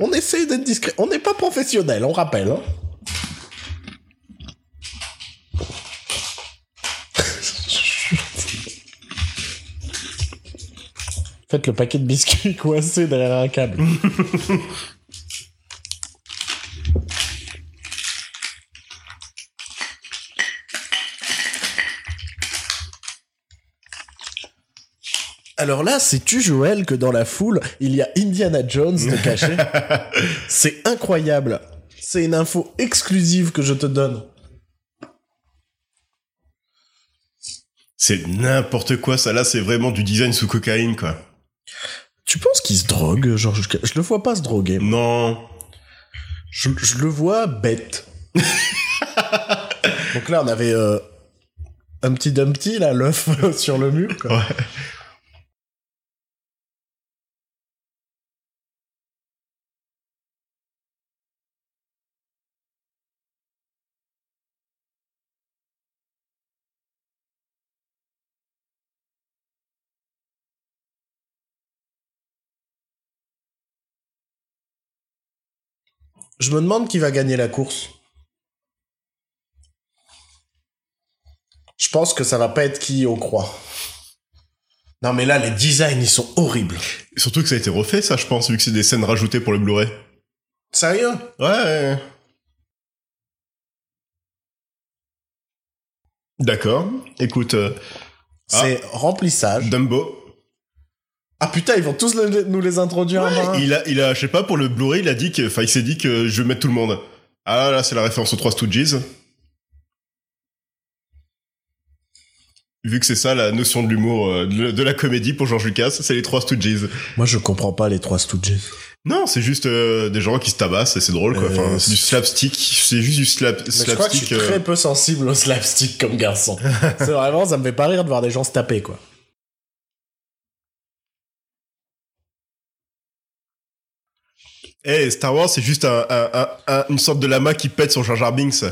Speaker 1: On essaie d'être discret. On n'est pas professionnel, on rappelle. hein. *laughs* Faites le paquet de biscuits *laughs* coincé derrière un câble. Alors là, sais-tu, Joël, que dans la foule, il y a Indiana Jones de caché C'est incroyable. C'est une info exclusive que je te donne.
Speaker 2: C'est n'importe quoi. Ça là, c'est vraiment du design sous cocaïne quoi.
Speaker 1: Tu penses qu'il se drogue Genre, je, je le vois pas se droguer.
Speaker 2: Non.
Speaker 1: Je, je le vois bête. Donc là, on avait euh, un petit Dumpty, là, l'œuf *laughs* sur le mur. Quoi.
Speaker 2: Ouais.
Speaker 1: Je me demande qui va gagner la course. Je pense que ça va pas être qui on croit. Non mais là les designs ils sont horribles.
Speaker 2: Surtout que ça a été refait, ça, je pense, vu que c'est des scènes rajoutées pour le Blu-ray.
Speaker 1: Sérieux
Speaker 2: Ouais, Ouais. ouais. D'accord. Écoute, euh, Ah.
Speaker 1: C'est remplissage.
Speaker 2: Dumbo.
Speaker 1: Ah putain ils vont tous le- nous les introduire un par un.
Speaker 2: Il a, il a, je sais pas, pour le Blu-ray, il a dit que, enfin, il s'est dit que je vais mettre tout le monde. Ah là, c'est la référence aux trois Stooges. Vu que c'est ça la notion de l'humour, euh, de, de la comédie pour George Lucas, c'est les trois Stooges.
Speaker 1: Moi je comprends pas les trois Stooges.
Speaker 2: Non, c'est juste euh, des gens qui se tabassent et c'est drôle quoi.
Speaker 1: Euh,
Speaker 2: Enfin, c'est du
Speaker 1: c'est-
Speaker 2: slapstick, c'est juste du slap,
Speaker 1: Mais je crois que je
Speaker 2: slapstick.
Speaker 1: suis
Speaker 2: euh,
Speaker 1: très peu sensible au slapstick comme
Speaker 2: *laughs*
Speaker 1: garçon. C'est vraiment ça me fait pas rire de voir des gens se taper quoi.
Speaker 2: Eh, Star Wars, c'est juste un- un- un- un- une sorte de lama qui pète sur Jar Jar Binks.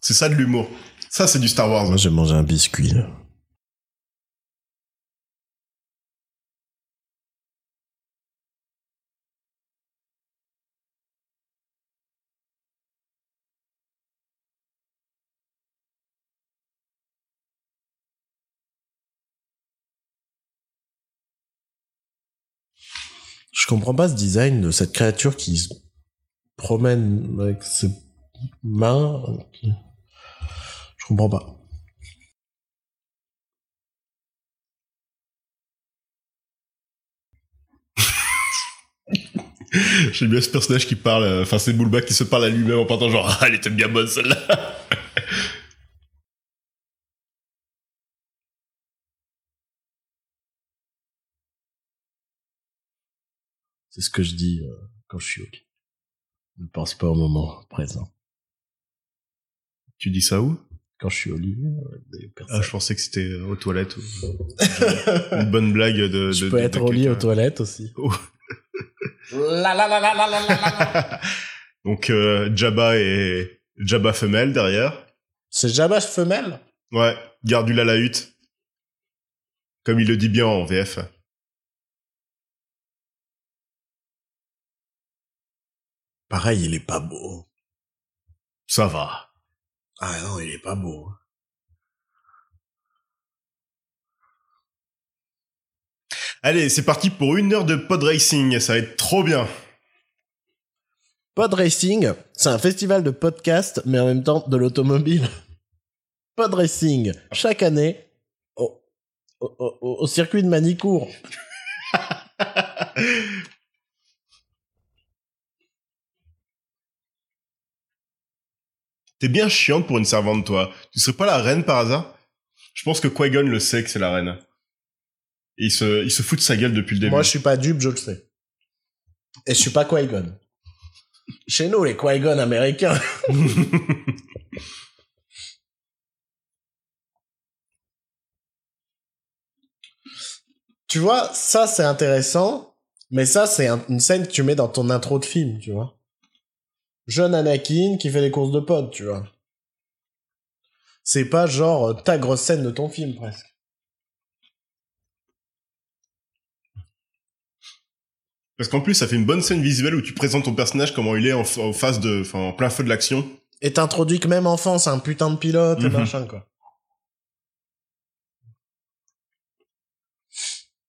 Speaker 2: C'est ça de l'humour. Ça, c'est du Star Wars.
Speaker 1: j'ai mangé un biscuit. Je comprends pas ce design de cette créature qui se promène avec ses mains. Je comprends pas.
Speaker 2: J'aime bien ce personnage qui parle, euh, enfin c'est Boulba qui se parle à lui-même en partant genre *laughs* ah elle était bien bonne celle-là.
Speaker 1: C'est ce que je dis euh, quand je suis au lit. Ne pense pas au moment présent.
Speaker 2: Tu dis ça où
Speaker 1: Quand je suis au lit, euh, des personnes-
Speaker 2: Ah je pensais que c'était euh, aux toilettes. *laughs* ou- Une bonne blague de.
Speaker 1: je
Speaker 2: de-
Speaker 1: peux
Speaker 2: de-
Speaker 1: être
Speaker 2: de
Speaker 1: au lit
Speaker 2: quelqu'un.
Speaker 1: aux toilettes aussi.
Speaker 2: Oh.
Speaker 1: La, la, la, la, la, la, la, la.
Speaker 2: Donc euh, Jabba et Jabba femelle derrière.
Speaker 1: *laughs* C'est Jabba femelle
Speaker 2: Ouais, Gardula la hutte. Comme il le dit bien en VF.
Speaker 1: Pareil, il est pas beau.
Speaker 2: Ça va.
Speaker 1: Ah non, il est pas beau.
Speaker 2: Allez, c'est parti pour une heure de pod racing. Ça va être trop bien.
Speaker 1: Pod Racing, c'est un festival de podcasts, mais en même temps de l'automobile. Pod Racing, chaque année, au, au- au- au circuit de Manicourt.
Speaker 2: T'es bien chiante pour une servante, toi. Tu serais pas la reine par hasard Je pense que Qui-Gon le sait que c'est la reine. Et il se, il se fout de sa gueule depuis le début.
Speaker 1: Moi, je suis pas dupe, je le sais. Et je suis pas Qui-Gon. Chez nous, les Qui-Gon américains. *laughs* tu vois, ça, c'est intéressant. Mais ça, c'est un- une scène que tu mets dans ton intro de film, tu vois. Jeune Anakin qui fait des courses de pod, tu vois. C'est pas genre euh, ta grosse scène de ton film, presque.
Speaker 2: Parce qu'en plus, ça fait une bonne scène visuelle où tu présentes ton personnage comment il est en, en face de, enfin, en plein feu de l'action.
Speaker 1: et t'introduis que même enfant, c'est un putain de pilote et
Speaker 2: Mhm.
Speaker 1: machin, quoi.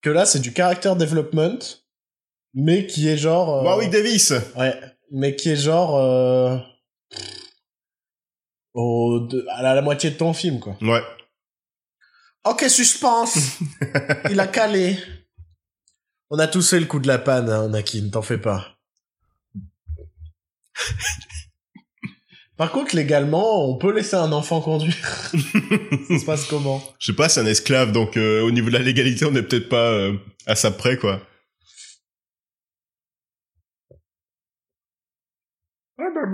Speaker 1: Que là, c'est du character development, mais qui est genre... euh,
Speaker 2: Warwick Davis
Speaker 1: Ouais, mais qui est genre... euh, au deux- à la, à la moitié de ton film, quoi.
Speaker 2: Ouais.
Speaker 1: Ok, suspense Il a calé On a tous fait le coup de la panne, hein, Anakin, t'en fais pas. Par contre, légalement, on peut laisser un enfant conduire. Ça se passe comment
Speaker 2: Je sais pas, c'est un esclave, donc euh, au niveau de la légalité, on n'est peut-être pas euh, à ça près, quoi. *laughs*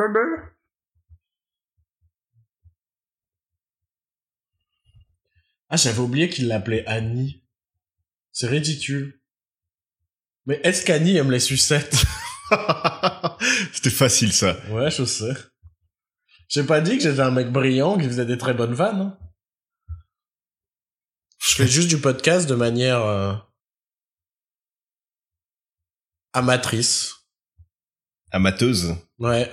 Speaker 1: Ah, j'avais oublié qu'il l'appelait Annie. C'est ridicule. Mais est-ce qu'Annie aime les sucettes
Speaker 2: C'était facile, ça.
Speaker 1: Ouais, je sais. J'ai pas dit que j'étais un mec brillant qui faisait des très bonnes vannes. hein. Je fais juste du podcast de manière euh, amatrice.
Speaker 2: Amateuse.
Speaker 1: Ouais.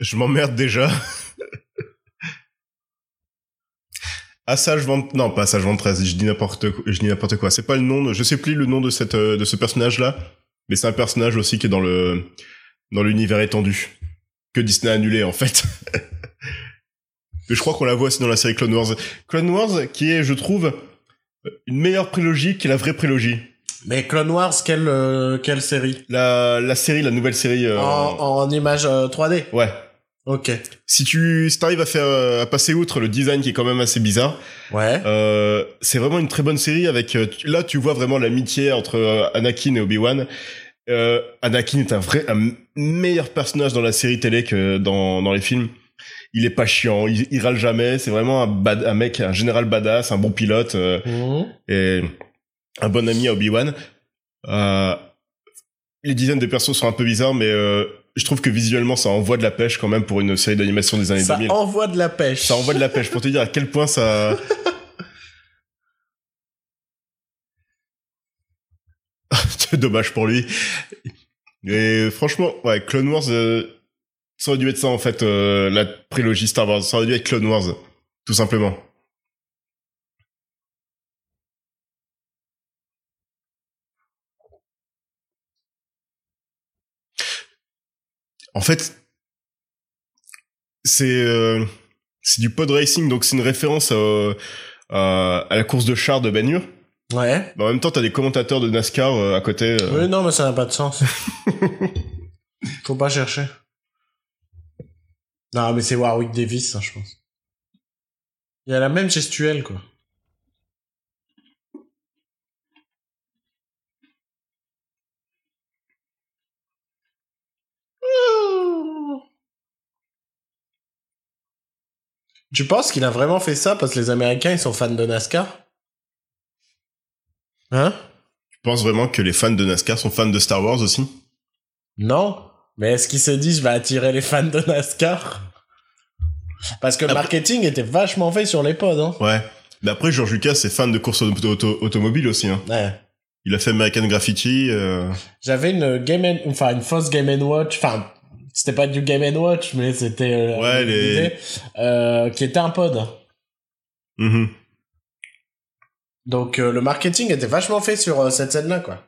Speaker 2: Je m'emmerde déjà. Assage 20... Non, pas Assage 23, je dis n'importe quoi. Je dis n'importe quoi. C'est pas le nom, de- je sais plus le nom de, cette, euh, de ce personnage-là, mais c'est un personnage aussi qui est dans le dans l'univers étendu. Que Disney a annulé, en fait. *laughs* mais je crois qu'on la voit aussi dans la série Clone Wars. Clone Wars, qui est, je trouve, une meilleure prélogie que la vraie prélogie.
Speaker 1: Mais Clone Wars, quelle, euh, quelle série
Speaker 2: La, la série, la nouvelle série... euh,
Speaker 1: en, en image euh, 3D
Speaker 2: Ouais.
Speaker 1: Ok.
Speaker 2: Si tu si t'arrives à faire euh, à passer outre le design qui est quand même assez bizarre,
Speaker 1: Ouais.
Speaker 2: Euh, c'est vraiment une très bonne série avec euh, tu- là tu vois vraiment l'amitié entre euh, Anakin et Obi-Wan. Euh, Anakin est un vrai un m- meilleur personnage dans la série télé que dans dans les films. Il est pas chiant, il, il râle jamais, c'est vraiment un, bad, un mec, un général badass, un bon pilote euh,
Speaker 1: Mhm.
Speaker 2: et un bon ami à Obi-Wan. Euh, les dizaines des persos sont un peu bizarres mais euh, je trouve que visuellement ça envoie de la pêche quand même pour une série d'animation des années
Speaker 1: Ça
Speaker 2: 2000.
Speaker 1: envoie de la pêche.
Speaker 2: Ça envoie de la pêche pour te dire à quel point ça. *laughs* C'est dommage pour lui. Et franchement, ouais, Clone Wars, euh, ça aurait dû être ça en fait, euh, la prélogie Star Wars. Ça aurait dû être Clone Wars, tout simplement. En fait, c'est euh, c'est du pod racing, donc c'est une référence à, à, à la course de char de Ben Hur.
Speaker 1: Ouais.
Speaker 2: Mais en même temps, t'as des commentateurs de NASCAR euh, à côté. euh.
Speaker 1: Oui, non, mais ça n'a pas de sens. Faut pas chercher. Non, mais c'est Warwick Davis, ça, je pense. Il y a la même gestuelle, quoi. Tu penses qu'il a vraiment fait ça parce que les Américains, ils sont fans de NASCAR Hein
Speaker 2: Je pense vraiment que les fans de NASCAR sont fans de Star Wars aussi.
Speaker 1: Non. Mais est-ce qu'il s'est dit, je vais attirer les fans de NASCAR Parce que le
Speaker 2: Après-
Speaker 1: marketing était vachement fait sur les pods, hein.
Speaker 2: Ouais. Mais après, George Lucas est fan de courses auto- auto- automobiles aussi. Hein.
Speaker 1: Ouais.
Speaker 2: Il a fait American Graffiti. euh.
Speaker 1: J'avais une Game and- enfin une fausse Game and Watch, enfin c'était pas du Game and Watch, mais c'était euh,
Speaker 2: Ouais, les-
Speaker 1: l'idée, euh, qui était un pod.
Speaker 2: Mhm.
Speaker 1: Donc euh, le marketing était vachement fait sur euh, cette scène-là, quoi.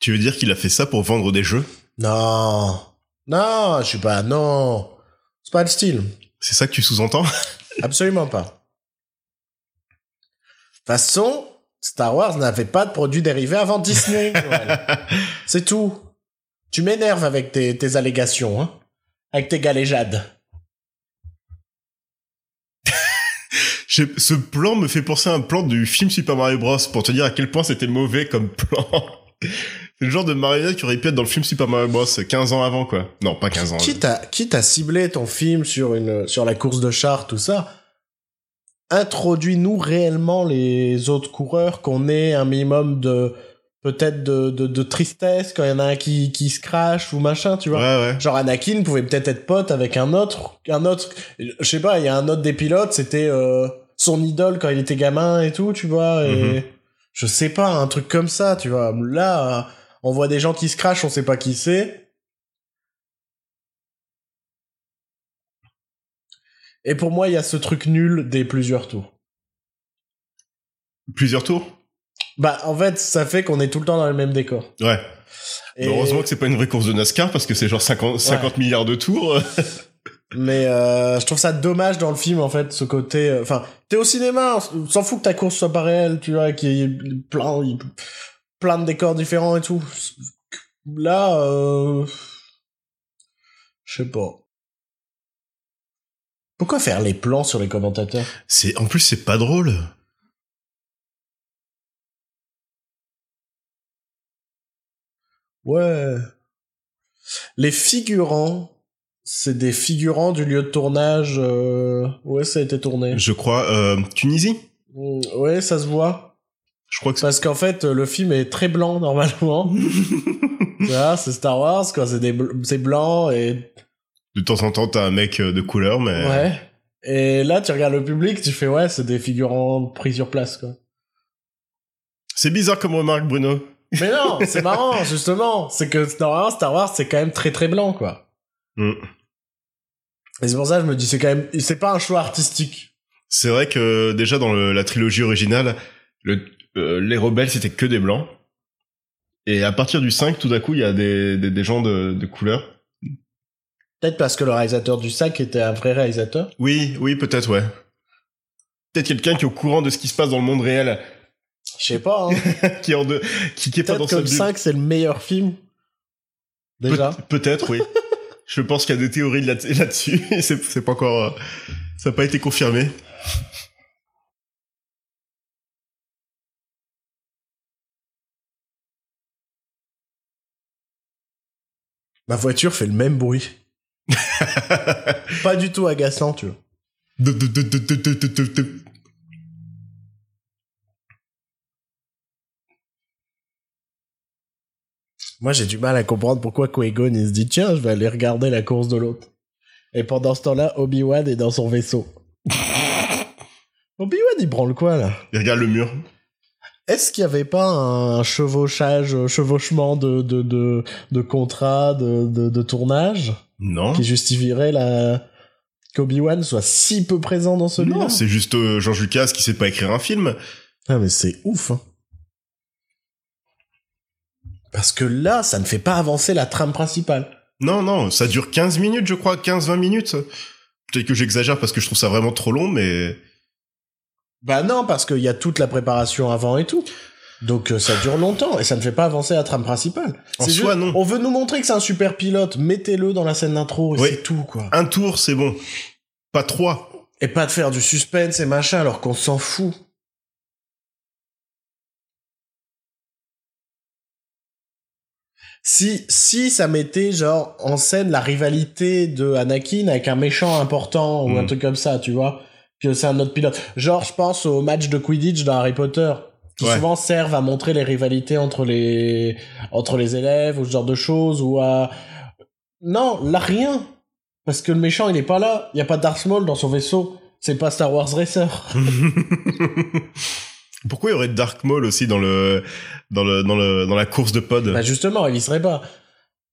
Speaker 2: Tu veux dire qu'il a fait ça pour vendre des jeux
Speaker 1: Non, non, je suis pas, non, c'est pas le style,
Speaker 2: C'est ça que tu sous-entends *laughs*
Speaker 1: absolument pas. De toute façon, Star Wars n'avait pas de produits dérivés avant Disney. Noël. c'est tout. Tu m'énerves avec tes, tes allégations, hein, avec tes galéjades.
Speaker 2: J'ai- Ce plan me fait penser à un plan du film Super Mario Bros. pour te dire à quel point c'était mauvais comme *laughs* plan. C'est le genre de marionnette qui aurait pu être dans le film Super Mario Bros. 15 ans avant, quoi. Non, pas 15 ans.
Speaker 1: Quitte à, quitte à cibler ton film sur, une, sur la course de char, tout ça, introduis-nous réellement les autres coureurs, qu'on ait un minimum de peut-être de, de, de tristesse quand il y en a un qui, qui se crache ou machin, tu
Speaker 2: Ouais,
Speaker 1: vois.
Speaker 2: ouais.
Speaker 1: Genre Anakin pouvait peut-être être pote avec un autre, un autre, je sais pas, il y a un autre des pilotes, c'était euh, son idole quand il était gamin et tout, tu vois, et
Speaker 2: Mhm.
Speaker 1: je sais pas, un truc comme ça, tu vois. Là, euh, on voit des gens qui se crachent, on sait pas qui c'est. Et pour moi, il y a ce truc nul des plusieurs tours.
Speaker 2: Plusieurs tours
Speaker 1: Bah, en fait, ça fait qu'on est tout le temps dans le même décor.
Speaker 2: Ouais.
Speaker 1: Et-
Speaker 2: Mais Heureusement que c'est pas une vraie course de NASCAR parce que c'est genre 50, 50 milliards de tours.
Speaker 1: Mais euh, je trouve ça dommage dans le film en fait, ce côté. euh, Enfin, t'es au cinéma, on s'en fout que ta course soit pas réelle, tu vois, qu'il y ait plein, il- plein de décors différents et tout. Là, euh, je sais pas. Pourquoi faire les plans sur les commentateurs
Speaker 2: C'est, en plus, c'est pas drôle.
Speaker 1: Ouais. Les figurants, c'est des figurants du lieu de tournage. Euh... Ouais, ça a été tourné.
Speaker 2: Je crois, euh, Tunisie?
Speaker 1: Mm, Ouais, ça se voit.
Speaker 2: Je crois que c'est...
Speaker 1: Parce qu'en fait, euh, le film est très blanc *laughs* normalement. Tu vois, c'est Star Wars, quoi. C'est des, bl- c'est blanc et
Speaker 2: De temps en temps, t'as un mec euh, de couleur, mais...
Speaker 1: ouais. Et là, tu regardes le public, tu fais ouais, c'est des figurants pris sur place, quoi.
Speaker 2: C'est bizarre comme remarque, Bruno.
Speaker 1: Mais non, c'est marrant, *laughs* justement. C'est que Star Wars, Star Wars, c'est quand même très très blanc, quoi.
Speaker 2: Mm.
Speaker 1: Et c'est pour ça, que je me dis, c'est quand même, c'est pas un choix artistique.
Speaker 2: C'est vrai que déjà dans le- la trilogie originale, le- euh, les rebelles c'était que des blancs. Et à partir du 5, tout d'un coup, il y a des, des, des gens de, de couleur.
Speaker 1: Peut-être parce que le réalisateur du sac était un vrai réalisateur.
Speaker 2: Oui, oui, peut-être, ouais. Peut-être quelqu'un qui est au courant de ce qui se passe dans le monde réel,
Speaker 1: Je sais pas. Hein.
Speaker 2: qui est, en de, qui, qui est pas *laughs* dans
Speaker 1: Peut-être que
Speaker 2: sa
Speaker 1: le 5, c'est le meilleur film.
Speaker 2: Peut-
Speaker 1: Déjà. *laughs*
Speaker 2: Peut-être, oui. Je pense qu'il y a des théories là- là-dessus. *laughs* et c'est c'est pas encore, euh, ça n'a pas été confirmé.
Speaker 1: Ma voiture fait le même bruit. pas du tout agaçant, tu vois.
Speaker 2: De- de- de- de- de- de- de- de-
Speaker 1: Moi, j'ai du mal à comprendre pourquoi Qui-Gon, il se dit, tiens, je vais aller regarder la course de l'autre. Et pendant ce temps-là, Obi-Wan est dans son vaisseau. Obi-Wan, il branle quoi, là
Speaker 2: Il regarde le mur.
Speaker 1: Est-ce qu'il n'y avait pas un chevauchage, euh, chevauchement de, de, de, de contrat, de, de, de tournage,
Speaker 2: Non.
Speaker 1: qui justifierait la... qu'Obi-Wan soit si peu présent dans celui-là
Speaker 2: Non, c'est juste euh, George Lucas qui sait pas écrire un film.
Speaker 1: Ah mais c'est ouf. hein. Parce que là, ça ne fait pas avancer la trame principale.
Speaker 2: Non, non, ça dure 15 minutes, je crois, 15-20 minutes. Peut-être que j'exagère parce que je trouve ça vraiment trop long, mais
Speaker 1: Bah non, parce qu'il y a toute la préparation avant et tout. Donc euh, ça dure longtemps et ça ne fait pas avancer la trame principale.
Speaker 2: en
Speaker 1: C'est
Speaker 2: soi,
Speaker 1: juste-
Speaker 2: non.
Speaker 1: On veut nous montrer que c'est un super pilote, mettez-le dans la scène d'intro et
Speaker 2: Oui.
Speaker 1: c'est tout quoi.
Speaker 2: Un tour, c'est bon. Pas trois.
Speaker 1: Et pas de faire du suspense et machin alors qu'on s'en fout. Si, si ça mettait genre en scène la rivalité de Anakin avec un méchant important ou un
Speaker 2: Mm.
Speaker 1: truc comme ça, tu vois, que c'est un autre pilote. Genre, je pense au match de Quidditch dans Harry Potter, qui
Speaker 2: Ouais.
Speaker 1: souvent servent à montrer les rivalités entre les, entre les élèves ou ce genre de choses ou à. Non, là rien. Parce que le méchant, il est pas là. Il y a pas Darth Maul dans son vaisseau. C'est pas Star Wars
Speaker 2: *laughs*
Speaker 1: Racer.
Speaker 2: Pourquoi il y aurait Dark Maul aussi dans le dans le dans le dans la course de pod
Speaker 1: bah justement, il y serait pas.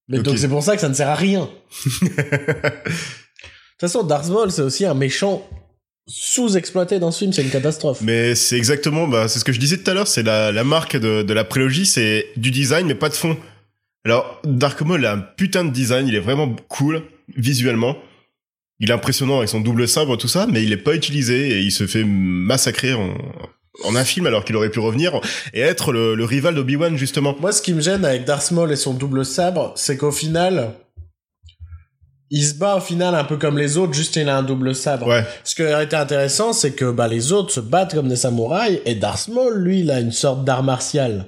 Speaker 1: Mais
Speaker 2: Ok.
Speaker 1: donc c'est pour ça que ça ne sert à
Speaker 2: *laughs*
Speaker 1: rien. De toute façon, Darth Maul, c'est aussi un méchant sous-exploité dans ce film, c'est une catastrophe.
Speaker 2: Mais c'est exactement, bah, c'est ce que je disais tout à l'heure, c'est la, la marque de, de la prélogie, c'est du design mais pas de fond. Alors Dark Maul a un putain de design, il est vraiment cool visuellement. Il est impressionnant avec son double sabre tout ça, mais il est pas utilisé et il se fait massacrer en, en un film alors qu'il aurait pu revenir et être le, le rival d'Obi-Wan justement.
Speaker 1: Moi, ce qui me gêne avec Darth Maul et son double sabre, c'est qu'au final, il se bat au final un peu comme les autres, juste il a un double sabre.
Speaker 2: Ouais,
Speaker 1: Ce qui aurait été intéressant, c'est que bah, les autres se battent comme des samouraïs et Darth Maul, lui, il a une sorte d'art martial.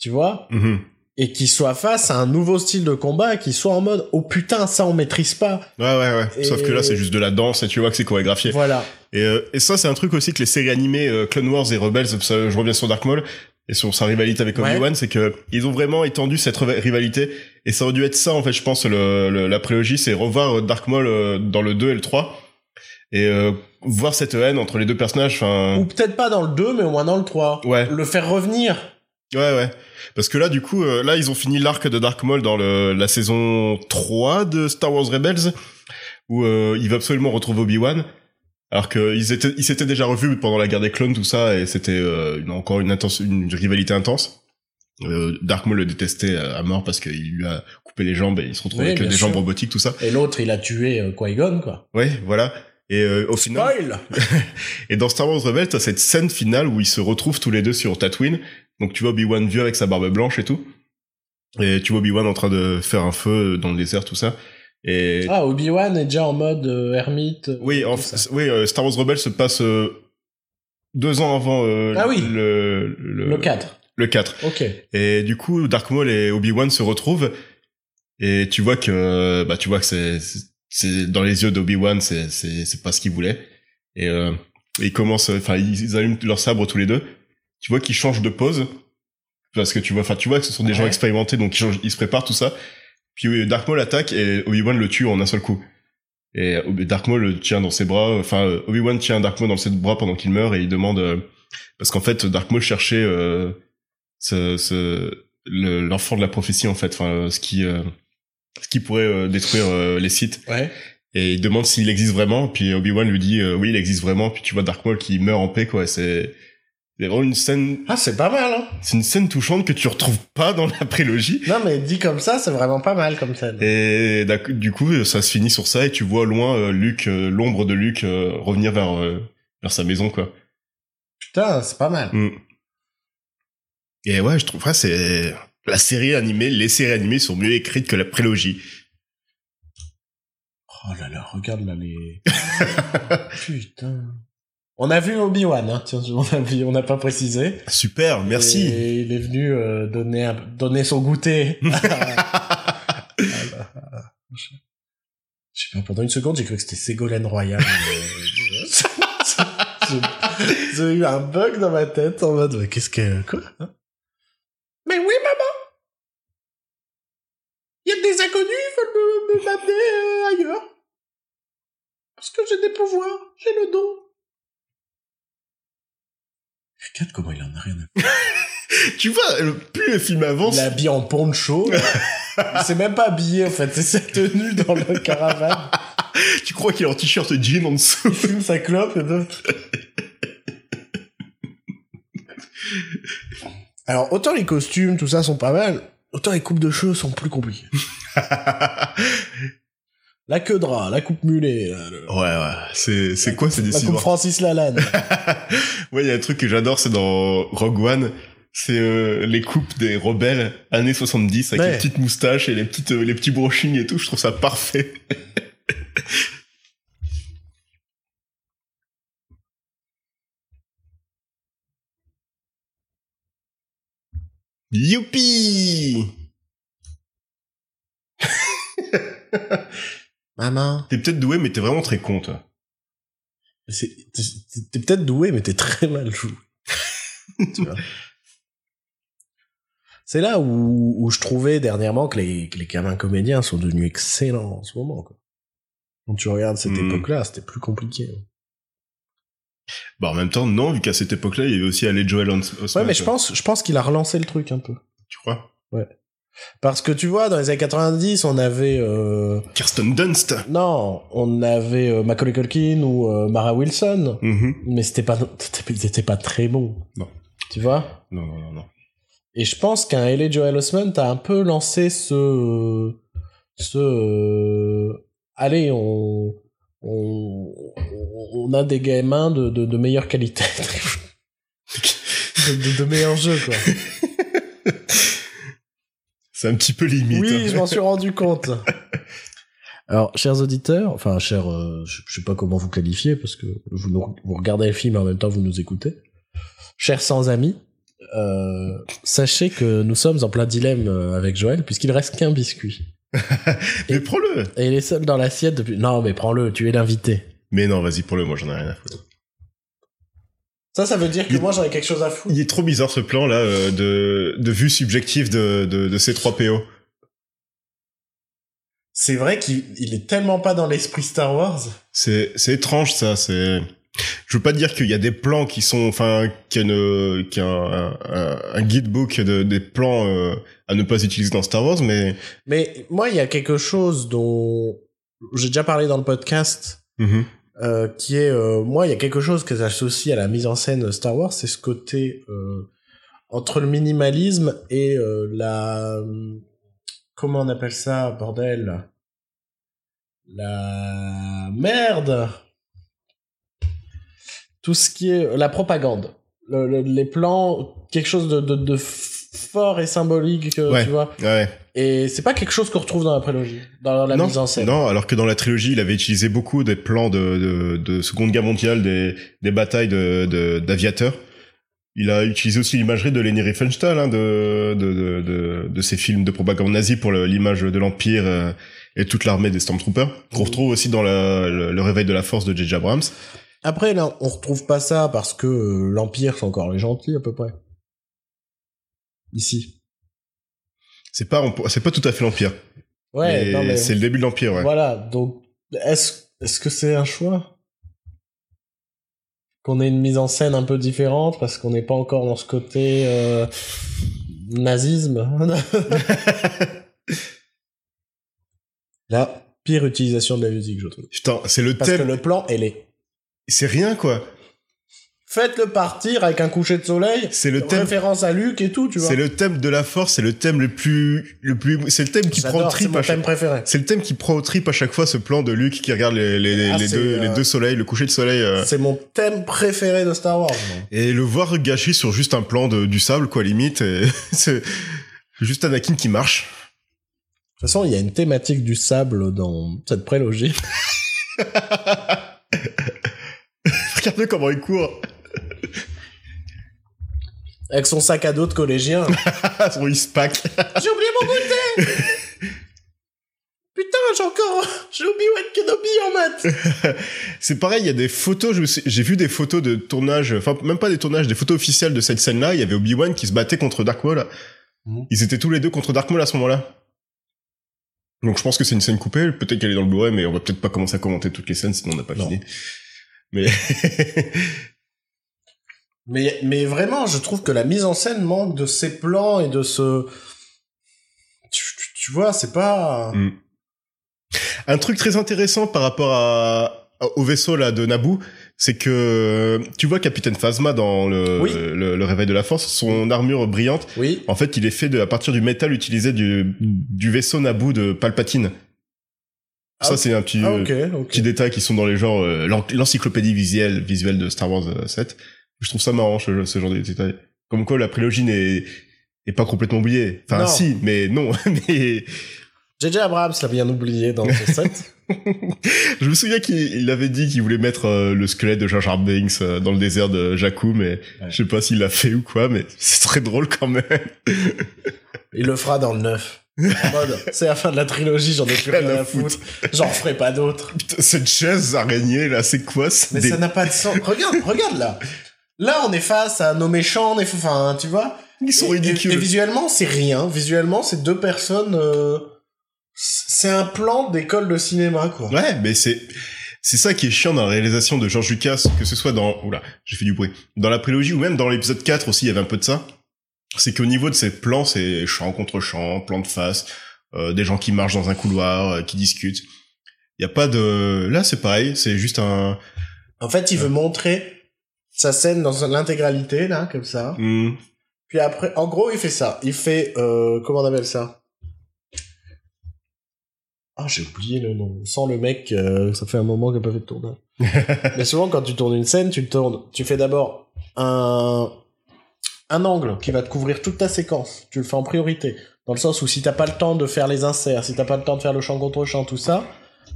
Speaker 1: Tu vois
Speaker 2: Mhm.
Speaker 1: Et qu'il soit face à un nouveau style de combat, qu'il soit en mode Oh putain, ça on maîtrise pas.
Speaker 2: ouais, ouais, ouais. Sauf
Speaker 1: Et-
Speaker 2: que là c'est juste de la danse et tu vois que c'est chorégraphié.
Speaker 1: Voilà.
Speaker 2: Et, euh, et ça, c'est un truc aussi que les séries animées euh, Clone Wars et Rebels, ça, je reviens sur Dark Maul et sur sa rivalité avec
Speaker 1: Ouais.
Speaker 2: Obi-Wan, c'est que ils ont vraiment étendu cette riva- rivalité. Et ça aurait dû être ça, en fait, je pense, le, le- la prélogie, c'est revoir euh, Dark Maul euh, dans le 2 et le 3 et euh, voir cette haine entre les deux personnages.
Speaker 1: Ou
Speaker 2: Enfin,
Speaker 1: peut-être pas dans le 2, mais au moins dans le 3.
Speaker 2: ouais,
Speaker 1: Le faire revenir.
Speaker 2: ouais, ouais. Parce que là, du coup, euh, là, ils ont fini l'arc de Dark Maul dans le, la saison 3 de Star Wars Rebels, où euh, il va absolument retrouver Obi-Wan. Alors qu'ils étaient, ils s'étaient déjà revus pendant la guerre des clones, tout ça, et c'était euh, une- encore une, intense, une rivalité intense. Euh, Dark Maul le détestait à à mort parce qu'il lui a coupé les jambes et il se retrouvait
Speaker 1: Oui,
Speaker 2: avec
Speaker 1: bien
Speaker 2: des
Speaker 1: sûr.
Speaker 2: jambes robotiques, tout ça.
Speaker 1: Et l'autre, il a tué euh, Qui-Gon, quoi.
Speaker 2: Ouais, voilà. Et euh, au final,
Speaker 1: Spoil
Speaker 2: et dans Star Wars Rebels, t'as cette scène finale où ils se retrouvent tous les deux sur Tatooine. Donc tu vois Obi-Wan vieux avec sa barbe blanche et tout. Et tu vois Obi-Wan en train de faire un feu dans le désert, tout ça. Et
Speaker 1: Ah, Obi-Wan est déjà en mode euh, ermite.
Speaker 2: oui, en-
Speaker 1: tout ça.
Speaker 2: oui, euh, Star Wars Rebels se passe euh, deux ans avant euh,
Speaker 1: Ah oui.
Speaker 2: le, le,
Speaker 1: Le 4.
Speaker 2: le 4.
Speaker 1: Ok.
Speaker 2: Et du coup, Dark Maul et Obi-Wan se retrouvent. Et tu vois que, bah, tu vois que c'est, c'est- c'est dans les yeux d'Obi-Wan, c'est, c'est, c'est pas ce qu'il voulait. Et, euh, ils commencent, enfin, ils, ils allument leur sabre tous les deux. Tu vois qu'ils changent de pose. Parce que tu vois, enfin, tu vois que ce sont des gens
Speaker 1: Ouais.
Speaker 2: expérimentés, donc ils, changent- ils se préparent, tout ça. Puis euh, Dark Maul attaque et Obi-Wan le tue en un seul coup. Et euh, Dark Maul le tient dans ses bras, enfin, euh, Obi-Wan tient Dark Maul dans ses bras pendant qu'il meurt et il demande, euh, parce qu'en fait, Dark Maul cherchait, euh, ce, ce le- l'enfant de la prophétie en fait enfin euh, ce qui euh, ce qui pourrait euh, détruire euh, les sites
Speaker 1: Ouais.
Speaker 2: et il demande s'il existe vraiment puis Obi-Wan lui dit euh, oui il existe vraiment puis tu vois Dark Maul qui meurt en paix quoi c'est c'est vraiment une scène
Speaker 1: Ah, c'est pas mal, hein.
Speaker 2: c'est une scène touchante que tu retrouves *laughs* pas dans la prélogie
Speaker 1: Non, mais dit comme ça, c'est vraiment pas mal comme scène.
Speaker 2: et d'ac- du coup euh, ça se finit sur ça et tu vois au loin euh, Luke euh, l'ombre de Luke euh, revenir vers euh, vers sa maison quoi
Speaker 1: Putain, c'est pas mal.
Speaker 2: Mm. Et ouais, je trouve ouais, c'est la série animée, les séries animées sont mieux écrites que la prélogie.
Speaker 1: Oh là là, regarde là les. *laughs* Putain. On a vu Obi-Wan, hein. Tiens, on a vu, on n'a pas précisé.
Speaker 2: Super, merci.
Speaker 1: Et il est venu euh, donner, un- donner son goûter. Ah, à- à- Je sais pas, pendant une seconde, j'ai cru que c'était Ségolène Royal. *laughs* mais- euh, J'ai- J'ai eu un bug dans ma tête en mode, mais qu'est-ce que. Quoi hein Mais oui, maman Il y a des inconnus, ils veulent me, me m'amener euh, ailleurs. Parce que j'ai des pouvoirs, j'ai le don. Regarde comment il en a rien à
Speaker 2: Tu vois, le- plus le film avance,
Speaker 1: il est habillé en poncho. il s'est même pas habillé, en fait. C'est sa tenue dans le caravane.
Speaker 2: tu crois qu'il est en t-shirt jean en dessous.
Speaker 1: Il fume sa clope et tout. Alors, autant les costumes, tout ça, sont pas mal, autant les coupes de cheveux sont plus compliquées. La queue de rat, la coupe mulet, la, le-
Speaker 2: Ouais, ouais. C'est, c'est quoi ces
Speaker 1: la coupe
Speaker 2: décisions
Speaker 1: Francis Lalanne.
Speaker 2: Ouais, il y a un truc que j'adore, c'est dans Rogue One. C'est euh, les coupes des rebelles années 70 avec
Speaker 1: Ouais.
Speaker 2: les petites moustaches et les petites euh, les petits brochings et tout. Je trouve ça parfait. *laughs* Youpi
Speaker 1: Maman.
Speaker 2: T'es peut-être doué, mais t'es vraiment très con, toi.
Speaker 1: C'est- T'es t'es peut-être doué, mais t'es très mal joué. Tu vois. C'est là où, où je trouvais dernièrement que les, que les gamins comédiens sont devenus excellents en ce moment. Quoi. Quand tu regardes cette
Speaker 2: Mm.
Speaker 1: époque-là, c'était plus compliqué. hein. Ouais,
Speaker 2: Bah, en même temps, non, vu qu'à cette époque-là, il y avait aussi Allé Joel Hans- Osment.
Speaker 1: mais je pense, je pense qu'il a relancé le truc un peu.
Speaker 2: Tu crois
Speaker 1: Ouais. Parce que tu vois, dans les années 90, on avait... euh,
Speaker 2: Kirsten Dunst.
Speaker 1: Non, on avait euh, Macaulay Culkin ou euh, Mara Wilson,
Speaker 2: Mhm.
Speaker 1: mais c'était pas, c'était- ils étaient pas très bons.
Speaker 2: Non.
Speaker 1: Tu vois
Speaker 2: Non, non, non, non.
Speaker 1: Et je pense qu'un L.A. Joel Osment a un peu lancé ce... ce... euh, Allez, on... On, on a des gamins de, de, de meilleure qualité. *laughs* de, de, de meilleurs jeux, quoi.
Speaker 2: C'est un petit peu limite.
Speaker 1: Oui,
Speaker 2: hein.
Speaker 1: je m'en suis rendu compte. *laughs* Alors, chers auditeurs, enfin, chers, euh, je, je sais pas comment vous qualifiez parce que vous, nous- vous regardez le film et en même temps vous nous écoutez. Chers sans amis, euh, sachez que nous sommes en plein dilemme euh, avec Joël puisqu'il reste qu'un biscuit
Speaker 2: Mais prends-le.
Speaker 1: et il est seul dans l'assiette depuis. Non, mais prends-le, tu es l'invité.
Speaker 2: Mais non, vas-y, prends-le. Moi, j'en ai rien à foutre.
Speaker 1: Ça, ça veut dire
Speaker 2: que Il-
Speaker 1: moi j'en ai quelque chose à foutre.
Speaker 2: Il est trop bizarre ce plan là euh, de, de vue subjective de, de, de ces trois PO.
Speaker 1: C'est vrai qu'il il est tellement pas dans l'esprit Star Wars.
Speaker 2: C'est c'est étrange ça. C'est je veux pas dire qu'il y a des plans qui sont enfin qu'il y a, une- qu'il y a un, un, un guidebook de, des plans euh, à ne pas utiliser dans Star Wars, mais
Speaker 1: Mais moi, il y a quelque chose dont j'ai déjà parlé dans le podcast.
Speaker 2: Mhm.
Speaker 1: euh, qui est euh, moi il y a quelque chose que j'associe à la mise en scène Star Wars c'est ce côté euh, entre le minimalisme et euh, la comment on appelle ça bordel la merde tout ce qui est la propagande Le- le- les plans quelque chose de, de, de fort et symbolique euh,
Speaker 2: Ouais.
Speaker 1: tu vois
Speaker 2: ouais.
Speaker 1: et c'est pas quelque chose qu'on retrouve dans la prélogie dans la
Speaker 2: non,
Speaker 1: mise en scène
Speaker 2: non, alors que dans la trilogie, il avait utilisé beaucoup des plans de, de, de Seconde Guerre mondiale, des, des batailles de de- d'aviateurs. il a utilisé aussi l'imagerie de Leni Riefenstahl, hein, de, de, de, de, de ses films de propagande nazie pour le- l'image de l'Empire euh, et toute l'armée des Stormtroopers, qu'on retrouve aussi dans la- le, le Réveil de la Force de J.J. Abrams.
Speaker 1: Après, là, on retrouve pas ça parce que euh, l'Empire, c'est encore les gentils, à peu près. Ici.
Speaker 2: C'est pas, on pour- c'est pas tout à fait l'Empire,
Speaker 1: Ouais,
Speaker 2: mais
Speaker 1: non, mais...
Speaker 2: c'est le début de l'Empire, ouais.
Speaker 1: Voilà, donc, est-ce est-ce que c'est un choix Qu'on ait une mise en scène un peu différente parce qu'on n'est pas encore dans ce côté euh,
Speaker 2: *laughs*
Speaker 1: nazisme La pire utilisation de la musique, je trouve.
Speaker 2: Putain, c'est le
Speaker 1: Parce que
Speaker 2: thème,
Speaker 1: le plan, elle est.
Speaker 2: c'est rien quoi.
Speaker 1: Faites-le partir avec un coucher de soleil,
Speaker 2: C'est le thème,
Speaker 1: référence à Luc et tout, tu vois.
Speaker 2: c'est le thème de la Force, c'est le thème le plus, le plus, c'est le thème qui prend
Speaker 1: J'adore,
Speaker 2: au
Speaker 1: c'est
Speaker 2: trip
Speaker 1: mon
Speaker 2: à chaque
Speaker 1: thème préféré.
Speaker 2: C'est le thème qui prend au trip à chaque fois ce plan de Luke qui regarde les, les,
Speaker 1: Ah,
Speaker 2: les
Speaker 1: c'est,
Speaker 2: deux,
Speaker 1: euh,
Speaker 2: les deux soleils, le coucher de soleil. euh,
Speaker 1: C'est mon thème préféré de Star Wars. moi.
Speaker 2: et le voir gâché sur juste un plan de, du sable, quoi, limite. et *laughs* C'est juste Anakin qui marche. *laughs*
Speaker 1: De toute façon, il y a une thématique du sable dans cette prélogie.
Speaker 2: Regardez comment il court. *laughs*
Speaker 1: Avec son sac à dos de
Speaker 2: *laughs*
Speaker 1: collégien.
Speaker 2: Son Ah, pack
Speaker 1: j'ai oublié mon goûter *laughs* Putain, j'ai encore... J'ai oublié Obi-Wan Kenobi en maths
Speaker 2: C'est pareil, il y a des photos, je me suis- j'ai vu des photos de tournage, enfin, même pas des tournages, des photos officielles de cette scène-là. Il y avait Obi-Wan qui se battait contre Dark Maul.
Speaker 1: Mhm.
Speaker 2: Ils étaient tous les deux contre Dark Maul à ce moment-là. Donc je pense que c'est une scène coupée, peut-être qu'elle est dans le Blu-ray, mais on va peut-être pas commencer à commenter toutes les scènes, sinon on n'a pas
Speaker 1: Non.
Speaker 2: fini. Mais
Speaker 1: mais, mais vraiment, je trouve que la mise en scène manque de ces plans et de ce... Tu, tu- tu vois, c'est pas...
Speaker 2: Mm. Un truc très intéressant par rapport à, au vaisseau là de Naboo, c'est que euh, tu vois Capitaine Phasma dans le,
Speaker 1: Oui.
Speaker 2: le, le réveil de la force, son armure brillante,
Speaker 1: Oui,
Speaker 2: en fait, il est fait de, à partir du métal utilisé du, du vaisseau Naboo de Palpatine.
Speaker 1: Ah,
Speaker 2: Ça, c'est un petit,
Speaker 1: ah,
Speaker 2: euh,
Speaker 1: ok, ok.
Speaker 2: petit détail qui sont dans les genres, euh, l'en- l'encyclopédie visuelle, visuelle de Star Wars euh, 7. Je trouve ça marrant, ce, ce genre de détail. Comme quoi, la prélogie n'est, n'est pas complètement oubliée. Enfin,
Speaker 1: Non.
Speaker 2: si, mais non. *laughs* mais
Speaker 1: JJ Abrams l'a bien oublié dans ce set.
Speaker 2: Je me souviens qu'il il avait dit qu'il voulait mettre euh, le squelette de Jar Jar Binks euh, dans le désert de Jakku, mais je sais pas s'il l'a fait ou quoi, mais c'est très drôle quand même.
Speaker 1: Il le fera dans le 9. En
Speaker 2: *laughs*
Speaker 1: mode, c'est la fin de la trilogie, j'en ai plus rien à foutre. J'en ferai pas
Speaker 2: *laughs*
Speaker 1: d'autres.
Speaker 2: *laughs* Putain, cette chaise araignée là, c'est quoi ce
Speaker 1: Mais
Speaker 2: dé-
Speaker 1: ça n'a pas de sens. Regarde, regarde là. Là, on est face à nos méchants, on est enfin, tu vois.
Speaker 2: Ils sont
Speaker 1: Et- et-
Speaker 2: ridicules.
Speaker 1: Et, visuellement, c'est rien. Visuellement, c'est deux personnes. euh, C'est un plan d'école de cinéma, quoi.
Speaker 2: Ouais, mais c'est c'est ça qui est chiant dans la réalisation de George Lucas, que ce soit dans oula, j'ai fait du bruit, dans la prélogie ou même dans l'épisode 4 aussi, il y avait un peu de ça. c'est qu'au niveau de ces plans, c'est champ contre champ, plan de face, euh, des gens qui marchent dans un couloir, euh, qui discutent. Il y a pas de là, c'est pareil, c'est juste un
Speaker 1: En fait, il veut montrer sa scène dans son- l'intégralité, là, comme ça.
Speaker 2: Hmm.
Speaker 1: Puis après, en gros, il fait ça. Il fait, euh, comment on appelle ça Ah, j'ai oublié le nom. Sans le mec, euh, ça fait un moment qu'il n'a pas fait de tournage. Mais souvent, quand tu tournes une scène, tu le tournes. Tu fais d'abord un, un angle qui va te couvrir toute ta séquence. Tu le fais en priorité. Dans le sens où si t'as pas le temps de faire les inserts, si t'as pas le temps de faire le champ contre champ, tout ça,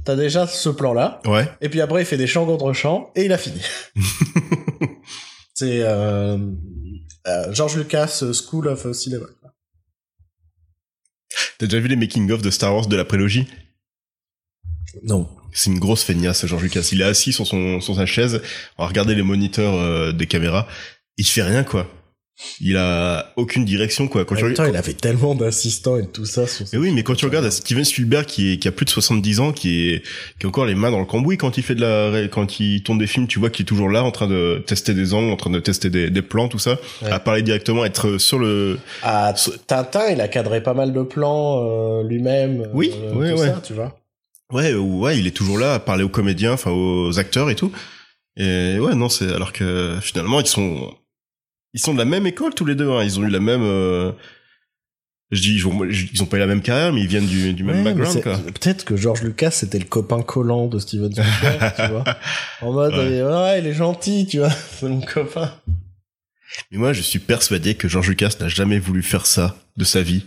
Speaker 1: t'as déjà ce plan-là.
Speaker 2: ouais.
Speaker 1: Et puis après, il fait des champs contre champs et il a
Speaker 2: *laughs*
Speaker 1: fini. c'est euh, euh, George Lucas euh, School of Cinema.
Speaker 2: T'as déjà vu les making of de Star Wars de la prélogie
Speaker 1: Non.
Speaker 2: C'est une grosse feignasse, George Lucas. Il est assis sur son sur sa chaise, à regarder les moniteurs euh, des caméras. Il fait rien quoi. Il a aucune direction quoi. Quand
Speaker 1: En
Speaker 2: tu
Speaker 1: même
Speaker 2: regardes-
Speaker 1: temps, il avait tellement d'assistants et tout ça. Sur...
Speaker 2: Mais oui, mais quand tu regardes à Steven Spielberg qui, est, qui a plus de 70 ans, qui est qui a encore les mains dans le cambouis quand il fait de la ré- quand il tourne des films, tu vois qu'il est toujours là en train de tester des angles, en train de tester des, des plans, tout ça,
Speaker 1: Ouais.
Speaker 2: à parler directement, être sur le
Speaker 1: Ah, t- Tintin, il a cadré pas mal de plans euh, lui-même.
Speaker 2: Oui,
Speaker 1: euh,
Speaker 2: ouais,
Speaker 1: tout
Speaker 2: ouais.
Speaker 1: ça, tu vois.
Speaker 2: ouais euh, ouais, il est toujours là à parler aux comédiens, enfin aux acteurs et tout. Et ouais, non, c'est alors que finalement ils sont ils sont de la même école tous les deux, hein. ils ont eu la même euh, je dis, ils ont, ils ont pas eu la même carrière, mais ils viennent du, du même
Speaker 1: Ouais, mais
Speaker 2: background,
Speaker 1: c'est-
Speaker 2: quoi.
Speaker 1: Peut-être que George Lucas, c'était le copain collant de Steven
Speaker 2: *laughs*
Speaker 1: Spielberg, tu vois. En mode,
Speaker 2: Ouais.
Speaker 1: euh, ouais. il est gentil, tu vois. *laughs* C'est mon copain.
Speaker 2: Mais moi, je suis persuadé que George Lucas n'a jamais voulu faire ça de sa vie.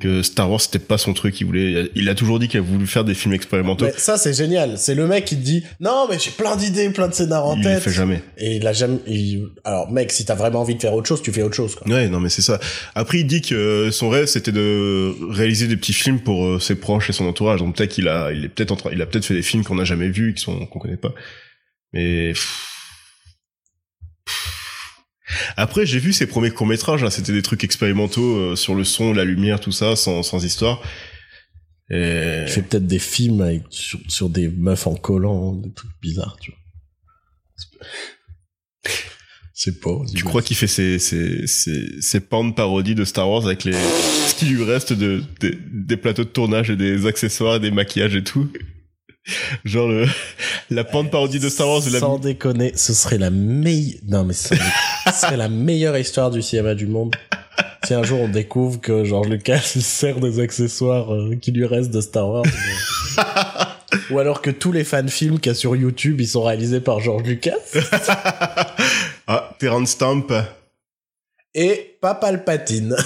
Speaker 2: Que Star Wars, c'était pas son truc. Il voulait, il a toujours dit qu'il a voulu faire des films expérimentaux.
Speaker 1: Mais ça, c'est génial. C'est le mec qui te dit, non, mais j'ai plein d'idées, plein de scénars en
Speaker 2: il les
Speaker 1: tête.
Speaker 2: fait jamais.
Speaker 1: Et il a jamais. il- Alors, mec, si t'as vraiment envie de faire autre chose, tu fais autre chose, quoi.
Speaker 2: Ouais, non, mais c'est ça. Après, il dit que euh, son rêve, c'était de réaliser des petits films pour euh, ses proches et son entourage. Donc peut-être qu'il a, il est peut-être en train, il a peut-être fait des films qu'on n'a jamais vus, et qui sont, qu'on connaît pas. Mais après, j'ai vu ses premiers courts métrages. C'était des trucs expérimentaux euh, sur le son, la lumière, tout ça, sans, sans histoire. Et...
Speaker 1: Il fait peut-être des films avec, sur, sur des meufs en collant, des trucs bizarres, tu vois. C'est pas.
Speaker 2: Tu crois qu'il fait ses, ses, ses, ses pans de parodie de Star Wars avec les, ce qui lui reste de, des- des plateaux de tournage et des accessoires et des maquillages et tout? Genre le, la pande parodie de Star Wars de la,
Speaker 1: Sans déconner, ce serait la meilleure. Non, mais ça- ce serait la meilleure histoire du cinéma du monde. Si un jour on découvre que George Lucas il sert des accessoires euh, qui lui restent de Star
Speaker 2: *laughs*
Speaker 1: Wars. mais- Ou alors que tous les fan-films qu'il y a sur YouTube, ils sont réalisés par George Lucas.
Speaker 2: ah, Terrence Stamp.
Speaker 1: Et pas Palpatine.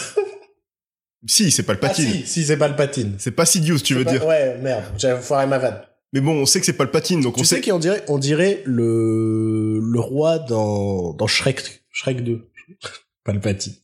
Speaker 2: Si, c'est pas le patine.
Speaker 1: Ah, si, si c'est Palpatine.
Speaker 2: C'est pas Sidious, tu veux
Speaker 1: Bah,
Speaker 2: dire.
Speaker 1: Ouais, merde, j'avais foiré ma vanne.
Speaker 2: Mais bon, on sait que c'est pas le patine, donc on
Speaker 1: tu sais
Speaker 2: sait.
Speaker 1: qu'on dirait, on dirait le, le roi dans, dans Shrek, Shrek 2. Palpatine.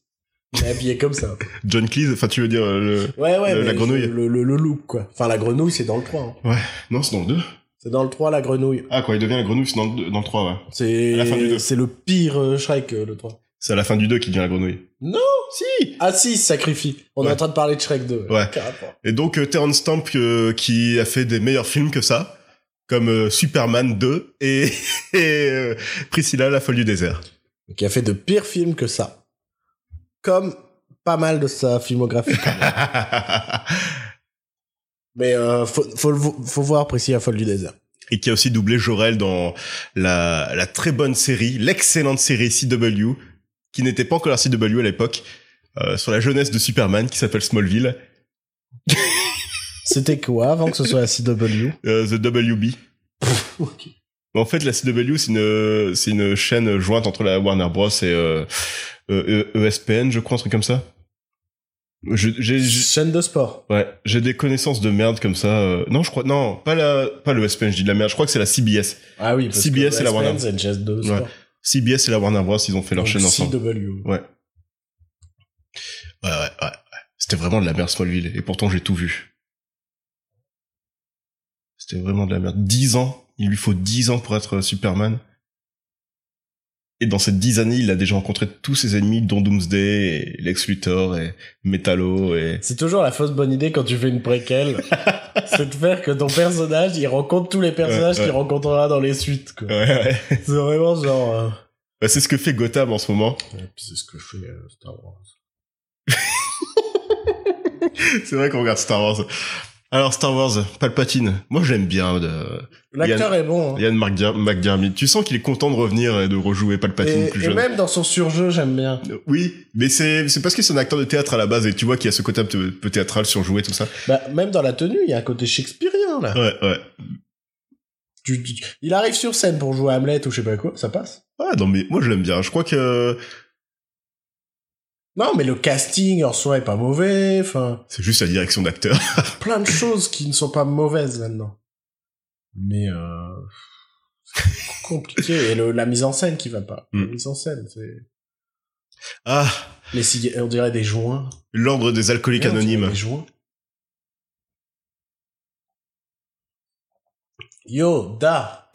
Speaker 1: Il est habillé comme ça.
Speaker 2: John Cleese, enfin, tu veux dire euh, le,
Speaker 1: Ouais, ouais.
Speaker 2: Le-
Speaker 1: mais
Speaker 2: la grenouille.
Speaker 1: Le, le, le look, quoi. Enfin, la grenouille, c'est dans le 3. hein.
Speaker 2: non, c'est dans le 2.
Speaker 1: C'est dans le 3, la grenouille.
Speaker 2: Ah, quoi, il devient la grenouille, c'est dans le, deux- dans le 3, ouais. À la fin du
Speaker 1: C'est,
Speaker 2: deux.
Speaker 1: c'est le pire euh, Shrek, euh, le 3.
Speaker 2: C'est à la fin du 2 qu'il devient la grenouille.
Speaker 1: Non.
Speaker 2: Si!
Speaker 1: Ah si, il se sacrifie. On est
Speaker 2: Ouais.
Speaker 1: en train de parler de Shrek 2.
Speaker 2: Ouais.
Speaker 1: Quel rapport
Speaker 2: Et donc euh, Terrence Stamp euh, qui a fait des meilleurs films que ça, comme euh, Superman 2 et, *laughs* et euh, Priscilla la folle du désert. *laughs*
Speaker 1: qui a fait de pires films que ça. Comme pas mal de sa filmographie. quand même. Mais euh, faut, faut, le vo- faut voir Priscilla Folle du désert.
Speaker 2: et qui a aussi doublé Jorel dans la, la très bonne série, l'excellente série CW, qui n'était pas encore la CW à l'époque, euh, sur la jeunesse de Superman qui s'appelle Smallville,
Speaker 1: C'était quoi avant que ce *laughs* soit la CW
Speaker 2: euh, The WB. En fait, la CW, c'est une, c'est une chaîne jointe entre la Warner Bros et euh, euh, E- ESPN, je crois, un truc comme ça. Je- j'ai- j'ai-
Speaker 1: Chaîne de sport.
Speaker 2: ouais, j'ai des connaissances de merde comme ça. euh, non, je crois, non, pas la, pas le ESPN, je dis de la merde. Je crois que c'est la CBS.
Speaker 1: Ah oui,
Speaker 2: CBS et la
Speaker 1: ESPN,
Speaker 2: Warner.
Speaker 1: C'est une chaîne de sport.
Speaker 2: Ouais, CBS et la Warner Bros, ils ont fait leur
Speaker 1: Donc
Speaker 2: chaîne ensemble.
Speaker 1: CW.
Speaker 2: Ouais, ouais, ouais. ouais. C'était vraiment de la merde, Smallville. Et pourtant, j'ai tout vu. C'était vraiment de la merde. 10 ans. Il lui faut 10 ans pour être euh, Superman. Et dans ces 10 années, il a déjà rencontré tous ses ennemis, dont Doomsday, et Lex Luthor, et Metallo, et...
Speaker 1: C'est toujours la fausse bonne idée quand tu fais une
Speaker 2: *laughs*
Speaker 1: préquelle. c'est de faire que ton personnage, il rencontre tous les personnages
Speaker 2: Ouais, ouais.
Speaker 1: qu'il rencontrera dans les suites. quoi.
Speaker 2: Ouais, ouais.
Speaker 1: C'est vraiment genre... euh,
Speaker 2: Bah, c'est ce que fait Gotham en ce moment.
Speaker 1: Et puis c'est ce que fait euh, Star Wars.
Speaker 2: c'est vrai qu'on regarde Star Wars. Alors, Star Wars, Palpatine. Moi, j'aime bien euh, de...
Speaker 1: L'acteur est bon. hein.
Speaker 2: Yann McDiar- McDiarmid. Tu sens qu'il est content de revenir et de rejouer Palpatine
Speaker 1: Et,
Speaker 2: plus
Speaker 1: et
Speaker 2: jeune.
Speaker 1: même dans son surjeu, j'aime bien.
Speaker 2: Oui, mais c'est c'est parce que c'est un acteur de théâtre à la base et tu vois qu'il y a ce côté un peu peu théâtral surjoué, tout ça.
Speaker 1: Bah, même dans la tenue, il y a un côté shakespearien, là.
Speaker 2: Ouais, ouais.
Speaker 1: Tu- tu- il arrive sur scène pour jouer Hamlet ou je sais pas quoi, ça passe.
Speaker 2: Ah non, mais moi, je l'aime bien. Je crois que
Speaker 1: Non, mais le casting en soi est pas mauvais, enfin,
Speaker 2: c'est juste la direction d'acteur. *laughs*
Speaker 1: plein de choses qui ne sont pas mauvaises là-dedans. Mais euh... c'est compliqué et le- la mise en scène qui va pas. La
Speaker 2: Hmm.
Speaker 1: mise en scène, c'est
Speaker 2: Ah,
Speaker 1: les ciga- on dirait des joints.
Speaker 2: l'ordre des alcooliques
Speaker 1: Ouais, on dirait
Speaker 2: anonymes.
Speaker 1: Des joints. Yoda.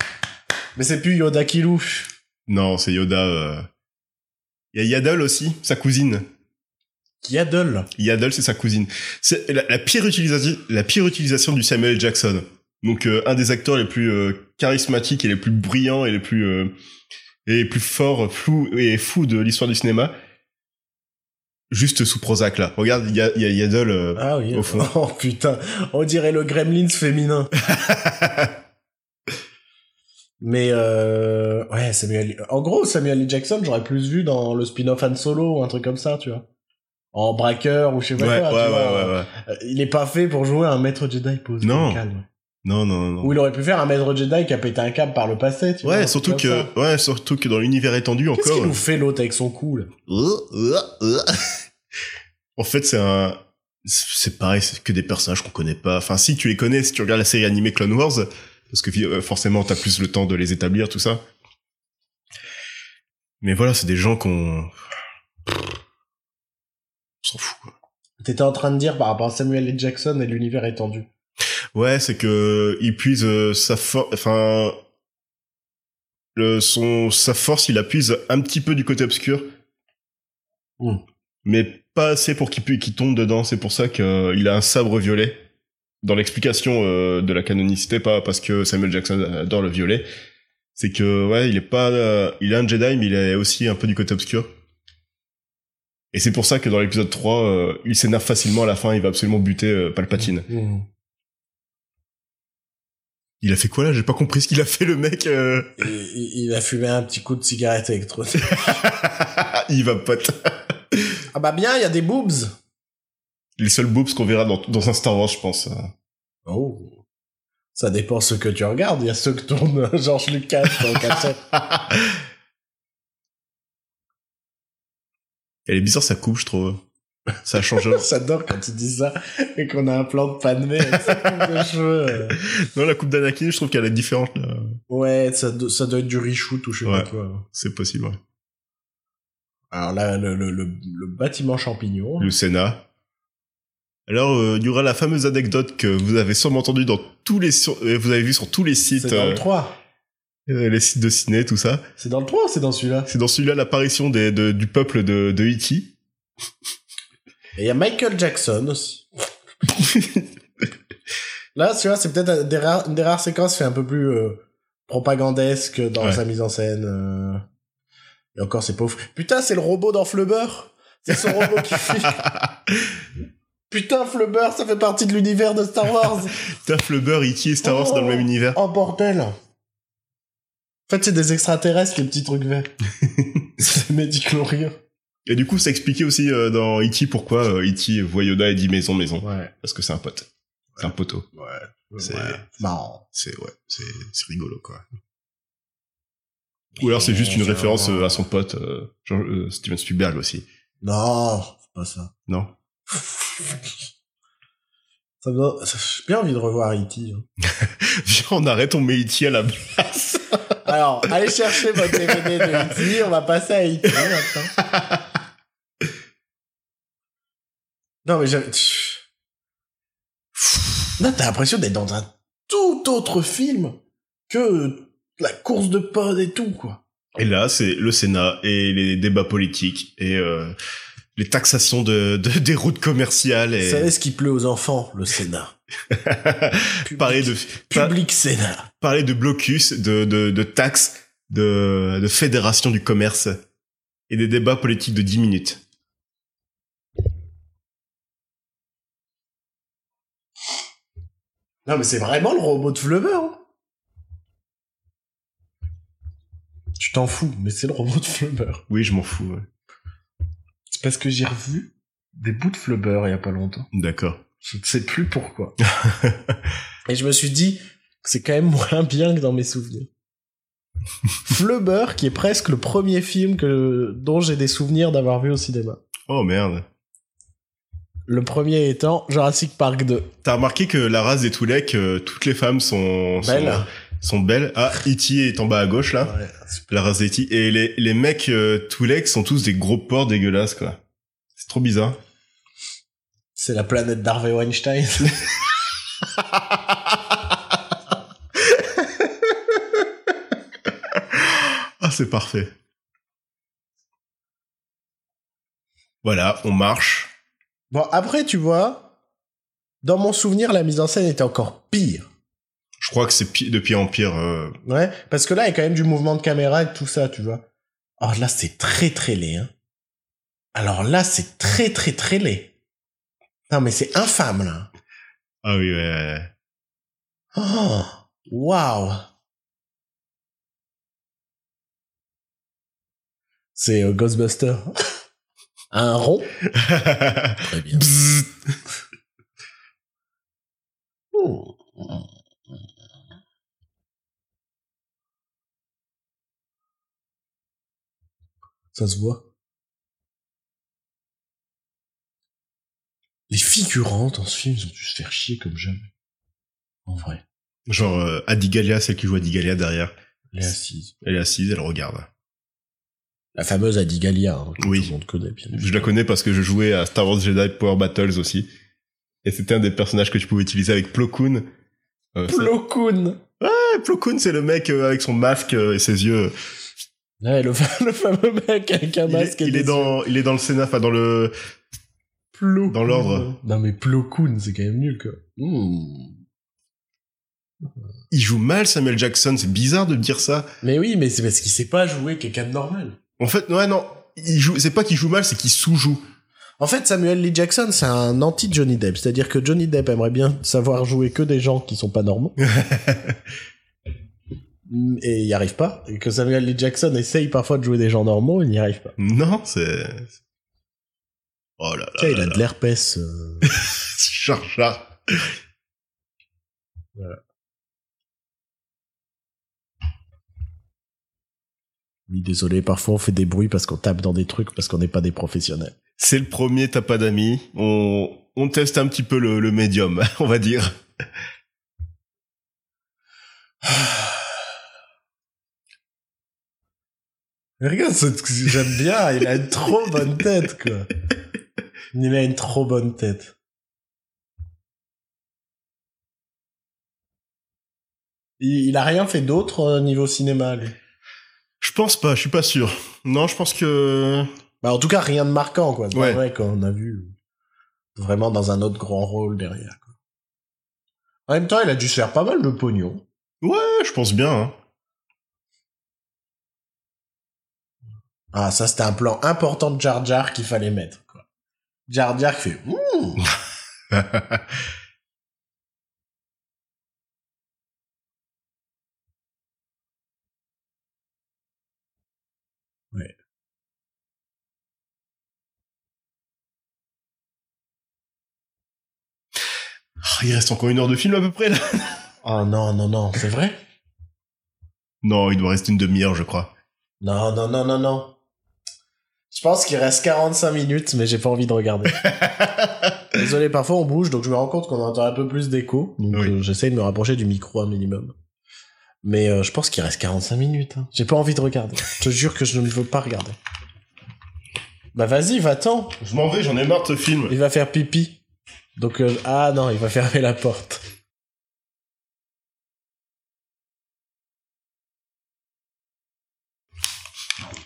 Speaker 1: Mais c'est plus Yoda qui louche.
Speaker 2: Non, c'est Yoda. euh. Il y a Yaddle aussi, sa cousine.
Speaker 1: Yaddle.
Speaker 2: Yaddle, c'est sa cousine. C'est la, la pire utilisation, la pire utilisation du Samuel L. Jackson. Donc euh, un des acteurs les plus euh, charismatiques et les plus brillants et les plus euh, et les plus forts, flous et fous de l'histoire du cinéma. Juste sous Prozac là. Regarde, il y a, il y a Yaddle. euh,
Speaker 1: Ah oui.
Speaker 2: Au fond.
Speaker 1: Oh putain, on dirait le Gremlins féminin.
Speaker 2: *laughs*
Speaker 1: Mais euh, ouais, Samuel. En gros, Samuel L. Jackson, j'aurais plus vu dans le spin-off Han Solo ou un truc comme ça, tu vois. En braqueur ou je sais
Speaker 2: ouais,
Speaker 1: pas
Speaker 2: ouais, ouais,
Speaker 1: quoi. tu vois.
Speaker 2: ouais, ouais.
Speaker 1: Euh, Il est pas fait pour jouer un maître Jedi posé.
Speaker 2: Non.
Speaker 1: calme.
Speaker 2: Non, non, non.
Speaker 1: Ou il aurait pu faire un maître Jedi qui a pété un câble par le passé, tu vois. un
Speaker 2: ouais,
Speaker 1: truc
Speaker 2: surtout
Speaker 1: comme
Speaker 2: que, euh,
Speaker 1: ça.
Speaker 2: ouais, surtout que dans l'univers étendu
Speaker 1: Qu'est-ce qu'il
Speaker 2: encore.
Speaker 1: nous fait l'autre avec son cou là
Speaker 2: en fait, c'est un. C'est pareil, c'est que des personnages qu'on connaît pas. Enfin, si tu les connais, si tu regardes la série animée Clone Wars, parce que euh, forcément, t'as plus le temps de les établir, tout ça. Mais voilà, c'est des gens qu'on. On s'en fout. quoi.
Speaker 1: T'étais en train de dire par rapport à Samuel L. Jackson et l'univers étendu.
Speaker 2: Ouais, c'est que il puise euh, sa force. Enfin, le son sa force, il la puise un petit peu du côté obscur,
Speaker 1: Mm.
Speaker 2: mais pas assez pour qu'il pu- qu'il tombe dedans. C'est pour ça qu'il a un sabre violet dans l'explication euh, de la canonicité, pas parce que Samuel Jackson adore le violet. C'est que ouais, il est pas, euh, il est un Jedi, mais il est aussi un peu du côté obscur. Et c'est pour ça que dans l'épisode 3, euh, il s'énerve facilement à la fin, il va absolument buter euh, Palpatine.
Speaker 1: Hmm.
Speaker 2: Il a fait quoi là J'ai pas compris ce qu'il a fait le mec. euh. *laughs*
Speaker 1: Et- et- il a fumé un petit coup de cigarette électronique.
Speaker 2: il va pote.
Speaker 1: Ah bah bien, il y a des boobs.
Speaker 2: Les seuls boobs qu'on verra dans, dans un Star Wars, je pense.
Speaker 1: Oh. Ça dépend ce que tu regardes. Il y a ceux que *laughs* tourne George Lucas dans le
Speaker 2: *laughs*
Speaker 1: cassette.
Speaker 2: hein. Elle est bizarre sa coupe, je trouve. Ça
Speaker 1: *laughs*
Speaker 2: a changé.
Speaker 1: J'adore quand tu dis ça et qu'on a un plan de panneau avec sa coupe de cheveux.
Speaker 2: non, la coupe d'Anakin, je trouve qu'elle est différente. Là.
Speaker 1: Ouais, ça, do- ça doit être du reshoot ou je sais pas quoi.
Speaker 2: C'est possible. ouais.
Speaker 1: Alors là, le, le, le, le bâtiment champignon.
Speaker 2: Le Sénat. Alors, euh, il y aura la fameuse anecdote que vous avez sûrement entendue dans tous les, sur- euh, vous avez vu sur tous les
Speaker 1: C'est
Speaker 2: sites,
Speaker 1: dans
Speaker 2: euh,
Speaker 1: le 3.
Speaker 2: euh, les sites de ciné, tout ça.
Speaker 1: C'est dans le 3 c'est dans celui-là
Speaker 2: C'est dans celui-là l'apparition des- de- du peuple de, de E.T.
Speaker 1: Et il y a Michael Jackson
Speaker 2: *laughs*
Speaker 1: aussi. Là, tu vois, c'est peut-être un des rares- une des rares séquences fait un peu plus euh, propagandesque dans
Speaker 2: Ouais.
Speaker 1: sa mise en scène. euh. Et encore, c'est pauvre. Putain, c'est le robot dans Flubber C'est son robot qui fuit.
Speaker 2: *laughs*
Speaker 1: Putain, Flubber, ça fait partie de l'univers de Star Wars
Speaker 2: Taff le beurre, E E.T. et Star Wars dans le même univers.
Speaker 1: Oh bordel En fait, c'est des extraterrestres, les petits trucs
Speaker 2: *laughs*
Speaker 1: verts. c'est des médicloriens.
Speaker 2: Et du coup, ça expliquait aussi euh, dans E.T. pourquoi euh, E.T. voit Yoda et dit maison, maison.
Speaker 1: Ouais,
Speaker 2: Parce que c'est un pote. C'est un poteau.
Speaker 1: ouais.
Speaker 2: C'est-
Speaker 1: marrant.
Speaker 2: C'est, ouais, c'est, c'est rigolo, quoi. Ou alors c'est juste une référence euh, à son pote, euh, Jean- euh, Steven Spielberg aussi.
Speaker 1: Non, c'est pas ça.
Speaker 2: Non *laughs*
Speaker 1: Ça me donne- ça- J'ai bien envie de revoir E.T. hein.
Speaker 2: Viens, on arrête, on met E.T. à la place.
Speaker 1: Alors, allez chercher votre DVD de E.T. On va passer à E hein, E.T. maintenant. Non, mais j'avais... Pff. Là, t'as l'impression d'être dans un tout autre film que la course de pod et tout, quoi.
Speaker 2: Et là, c'est le Sénat et les débats politiques et euh, les taxations de, de- des routes commerciales
Speaker 1: Vous
Speaker 2: et *laughs*
Speaker 1: savez ce qui plaît aux enfants Le Sénat. Public,
Speaker 2: parler de,
Speaker 1: public Sénat.
Speaker 2: parler de blocus, de, de, de taxes. de, de fédération du commerce et des débats politiques de 10 minutes.
Speaker 1: Non, mais c'est vraiment le robot de Flubber. hein. Tu t'en fous, mais c'est le robot de Flubber.
Speaker 2: Oui, je m'en fous. ouais.
Speaker 1: C'est parce que j'ai revu des bouts de Flubber il y a pas longtemps.
Speaker 2: D'accord.
Speaker 1: Je ne sais plus *laughs* pourquoi. Et je me suis dit que c'est quand même moins bien que dans mes souvenirs. Flubber, qui est presque le premier film que, dont j'ai des souvenirs d'avoir vu au cinéma.
Speaker 2: Oh merde.
Speaker 1: Le premier étant Jurassic Park 2.
Speaker 2: T'as remarqué que la race des Toulecs, euh, toutes les femmes sont sont-
Speaker 1: Belle.
Speaker 2: Sont belles. Ah, E.T. est en bas à gauche là.
Speaker 1: Ouais.
Speaker 2: La race des E.T. Et les, les mecs euh, Toulecs sont tous des gros porcs dégueulasses quoi. C'est trop bizarre.
Speaker 1: C'est la planète d'Harvey Weinstein.
Speaker 2: Ah, c'est parfait. Voilà, on marche.
Speaker 1: bon, après, tu vois, dans mon souvenir, la mise en scène était encore pire.
Speaker 2: Je crois que c'est pi- de pire en pire. euh,
Speaker 1: Ouais, parce que là, il y a quand même du mouvement de caméra et tout ça, tu vois. Alors là, c'est très très laid. Hein. Alors là, c'est très très très laid. Non, mais c'est infâme, là.
Speaker 2: Ah oui, ouais, ouais.
Speaker 1: Oh, waouh. C'est euh, Ghostbuster. *laughs* Un rond.
Speaker 2: ouais.
Speaker 1: Très *laughs* bien.
Speaker 2: Bzzz.
Speaker 1: Oh. Ça se voit. Les figurantes dans ce film, ils ont dû se faire chier comme jamais. En vrai.
Speaker 2: *laughs* Genre euh, Adigalia, celle qui joue Adigalia derrière.
Speaker 1: Les assises.
Speaker 2: Elle est assise, elle regarde.
Speaker 1: La fameuse Adigalia, hein, que
Speaker 2: Oui.
Speaker 1: tout le monde connaît bien.
Speaker 2: Je la connais parce que je jouais à Star Wars Jedi Power Battles aussi. Et c'était un des personnages que tu pouvais utiliser avec Plo Koon. Euh, ça-
Speaker 1: Plo Koon.
Speaker 2: Ouais, Plo Koon, c'est le mec euh, avec son masque euh, et ses yeux.
Speaker 1: Ouais, le, fa- *laughs* le fameux mec avec un
Speaker 2: Il est,
Speaker 1: masque. et
Speaker 2: il est
Speaker 1: des yeux.
Speaker 2: dans, il est dans le Sénat, enfin dans le.
Speaker 1: Plo
Speaker 2: dans
Speaker 1: Koon.
Speaker 2: l'ordre.
Speaker 1: Non mais Plo Koon, c'est quand même nul, quoi. Hmm.
Speaker 2: Il joue mal Samuel Jackson. C'est bizarre de me dire ça.
Speaker 1: Mais oui, mais c'est parce qu'il sait pas jouer quelqu'un de normal.
Speaker 2: En fait, ouais, non. Il joue. C'est pas qu'il joue mal, c'est qu'il sous-joue.
Speaker 1: En fait, Samuel Lee Jackson, c'est un anti-Johnny Depp. C'est-à-dire que Johnny Depp aimerait bien savoir jouer que des gens qui sont pas *laughs* normaux. Mm, Et il n'y arrive pas. Et que Samuel Lee Jackson essaye parfois de jouer des gens normaux, il n'y arrive pas.
Speaker 2: Non, c'est. Oh là *laughs* là.
Speaker 1: Tiens, il a de l'herpès. euh.
Speaker 2: Char, char.
Speaker 1: Oui, désolé, parfois on fait des bruits parce qu'on tape dans des trucs parce qu'on n'est pas des professionnels.
Speaker 2: C'est le premier, t'as pas d'amis. On, on teste un petit peu le, le médium, *laughs* on va dire.
Speaker 1: *sighs* Regarde, j'aime bien, il a une trop bonne tête, quoi. Il a une trop bonne tête. Il, il a rien fait d'autre euh, niveau cinéma, lui.
Speaker 2: Je pense pas, je suis pas sûr. Non, je pense que
Speaker 1: Bah, en tout cas, rien de marquant, quoi. C'est pas
Speaker 2: Ouais.
Speaker 1: vrai qu'on a vu vraiment dans un autre grand rôle derrière, quoi. En même temps, il a dû se faire pas mal de pognon.
Speaker 2: ouais, je pense bien. hein.
Speaker 1: Ah, ça, c'était un plan important de Jar Jar qu'il fallait mettre, quoi. Jar Jar qui fait, Ouh
Speaker 2: Ah, Il reste encore une heure de film à peu près là.
Speaker 1: Oh non, non, non, c'est vrai?
Speaker 2: Non, il doit rester une demi-heure, je crois.
Speaker 1: Non, non, non, non, non. Je pense qu'il reste 45 minutes, mais j'ai pas envie de regarder. Désolé, parfois on bouge, donc je me rends compte qu'on entend un peu plus d'écho. Donc
Speaker 2: Oui.
Speaker 1: euh, j'essaye de me rapprocher du micro un minimum. Mais euh, je pense qu'il reste 45 minutes. hein. J'ai pas envie de regarder. Je te jure que je ne veux pas regarder. Bah vas-y, va-t'en.
Speaker 2: Je m'en vais, j'en ai marre de ce film.
Speaker 1: Il va faire pipi. Donc, euh, ah non, il va fermer la porte.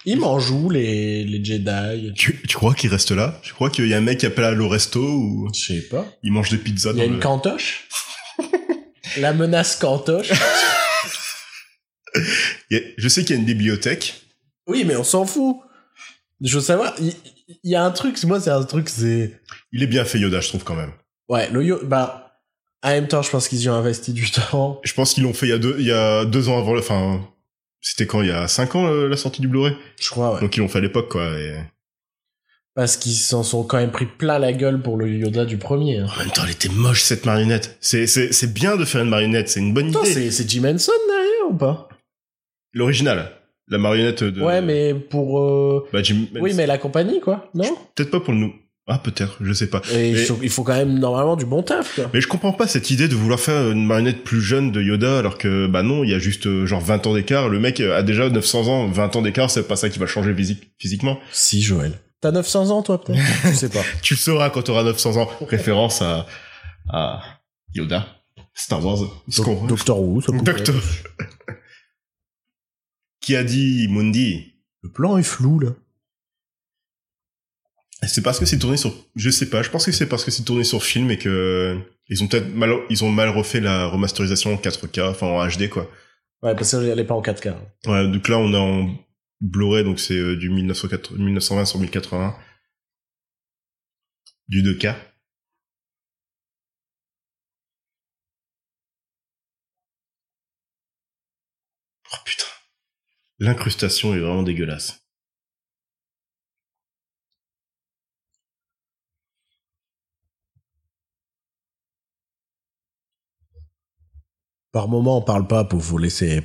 Speaker 1: Il m'en joue, les, les Jedi.
Speaker 2: Tu, tu crois qu'il reste là Tu crois qu'il y a un mec qui appelle à l'oresto ou
Speaker 1: Je sais pas.
Speaker 2: il mange des pizzas
Speaker 1: Il y a
Speaker 2: dans
Speaker 1: une *laughs*
Speaker 2: le-
Speaker 1: cantoche La menace cantoche.
Speaker 2: y a- je sais qu'il y a une bibliothèque.
Speaker 1: Oui, mais on s'en fout. Je veux savoir, il il y, a un truc, moi c'est un truc, c'est...
Speaker 2: Il est bien fait Yoda, je trouve quand même.
Speaker 1: Ouais, le yo... Bah, en même temps, je pense qu'ils y ont investi du temps.
Speaker 2: Je pense qu'ils l'ont fait il y a deux, il y a deux ans avant le, enfin, c'était quand il y a cinq ans euh, la sortie du Blu-ray.
Speaker 1: Je crois, ouais.
Speaker 2: Donc ils l'ont fait à l'époque quoi. Et...
Speaker 1: Parce qu'ils s'en sont quand même pris plein la gueule pour le Yoda du premier. hein.
Speaker 2: En même temps, elle était moche cette marionnette. C'est c'est c'est bien de faire une marionnette, c'est une bonne
Speaker 1: Putain,
Speaker 2: idée.
Speaker 1: c'est c'est Jim Henson derrière ou pas
Speaker 2: L'original, la marionnette de.
Speaker 1: Ouais, mais pour... euh,
Speaker 2: Bah, Jim
Speaker 1: Oui, mais la compagnie, quoi, non
Speaker 2: Peut-être pas pour le nous. Ah peut-être, je sais pas.
Speaker 1: Et il
Speaker 2: Mais-
Speaker 1: faut- il faut quand même normalement du bon taf, quoi.
Speaker 2: Mais je comprends pas cette idée de vouloir faire une marionnette plus jeune de Yoda alors que bah non, il y a juste euh, genre 20 ans d'écart, le mec euh, a déjà 900 ans, 20 ans d'écart, c'est pas ça qui va changer physique- physiquement.
Speaker 1: Si, Joël. T'as 900 ans, toi, *laughs* peut-être Je sais pas.
Speaker 2: Tu le sauras quand t'auras 900 ans. *laughs* Référence à à Yoda, Star Wars, ce
Speaker 1: Doc-
Speaker 2: qu'on-
Speaker 1: Doctor Who, ça peut
Speaker 2: Docteur.
Speaker 1: être.
Speaker 2: *laughs* qui a dit Mundi.
Speaker 1: Le plan est flou, là.
Speaker 2: C'est parce que c'est tourné sur je sais pas, je pense que c'est parce que c'est tourné sur film et que euh, ils ont peut-être mal ils ont mal refait la remasterisation en 4K, enfin en HD quoi.
Speaker 1: Ouais, parce qu'elle est pas en hein. 4K.
Speaker 2: Ouais, donc là, on est en Blu-ray, donc c'est euh, du 1980 1920 sur 1080. Du 2K. Oh putain. L'incrustation est vraiment dégueulasse.
Speaker 1: Par moment, on parle pas pour vous laisser.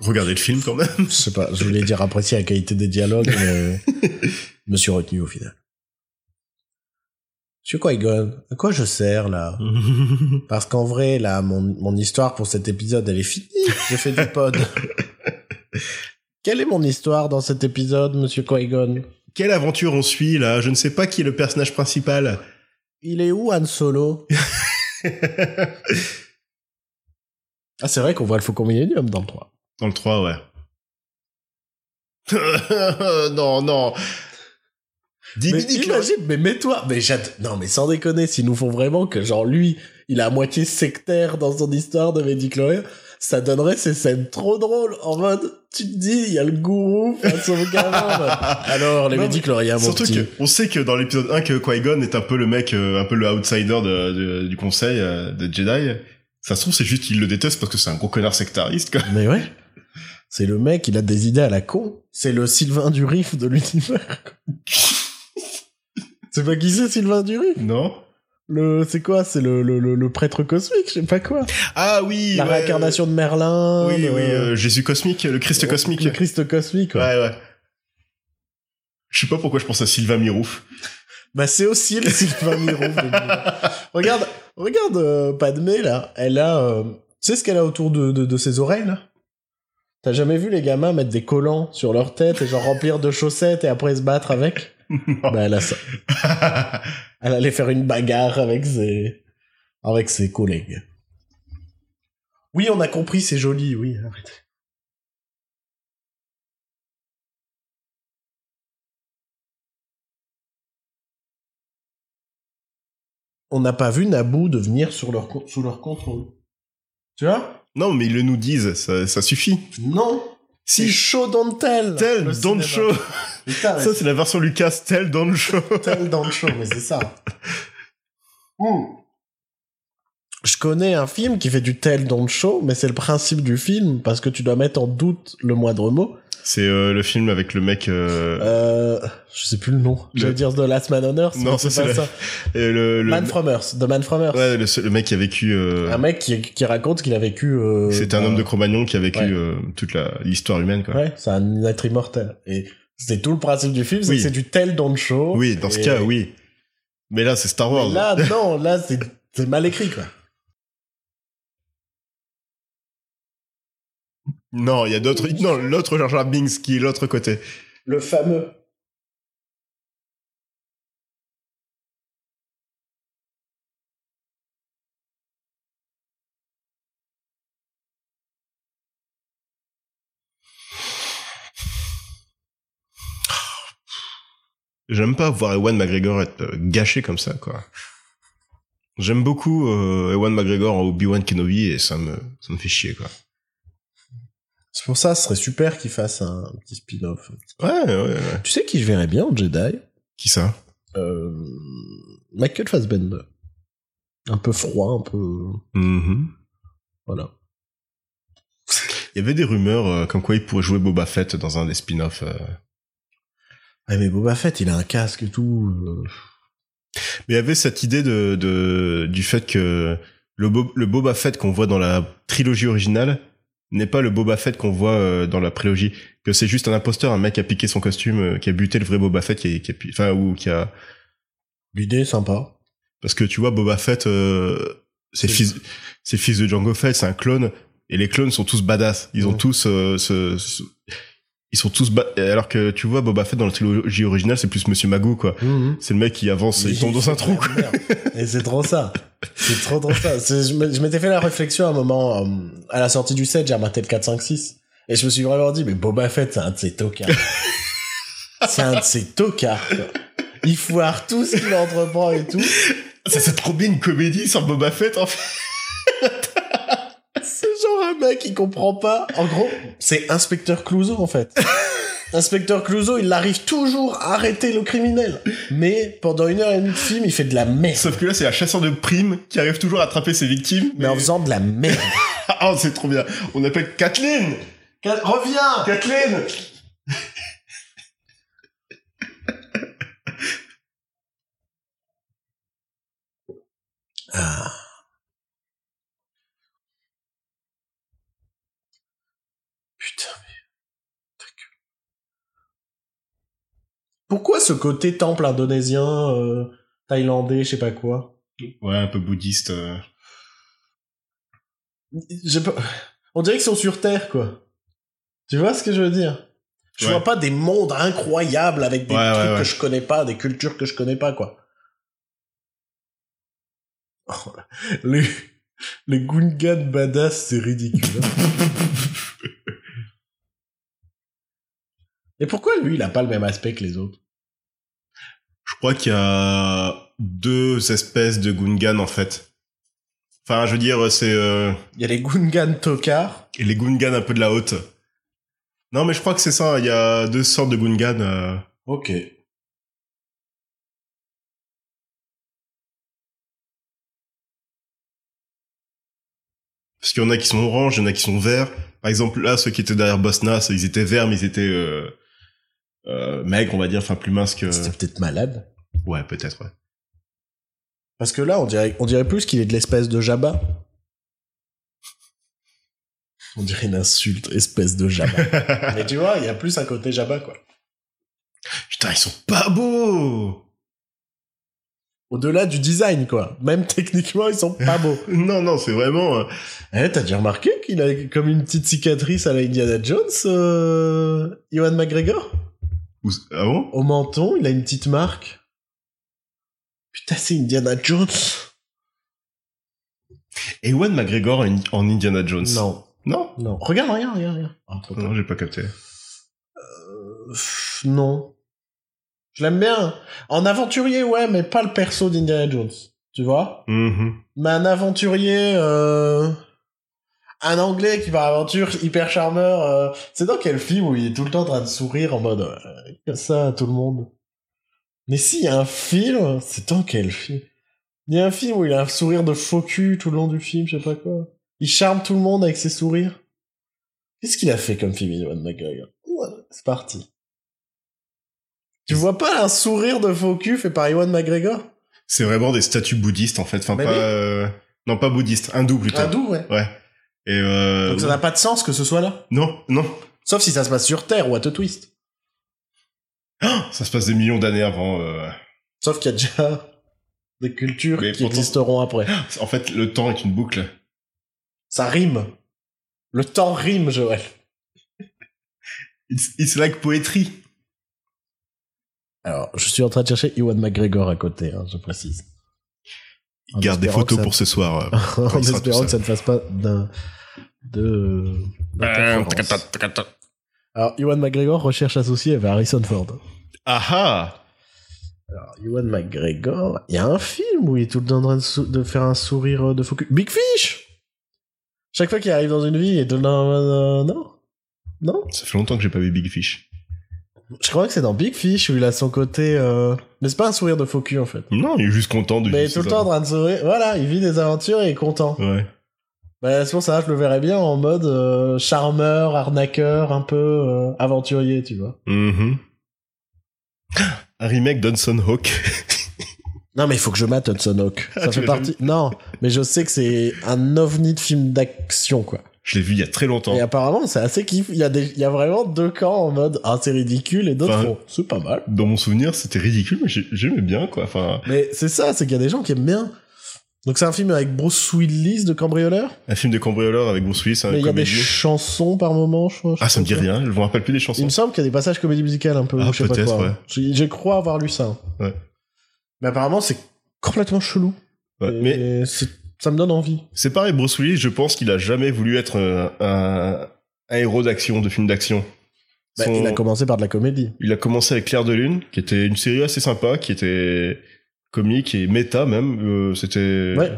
Speaker 2: Regardez le film quand même.
Speaker 1: Je sais pas, je voulais dire apprécier la qualité des dialogues, *laughs* mais je me suis retenu au final. Monsieur Qui-Gon, à quoi je sers là Parce qu'en vrai, là, mon, mon histoire pour cet épisode, elle est finie. J'ai fait du pod. Quelle est mon histoire dans cet épisode, Monsieur Qui-Gon
Speaker 2: *laughs* Quelle aventure on suit là Je ne sais pas qui est le personnage principal.
Speaker 1: Il est où Han Solo
Speaker 2: dans
Speaker 1: Ah, c'est vrai qu'on voit le Faucon Millennium dans le 3.
Speaker 2: le 3, ouais. *laughs* non, non. Dis,
Speaker 1: Mais
Speaker 2: dis- dis-
Speaker 1: imagine, mais mets-toi, mais j'ad- non, mais sans déconner, s'ils nous font vraiment que genre lui, il est à moitié sectaire dans son histoire de Mehdi Chloé, ça donnerait ces scènes trop drôles en mode, tu te dis, il y a le gourou face au gamin.
Speaker 2: *laughs*
Speaker 1: en mode, Alors, les
Speaker 2: Non,
Speaker 1: Mehdi Chloé, Ah, mon
Speaker 2: Surtout
Speaker 1: petit.
Speaker 2: que on sait que dans l'épisode 1 que Qui-Gon est un peu le mec, euh, un peu le outsider de- de- du conseil euh, des Jedi. Ça se trouve, c'est juste qu'il le déteste parce que c'est un gros connard sectariste, quoi. *laughs*
Speaker 1: Mais ouais. C'est le mec, il a des idées à la con. C'est le Sylvain du Riff de l'univers. c'est pas qui c'est Sylvain du Riff
Speaker 2: Non
Speaker 1: Le, c'est quoi? C'est le, le, le, le prêtre cosmique, je sais pas quoi.
Speaker 2: Ah oui
Speaker 1: La
Speaker 2: ouais,
Speaker 1: réincarnation de
Speaker 2: euh,
Speaker 1: Merlin.
Speaker 2: Oui,
Speaker 1: le-
Speaker 2: oui, euh, Jésus cosmique, le Christ cosmique.
Speaker 1: Le Christ cosmique,
Speaker 2: Ouais,
Speaker 1: quoi.
Speaker 2: ouais. Je sais pas pourquoi je pense à Sylvain Mirouf. *laughs*
Speaker 1: Bah, c'est aussi le Sylvain Miro. *laughs* regarde, regarde euh, Padmé, là. Elle a... euh, tu sais ce qu'elle a autour de, de, de ses oreilles, là T'as jamais vu les gamins mettre des collants sur leur tête et genre remplir de chaussettes et après se battre
Speaker 2: *laughs*
Speaker 1: avec Bah, elle a ça. Elle allait faire une bagarre avec ses... avec ses collègues. Oui, on a compris, c'est joli, oui. Arrêtez. On n'a pas vu Naboo devenir sur leur co- sous leur contrôle. Tu vois
Speaker 2: non, mais ils le nous disent, ça, ça suffit.
Speaker 1: Non C'est
Speaker 2: Si,
Speaker 1: chaud dans tel
Speaker 2: tel
Speaker 1: le
Speaker 2: dans
Speaker 1: cinéma.
Speaker 2: le show.
Speaker 1: Putain,
Speaker 2: Ça, c'est la version Lucas, tel dans le show. *laughs*
Speaker 1: tel dans le show, mais c'est ça. Hmm. Je connais un film qui fait du tel dans le show, mais c'est le principe du film, parce que tu dois mettre en doute le moindre mot.
Speaker 2: C'est euh, le film avec le mec, euh,
Speaker 1: Euh, je sais plus le nom.
Speaker 2: Le-
Speaker 1: Je vais dire The Last Man on Earth.
Speaker 2: Non,
Speaker 1: mais
Speaker 2: ça,
Speaker 1: pas
Speaker 2: c'est la- et le, le-
Speaker 1: Man from Earth, The Man from Earth.
Speaker 2: Ouais, le, le mec qui a vécu. euh,
Speaker 1: Un mec qui, qui raconte qu'il a vécu... euh,
Speaker 2: C'est un homme de Cro-Magnon qui a vécu
Speaker 1: ouais.
Speaker 2: euh, toute la- l'histoire humaine, quoi.
Speaker 1: euh, Ouais, c'est un être immortel. Et c'est tout le principe du film, c'est
Speaker 2: Oui.
Speaker 1: que c'est du tel dans le show.
Speaker 2: Oui, dans ce
Speaker 1: Et-
Speaker 2: cas, oui. Mais là, c'est Star Wars.
Speaker 1: Mais là, non, là, c'est c'est mal écrit, quoi.
Speaker 2: Non, il y a d'autres. Non, l'autre Jar Jar Binks qui est l'autre côté.
Speaker 1: Le fameux.
Speaker 2: J'aime pas voir Ewan McGregor être euh, gâché comme ça, quoi. J'aime beaucoup euh, Ewan McGregor en Obi-Wan Kenobi et ça me, ça me fait chier, quoi.
Speaker 1: C'est pour ça, ce serait super qu'ils fassent un petit spin-off.
Speaker 2: Ouais, ouais, ouais.
Speaker 1: Tu sais qui je verrais bien en Jedi
Speaker 2: Qui ça
Speaker 1: euh, Michael Fassbender. Un peu froid, un peu...
Speaker 2: Mhm.
Speaker 1: Voilà.
Speaker 2: Il y avait des rumeurs euh, comme quoi il pourrait jouer Boba Fett dans un des spin-offs. euh.
Speaker 1: Ouais, Ah, mais Boba Fett, il a un casque et tout. euh,
Speaker 2: Mais il y avait cette idée de, de du fait que le, Bo- le Boba Fett qu'on voit dans la trilogie originale n'est pas le Boba Fett qu'on voit euh, dans la prélogie. Que c'est juste un imposteur, un mec qui a piqué son costume, euh, qui a buté le vrai Boba Fett, qui a, qui a pu- enfin ou qui a
Speaker 1: L'idée est sympa.
Speaker 2: parce que tu vois Boba Fett, euh, c'est
Speaker 1: C'est-
Speaker 2: fils, c'est fils de Django Fett, c'est un clone et les clones sont tous badass. Ils ont
Speaker 1: Ouais.
Speaker 2: tous euh, ce, ce- ils sont tous ba- alors que tu vois Boba Fett dans la trilogie originale, c'est plus Monsieur Magoo quoi.
Speaker 1: Mm-hmm.
Speaker 2: C'est le mec qui avance, il tombe dans un
Speaker 1: *laughs*
Speaker 2: trou. quoi.
Speaker 1: Merde. Et c'est trop ça. C'est trop trop ça. C'est- Je me- je m'étais fait la réflexion à un moment, euh, à la sortie du 7, j'ai rematé le 4, 5, 6. Et je me suis vraiment dit, mais Boba Fett, c'est un de ces
Speaker 2: *laughs*
Speaker 1: tocards. c'est un de ces tocards, quoi. Il foire tout ce qu'il entreprend et tout.
Speaker 2: Ça c'est trop bien une comédie sur Boba Fett en fait.
Speaker 1: C'est genre un mec qui comprend pas. En gros, c'est Inspecteur Clouseau, en fait. Inspecteur Clouseau, il arrive toujours à arrêter le criminel. Mais pendant une heure et demie de film, il fait de la merde.
Speaker 2: Sauf que là, c'est un chasseur de primes qui arrive toujours à attraper ses victimes.
Speaker 1: Mais en faisant de la merde.
Speaker 2: Ah, c'est trop bien. On appelle Kathleen
Speaker 1: Reviens
Speaker 2: Kathleen
Speaker 1: Ah. Putain, mais... ta gueule. Pourquoi ce côté temple indonésien, euh, thaïlandais, je sais pas quoi
Speaker 2: Ouais, un peu bouddhiste. euh.
Speaker 1: J'ai pas- On dirait qu'ils sont sur Terre, quoi. Tu vois ce que je veux dire Je
Speaker 2: Ouais.
Speaker 1: vois pas des mondes incroyables avec des
Speaker 2: Ouais,
Speaker 1: trucs
Speaker 2: ouais, ouais.
Speaker 1: que je connais pas, des cultures que je connais pas, quoi. *laughs* Oh, le... le Gungan badass, c'est ridicule. hein. Et pourquoi lui, il a pas le même aspect que les autres
Speaker 2: Je crois qu'il y a deux espèces de Gungan, en fait. Enfin, je veux dire, c'est euh,
Speaker 1: Il y a les Gungan tocards.
Speaker 2: les Gungan un peu de la haute. Non, mais je crois que c'est ça. Il y a deux sortes de Gungan. euh.
Speaker 1: Ok.
Speaker 2: Parce qu'il y en a qui sont orange, il y en a qui sont verts. Par exemple, là, ceux qui étaient derrière Bosna, ils étaient verts, mais ils étaient euh, euh, maigres, on va dire, enfin plus minces que...
Speaker 1: C'était peut-être malade.
Speaker 2: Ouais, peut-être, ouais.
Speaker 1: Parce que là, on dirait, on dirait plus qu'il est de l'espèce de Jabba. On dirait une insulte, espèce de Jabba. *laughs* Mais tu vois, il y a plus un côté Jabba, quoi.
Speaker 2: Putain, ils sont pas beaux
Speaker 1: Au-delà du design, quoi. Même techniquement, ils sont pas beaux.
Speaker 2: Non, non, c'est vraiment... euh,
Speaker 1: *laughs* Eh, t'as déjà remarqué qu'il a comme une petite cicatrice à la Indiana Jones, euh... Ewan McGregor
Speaker 2: ou- Ah bon
Speaker 1: Au menton, il a une petite marque. Putain, c'est Indiana Jones
Speaker 2: Ewan McGregor en, en Indiana Jones.
Speaker 1: Non,
Speaker 2: Non
Speaker 1: non. Regarde, regarde, regarde, regarde. Ah, trop
Speaker 2: Non, j'ai pas capté.
Speaker 1: Euh, pff, non. Je l'aime bien. En aventurier, ouais, mais pas le perso d'Indiana Jones. Tu vois
Speaker 2: Mhm.
Speaker 1: Mais un aventurier... euh, Un anglais qui va à l'aventure, hyper charmeur. euh, C'est dans quel film où il est tout le temps en train de sourire en mode... euh, Comme ça, à tout le monde. Mais si, il y a un film... C'est dans quel film Il y a un film où il a un sourire de faux cul tout le long du film, je sais pas quoi. Il charme tout le monde avec ses sourires. Qu'est-ce qu'il a fait comme film, Ewan McGregor Ouais, C'est parti. Tu vois pas un sourire de faux cul fait par Ewan McGregor
Speaker 2: C'est vraiment des statues bouddhistes, en fait. Enfin,
Speaker 1: Mais
Speaker 2: pas...
Speaker 1: Bah oui.
Speaker 2: euh, Non, pas bouddhistes, hindous, plutôt.
Speaker 1: Hindou, Ah, ouais.
Speaker 2: Ouais. Et euh...
Speaker 1: Donc ça n'a pas de sens que ce soit là.
Speaker 2: Non, non.
Speaker 1: Sauf si ça se passe sur Terre, what a twist.
Speaker 2: Ça se passe des millions d'années avant... euh.
Speaker 1: Sauf qu'il y a déjà des cultures
Speaker 2: Mais
Speaker 1: qui
Speaker 2: pourtant-
Speaker 1: existeront après.
Speaker 2: En fait, le temps est une boucle.
Speaker 1: Ça rime. Le temps rime, Joël.
Speaker 2: It's, it's like poétrie.
Speaker 1: Alors, je suis en train de chercher Ewan McGregor à côté, hein, je précise. *laughs* En
Speaker 2: Garde des
Speaker 1: espérant
Speaker 2: photos
Speaker 1: que ça-
Speaker 2: pour ce soir. euh.
Speaker 1: en
Speaker 2: il sera
Speaker 1: espérant
Speaker 2: tout
Speaker 1: que ça ne fasse pas d'un... de...
Speaker 2: Euh,
Speaker 1: d'interférence. Alors, Ewan McGregor, recherche associée avec Harrison Ford.
Speaker 2: Ah ah
Speaker 1: Alors, Ewan McGregor, il y a un film où il est tout le temps en train de, sou- de faire un sourire euh, de focus. Big Fish Chaque fois qu'il arrive dans une ville, il est tout le temps... en mode, euh, Non Non
Speaker 2: Ça fait longtemps que j'ai pas vu Big Fish.
Speaker 1: Je crois que c'est dans Big Fish où il a son côté. euh, Mais c'est pas un sourire de faux cul en fait.
Speaker 2: Non, il est juste content de
Speaker 1: Mais
Speaker 2: vivre
Speaker 1: tout le
Speaker 2: ses
Speaker 1: temps en train de sourire. Voilà, il vit des aventures et est content.
Speaker 2: aventures. Ouais.
Speaker 1: Bah, c'est pour ça, je le verrais bien en mode euh, charmeur, arnaqueur, un peu euh, aventurier, tu vois.
Speaker 2: Mhm. *gasps* Un remake d'Hudson Hawk.
Speaker 1: Non, mais il faut que je mate Hudson
Speaker 2: *laughs*
Speaker 1: Hawk.
Speaker 2: Ah,
Speaker 1: Ça fait
Speaker 2: tu l'as
Speaker 1: partie. Non, mais je sais que c'est un ovni de film d'action, quoi.
Speaker 2: Je l'ai vu il y a très longtemps.
Speaker 1: Et apparemment, c'est assez kiff. Il y, a des... il y a vraiment deux camps en mode Ah, c'est ridicule, et d'autres
Speaker 2: Enfin,
Speaker 1: font C'est pas mal.
Speaker 2: Dans mon souvenir, c'était ridicule, mais j'ai- j'aimais bien, quoi. Enfin,
Speaker 1: Mais c'est ça, c'est qu'il y a des gens qui aiment bien. Donc, c'est un film avec Bruce Willis de cambrioleur.
Speaker 2: un film de cambrioleur avec Bruce Willis, un
Speaker 1: mais il y a des
Speaker 2: Euh, comédie.
Speaker 1: chansons par moment, je crois. je
Speaker 2: Ah, ça me dit
Speaker 1: sais pas.
Speaker 2: rien. Je me rappelle plus des
Speaker 1: Il
Speaker 2: chansons.
Speaker 1: me semble qu'il y a des passages comédie musicale un peu.
Speaker 2: Ah,
Speaker 1: je sais pas
Speaker 2: peut-être,
Speaker 1: quoi.
Speaker 2: ouais.
Speaker 1: Je, je crois avoir lu ça.
Speaker 2: Ouais.
Speaker 1: Mais apparemment, c'est complètement chelou.
Speaker 2: Ouais,
Speaker 1: Et
Speaker 2: Mais
Speaker 1: c'est- ça me donne envie.
Speaker 2: c'est pareil, Bruce Willis, je pense qu'il a jamais voulu être euh, un, un héros d'action, de film d'action.
Speaker 1: Bah,
Speaker 2: Son-
Speaker 1: Il a commencé par de la comédie.
Speaker 2: il a commencé avec Claire de Lune, qui était une série assez sympa, qui était comique et méta même. Euh, c'était.
Speaker 1: Ouais.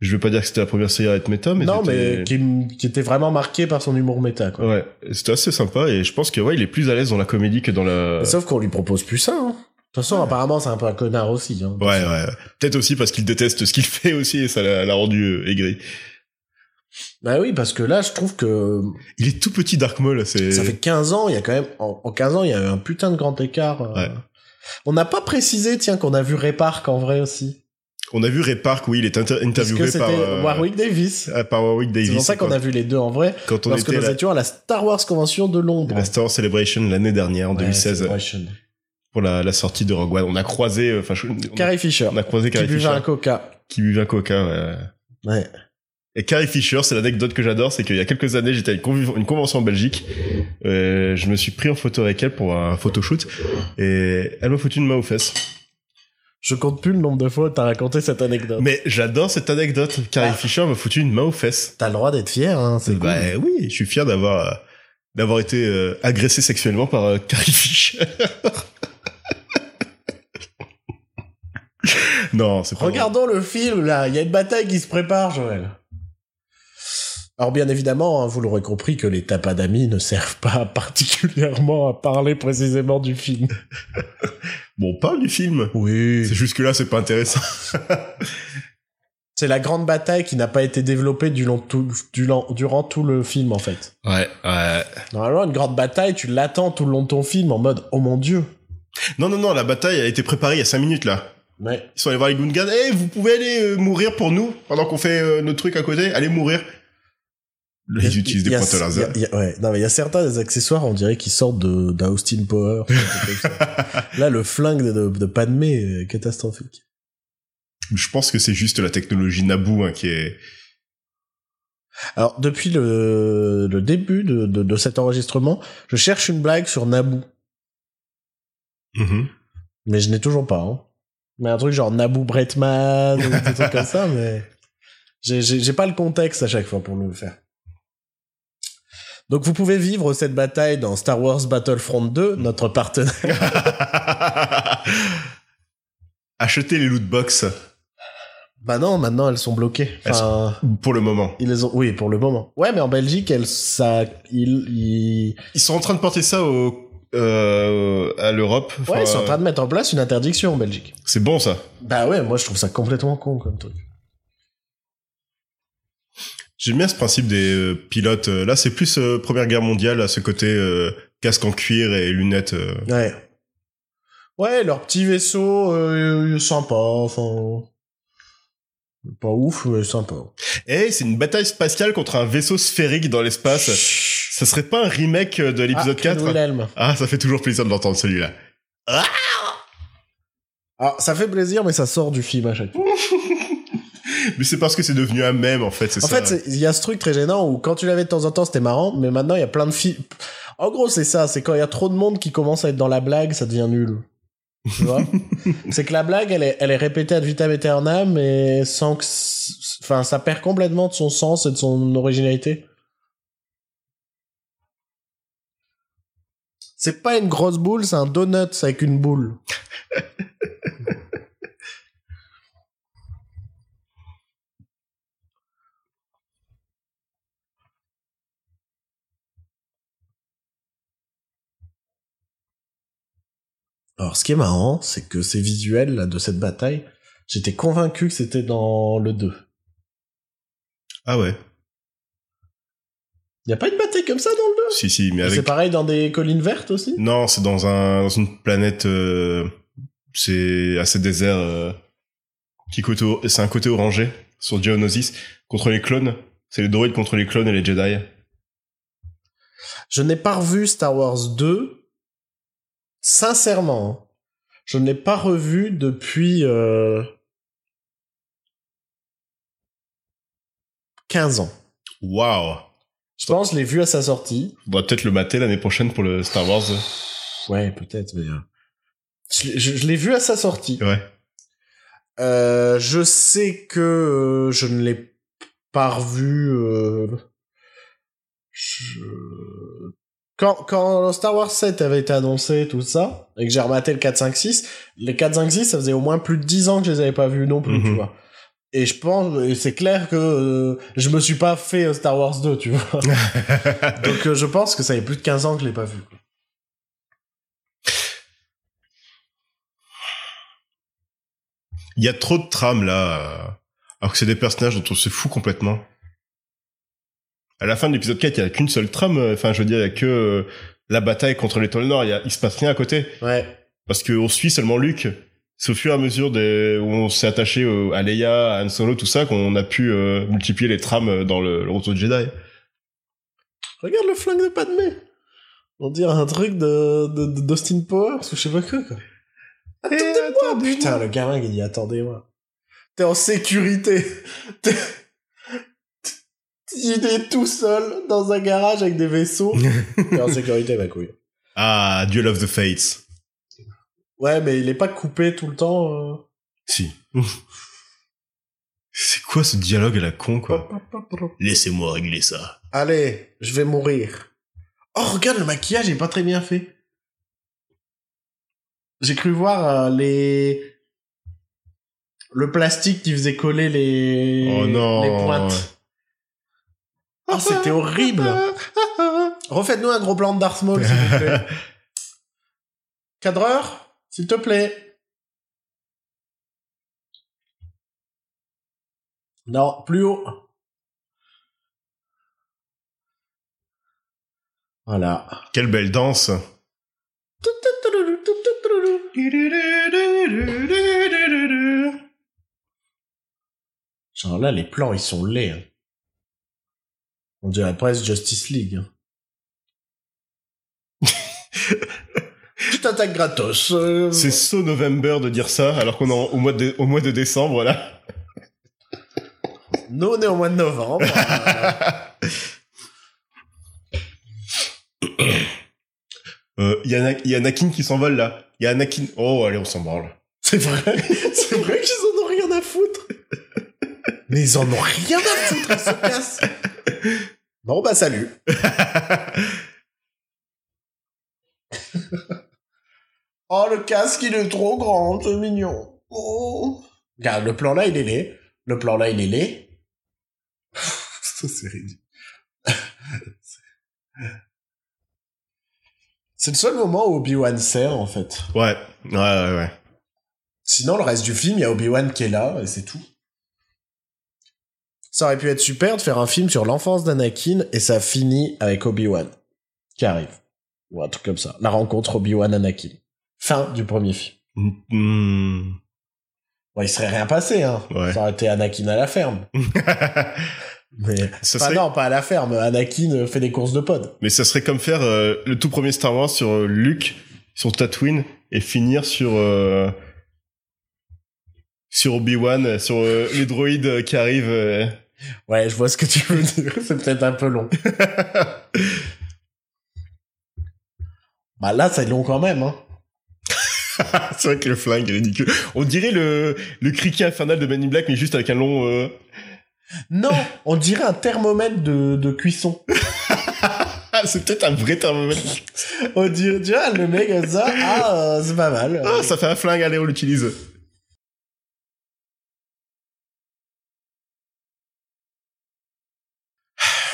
Speaker 2: Je vais pas dire que c'était la première série à être méta, mais
Speaker 1: non,
Speaker 2: c'était-
Speaker 1: mais qui, m- qui était vraiment marqué par son humour méta. Quoi.
Speaker 2: Ouais, c'était assez sympa et je pense que ouais, il est plus à l'aise dans la comédie que dans la.
Speaker 1: Et Sauf qu'on lui propose plus ça. hein. De toute façon, apparemment, c'est un peu un connard aussi. hein.
Speaker 2: Ouais, ouais. Peut-être aussi parce qu'il déteste ce qu'il *laughs* fait aussi et ça l'a l'a rendu euh, aigri.
Speaker 1: Bah oui, parce que là, je trouve que
Speaker 2: Il est tout petit Dark Maul, c'est.
Speaker 1: ça fait 15 ans, il y a quand même, en, en 15 ans, il y a eu un putain de grand écart. euh.
Speaker 2: Ouais.
Speaker 1: On n'a pas précisé, tiens, qu'on a vu Ray Park en vrai aussi.
Speaker 2: On a vu Ray Park, oui, il est inter-
Speaker 1: Parce que
Speaker 2: interviewé
Speaker 1: c'était
Speaker 2: par euh,
Speaker 1: Warwick Davis.
Speaker 2: euh, par Warwick Davis.
Speaker 1: C'est pour ça qu'on
Speaker 2: quand-
Speaker 1: a vu les deux en vrai,
Speaker 2: quand on
Speaker 1: parce que
Speaker 2: était
Speaker 1: nous
Speaker 2: à la,
Speaker 1: étions à la Star Wars Convention de Londres.
Speaker 2: la Star Wars Celebration l'année dernière en
Speaker 1: Ouais,
Speaker 2: 2016
Speaker 1: c'est Celebration.
Speaker 2: pour la, la sortie de Rogue One. On a croisé, euh, enfin, je- on, a-
Speaker 1: Carrie Fisher,
Speaker 2: on a croisé
Speaker 1: qui
Speaker 2: Carrie
Speaker 1: buvait
Speaker 2: Fisher
Speaker 1: un coca.
Speaker 2: qui buvait un coca. ouais.
Speaker 1: Ouais.
Speaker 2: Et Carrie Fisher, c'est l'anecdote que j'adore, c'est qu'il y a quelques années, j'étais à une, convi- une convention en Belgique. Euh, je me suis pris en photo avec elle pour un photoshoot. Et elle m'a foutu une main aux fesses.
Speaker 1: Je compte plus le nombre de fois où t'as raconté cette anecdote.
Speaker 2: Mais j'adore cette anecdote. Carrie
Speaker 1: Ah.
Speaker 2: Fisher m'a foutu une main aux fesses.
Speaker 1: T'as le droit d'être fier, hein, c'est
Speaker 2: Bah
Speaker 1: cool.
Speaker 2: oui, je suis fier d'avoir euh, d'avoir été euh, agressé sexuellement par euh, Carrie Fisher. *laughs* non, c'est pas
Speaker 1: Regardons le film, là. Il y a une bataille qui se prépare, Joël. Alors, bien évidemment, hein, vous l'aurez compris que les tapas d'amis ne servent pas *laughs* particulièrement à parler précisément du film.
Speaker 2: Bon, on parle du film.
Speaker 1: Oui.
Speaker 2: C'est jusque là, c'est pas intéressant.
Speaker 1: C'est la grande bataille qui n'a pas été développée du long- tout- du long- durant tout le film, en fait.
Speaker 2: Ouais, ouais.
Speaker 1: Normalement, une grande bataille, tu l'attends tout le long de ton film en mode, oh mon dieu.
Speaker 2: Non, non, non, la bataille a été préparée il y a 5 minutes là.
Speaker 1: Ouais.
Speaker 2: Ils sont allés voir les Gungans. Eh, vous pouvez aller euh, mourir pour nous pendant qu'on fait euh, notre truc à côté. Allez mourir. Ils utilisent des
Speaker 1: Il y a-
Speaker 2: pointeurs laser.
Speaker 1: il y a- il y a- ouais. Non, mais il y a certains des accessoires, on dirait qu'ils sortent de, d'un Austin Power.
Speaker 2: *laughs*
Speaker 1: quelque chose comme ça. Là, le flingue de, de, de Padmé est catastrophique.
Speaker 2: Je pense que c'est juste la technologie Naboo hein, qui est.
Speaker 1: Alors, depuis le, le début de, de, de cet enregistrement, je cherche une blague sur Naboo. Mais je n'ai toujours pas, hein. Mais un truc genre Naboo Bretman, ou des trucs comme *laughs* ça, mais j'ai- j'ai j'ai pas le contexte à chaque fois pour le faire. Donc vous pouvez vivre cette bataille dans Star Wars Battlefront 2, notre partenaire.
Speaker 2: *laughs* Achetez les loot box
Speaker 1: Bah non, maintenant elles sont bloquées. Enfin,
Speaker 2: pour le moment.
Speaker 1: ils les ont. Oui, pour le moment. Ouais, mais en Belgique, elles, ça, ils, ils-
Speaker 2: Ils sont en train de porter ça au, euh, à l'Europe.
Speaker 1: ouais,
Speaker 2: Enfin,
Speaker 1: ils sont en train de mettre en place une interdiction en Belgique.
Speaker 2: C'est bon ça.
Speaker 1: Bah ouais, moi je trouve ça complètement con comme truc.
Speaker 2: J'aime bien ce principe des euh, pilotes. Euh, Là, c'est plus euh, Première Guerre mondiale à ce côté euh, casque en cuir et lunettes. euh.
Speaker 1: Ouais. Ouais, leur petit vaisseau, euh, il est sympa, enfin. Pas ouf, mais sympa.
Speaker 2: Eh, c'est une bataille spatiale contre un vaisseau sphérique dans l'espace. Ça serait pas un remake euh, de l'épisode
Speaker 1: Ah,
Speaker 2: 4
Speaker 1: Wilhelm.
Speaker 2: Ah, ça fait toujours plaisir de l'entendre celui-là.
Speaker 1: Ah, ça fait plaisir, mais ça sort du film à chaque fois.
Speaker 2: Mais c'est parce que c'est devenu un mème en fait, c'est
Speaker 1: En
Speaker 2: ça.
Speaker 1: fait, c'est- il y a ce truc très gênant où quand tu l'avais de temps en temps, c'était marrant, mais maintenant il y a plein de filles. En gros, c'est ça, c'est quand il y a trop de monde qui commence à être dans la blague, ça devient nul. Tu vois C'est que la blague, elle est, elle est répétée ad vitam aeternam, mais sans que. c- Enfin, ça perd complètement de son sens et de son originalité. C'est pas une grosse boule, c'est un donut c'est avec une boule. Alors, ce qui est marrant, c'est que ces visuels là, de cette bataille, j'étais convaincu que c'était dans le 2.
Speaker 2: Ah ouais.
Speaker 1: Y a pas une bataille comme ça dans le 2
Speaker 2: Si, si, mais
Speaker 1: C'est
Speaker 2: avec.
Speaker 1: pareil dans des collines vertes aussi
Speaker 2: Non, c'est dans un dans une planète. euh, c'est assez désert. euh, qui côté or- c'est un côté orangé sur Geonosis contre les clones. C'est les droïdes contre les clones et les Jedi.
Speaker 1: Je n'ai pas revu Star Wars 2, sincèrement. hein. Je ne l'ai pas revu depuis euh, 15 ans.
Speaker 2: Waouh.
Speaker 1: Je pense que je l'ai vu à sa sortie.
Speaker 2: On va peut-être le mater l'année prochaine pour le Star Wars.
Speaker 1: Ouais, peut-être, mais... euh, Je, l'ai- je- je l'ai vu à sa sortie.
Speaker 2: Ouais.
Speaker 1: Euh, je sais que euh, je ne l'ai pas revu... euh, je- Quand, quand Star Wars 7 avait été annoncé, tout ça, et que j'ai rematé le 4, 5, 6, les 4, 5, 6, ça faisait au moins plus de 10 ans que je les avais pas vus non plus,
Speaker 2: Mhm.
Speaker 1: tu vois. Et je pense, et c'est clair que euh, je me suis pas fait euh, Star Wars 2, tu vois. Donc euh, je pense que ça fait plus de 15 ans que je l'ai pas vu. quoi.
Speaker 2: Il y a trop de trames là. euh, Alors que c'est des personnages dont on se fout complètement. À la fin de l'épisode 4, il n'y a qu'une seule trame. euh, Enfin, je veux dire, il n'y a que euh, la bataille contre l'étoile noire. Il y a- il se passe rien à côté.
Speaker 1: Ouais.
Speaker 2: parce qu'on suit seulement Luke. C'est au fur et à mesure des, où on s'est attaché au- à Leia, à Han Solo, tout ça, qu'on a pu euh, multiplier les trames dans le, le Retour de Jedi.
Speaker 1: Regarde le flingue de Padmé. On dirait un truc de, de, de- d'Austin Powers ou je sais pas quoi. quoi. Attendez-moi, putain, le gamin il dit attendez-moi. T'es en sécurité. *laughs* T'es- Il est tout seul dans un garage avec des vaisseaux. T'es en sécurité, ma couille.
Speaker 2: Ah, Duel of the Fates.
Speaker 1: Ouais, mais il est pas coupé tout le temps. euh.
Speaker 2: Si. C'est quoi ce dialogue à la con, quoi Laissez-moi régler ça.
Speaker 1: Allez, je vais mourir. Oh, regarde, le maquillage est pas très bien fait. J'ai cru voir euh, les... Le plastique qui faisait coller les...
Speaker 2: Oh non. Ah,
Speaker 1: Les pointes. Oh, c'était horrible. *laughs* Refaites-nous un gros plan de Darth Maul, s'il vous plaît. *laughs* Cadreur, s'il te plaît. Non, plus haut. Voilà.
Speaker 2: Quelle belle danse.
Speaker 1: Genre là, les plans, ils sont laids. hein. On dirait presque Justice League. hein. Tu t'attaques gratos. euh,
Speaker 2: C'est so November de dire ça, alors qu'on est en- au mois de, au mois de décembre, là.
Speaker 1: Nous, on est au mois de novembre. euh,
Speaker 2: Euh, Il y, a Ana- il y a Anakin qui s'envole, là. Il y a Anakin... Oh, allez, on s'en branle.
Speaker 1: C'est vrai. *laughs* C'est vrai qu'ils en ont rien à foutre. *laughs* Mais ils en ont rien à foutre, ils se cassent. Bon, bah, salut. *laughs* Oh, le casque, il est trop grand, c'est mignon. Oh. Regarde, le plan là, il est laid. Le plan là, il est laid. *laughs* Ça, c'est ridicule. *laughs* c'est le seul moment où Obi-Wan sert, en fait.
Speaker 2: Ouais, ouais, ouais, ouais.
Speaker 1: Sinon, le reste du film, il y a Obi-Wan qui est là, et c'est tout. Ça aurait pu être super de faire un film sur l'enfance d'Anakin, et ça finit avec Obi-Wan, qui arrive. Ou un truc comme ça. La rencontre Obi-Wan-Anakin. Fin du premier film.
Speaker 2: Mm. *laughs*
Speaker 1: Bon, il serait rien passé, hein.
Speaker 2: Ouais.
Speaker 1: Ça aurait été Anakin à la ferme. Mais...
Speaker 2: *laughs*
Speaker 1: Enfin,
Speaker 2: Ça serait-
Speaker 1: Bah non, pas à la ferme. Anakin euh, fait des courses de pod.
Speaker 2: Mais ça serait comme faire euh, le tout premier Star Wars sur euh, Luke, sur Tatooine, et finir sur euh, sur Obi-Wan, euh, sur euh, les droïdes euh, qui arrivent. euh.
Speaker 1: Ouais, je vois ce que tu veux dire.
Speaker 2: *laughs*
Speaker 1: C'est peut-être un peu long. bah là, c'est long quand même, hein.
Speaker 2: C'est vrai que le flingue est ridicule. On dirait le le criquet infernal de Men in Black, mais juste avec un long. euh,
Speaker 1: Non, on dirait un thermomètre de, de cuisson. *laughs*
Speaker 2: Ah, c'est peut-être un vrai thermomètre.
Speaker 1: On dirait, tu vois, le mec comme ça, ah, euh, c'est pas mal.
Speaker 2: Ah, ça fait un flingue. Allez, on l'utilise.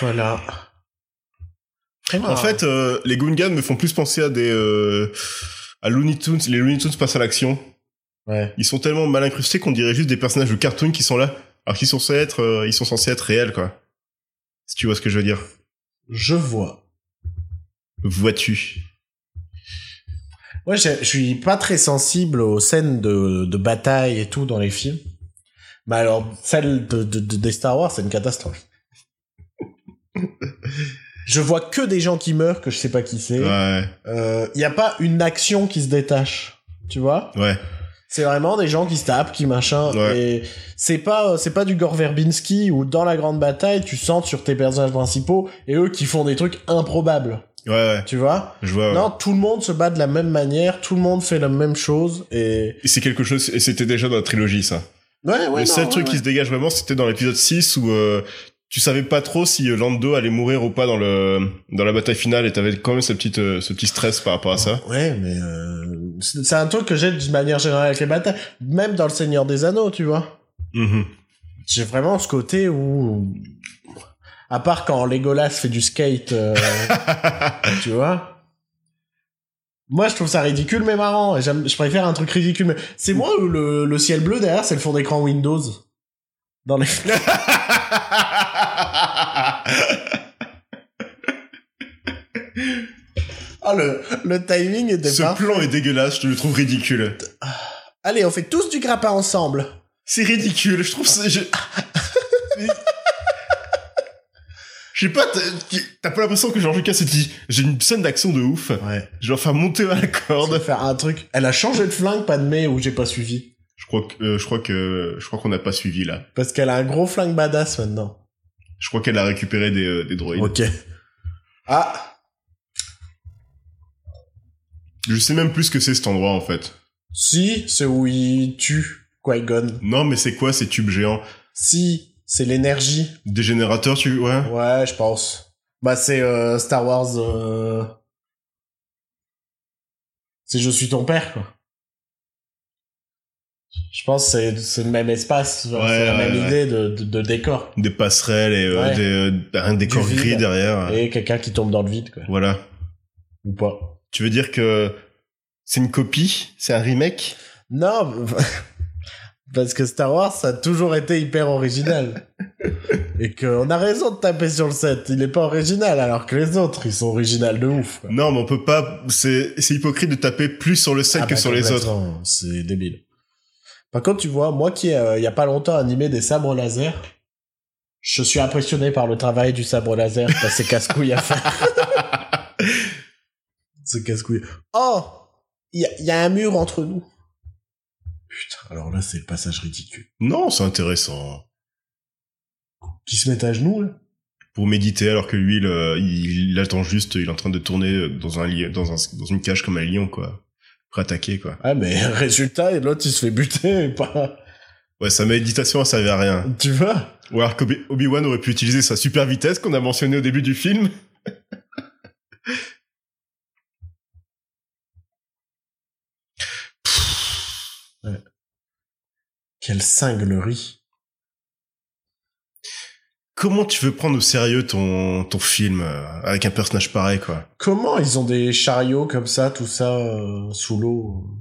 Speaker 1: Voilà. Ah.
Speaker 2: En fait, euh, les Gungans me font plus penser à des euh, à Looney Tunes, les Looney Tunes passent à l'action.
Speaker 1: Ouais.
Speaker 2: Ils sont tellement mal incrustés qu'on dirait juste des personnages de cartoon qui sont là, alors qu'ils sont censés être, euh, ils sont censés être réels, quoi. Si tu vois ce que je veux dire.
Speaker 1: Je vois.
Speaker 2: Vois-tu
Speaker 1: Ouais, je je suis pas très sensible aux scènes de, de bataille et tout dans les films. Mais alors, celle de, de- de- des Star Wars, c'est une
Speaker 2: *laughs*
Speaker 1: catastrophe. je vois que des gens qui meurent que je sais pas qui c'est. Il
Speaker 2: Ouais,
Speaker 1: y a pas une action qui se détache. Tu vois
Speaker 2: ouais.
Speaker 1: C'est vraiment des gens qui se tapent, qui machin.
Speaker 2: Ouais.
Speaker 1: Et c'est pas, euh, c'est pas du Gore Verbinski où dans la grande bataille, tu sens sur tes personnages principaux et eux qui font des trucs improbables.
Speaker 2: Ouais, ouais.
Speaker 1: Tu vois
Speaker 2: Je vois. ouais.
Speaker 1: Non, tout le monde se bat de la même manière, tout le monde fait la même chose et.
Speaker 2: Et c'est quelque chose, et c'était déjà dans la trilogie, ça.
Speaker 1: Ouais, ouais,
Speaker 2: le seul truc qui se dégage vraiment, c'était dans l'épisode 6 où euh, tu savais pas trop si euh, Lando allait mourir ou pas dans le dans la bataille finale et t'avais quand même ce petit euh, ce petit stress par rapport à ça.
Speaker 1: Ouais, mais euh, c'est c'est un truc que j'ai d'une manière générale avec les batailles, même dans le Seigneur des Anneaux, tu vois.
Speaker 2: *laughs* Mhm.
Speaker 1: J'ai vraiment ce côté où, à part quand Legolas fait du skate, euh, tu vois. Moi, je trouve ça ridicule mais marrant. Et j'aime- je préfère un truc ridicule. mais- C'est moi ou le, le ciel bleu derrière, c'est le fond d'écran Windows dans les. Ah le, le timing était
Speaker 2: ce
Speaker 1: pas.
Speaker 2: plan est dégueulasse, je le trouve ridicule.
Speaker 1: Allez, on fait tous du grappin ensemble.
Speaker 2: C'est ridicule, je trouve ça. Je, *laughs* je sais pas, t'as- t'as pas l'impression que George Lucas s'est dit, j'ai une scène d'action de ouf,
Speaker 1: Ouais.
Speaker 2: je vais leur faire monter à la
Speaker 1: On
Speaker 2: corde.
Speaker 1: faire un truc. Elle a changé de flingue, pas de mai ou j'ai pas suivi.
Speaker 2: Je crois que euh, je crois que je crois qu'on n'a pas suivi là.
Speaker 1: Parce qu'elle a un gros flingue badass maintenant.
Speaker 2: Je crois qu'elle a récupéré des euh, des droïdes.
Speaker 1: Ok. Ah,
Speaker 2: Je sais même plus ce que c'est cet endroit en fait.
Speaker 1: si, c'est où il tue Qui-Gon.
Speaker 2: Non, mais c'est quoi ces tubes géants
Speaker 1: Si, c'est l'énergie.
Speaker 2: Des générateurs, tu ouais
Speaker 1: Ouais, je pense. Bah, c'est euh, Star Wars. euh, C'est Je suis ton père, quoi. Je pense que c'est- c'est le même espace, genre,
Speaker 2: Ouais,
Speaker 1: c'est la
Speaker 2: ouais,
Speaker 1: même
Speaker 2: ouais.
Speaker 1: idée de, de- de décor.
Speaker 2: Des passerelles et euh,
Speaker 1: Ouais.
Speaker 2: des, euh, un décor
Speaker 1: vide.
Speaker 2: gris derrière.
Speaker 1: Et quelqu'un qui tombe dans le vide, quoi.
Speaker 2: Voilà.
Speaker 1: Ou pas.
Speaker 2: Tu veux dire que c'est une copie C'est un remake
Speaker 1: Non, *laughs* parce que Star Wars, ça a toujours été hyper
Speaker 2: *laughs*
Speaker 1: original. Et qu'on a raison de taper sur le set. Il est pas original, alors que les autres, ils sont originaux de ouf. quoi.
Speaker 2: Non, mais on peut pas. C'est c'est hypocrite de taper plus sur le set
Speaker 1: Ah
Speaker 2: que
Speaker 1: bah,
Speaker 2: sur les autres.
Speaker 1: complètement, C'est débile. Par contre, tu vois, moi qui, euh, il y a pas longtemps, animé des sabres laser, je suis impressionné par le travail du sabre laser. parce que C'est casse-couille à faire.
Speaker 2: *laughs*
Speaker 1: C'est casse-couille. Oh Il y, a- il y a un mur entre nous. Putain, alors là, c'est le passage ridicule.
Speaker 2: Non, c'est intéressant.
Speaker 1: Qui se met à genoux, là
Speaker 2: Pour méditer, alors que lui, le- il, il attend juste, il est en train de tourner euh, dans un lion, dans, un- dans une cage comme un lion, quoi. Pour attaquer, quoi.
Speaker 1: Ah mais résultat, et l'autre il se fait buter et pas...
Speaker 2: Ouais, sa méditation, elle servait à rien.
Speaker 1: Tu vois
Speaker 2: Ou alors qu'Obi- Obi-Wan aurait pu utiliser sa super vitesse qu'on a mentionné au début du film.
Speaker 1: Quelle cinglerie.
Speaker 2: Comment tu veux prendre au sérieux ton, ton film euh, avec un personnage pareil, quoi
Speaker 1: Comment ils ont des chariots comme ça, tout ça, euh, sous l'eau euh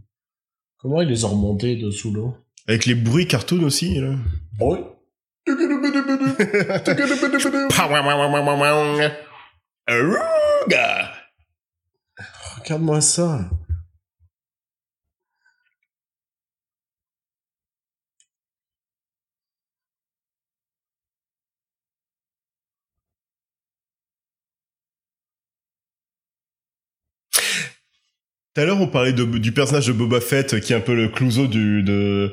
Speaker 1: Comment ils les ont remontés de sous l'eau
Speaker 2: Avec les bruits cartoon aussi, là.
Speaker 1: Oui.
Speaker 2: Aruga
Speaker 1: Regarde-moi ça.
Speaker 2: Tout à l'heure, on parlait de- du personnage de Boba Fett, euh, qui est un peu le clouseau du, de,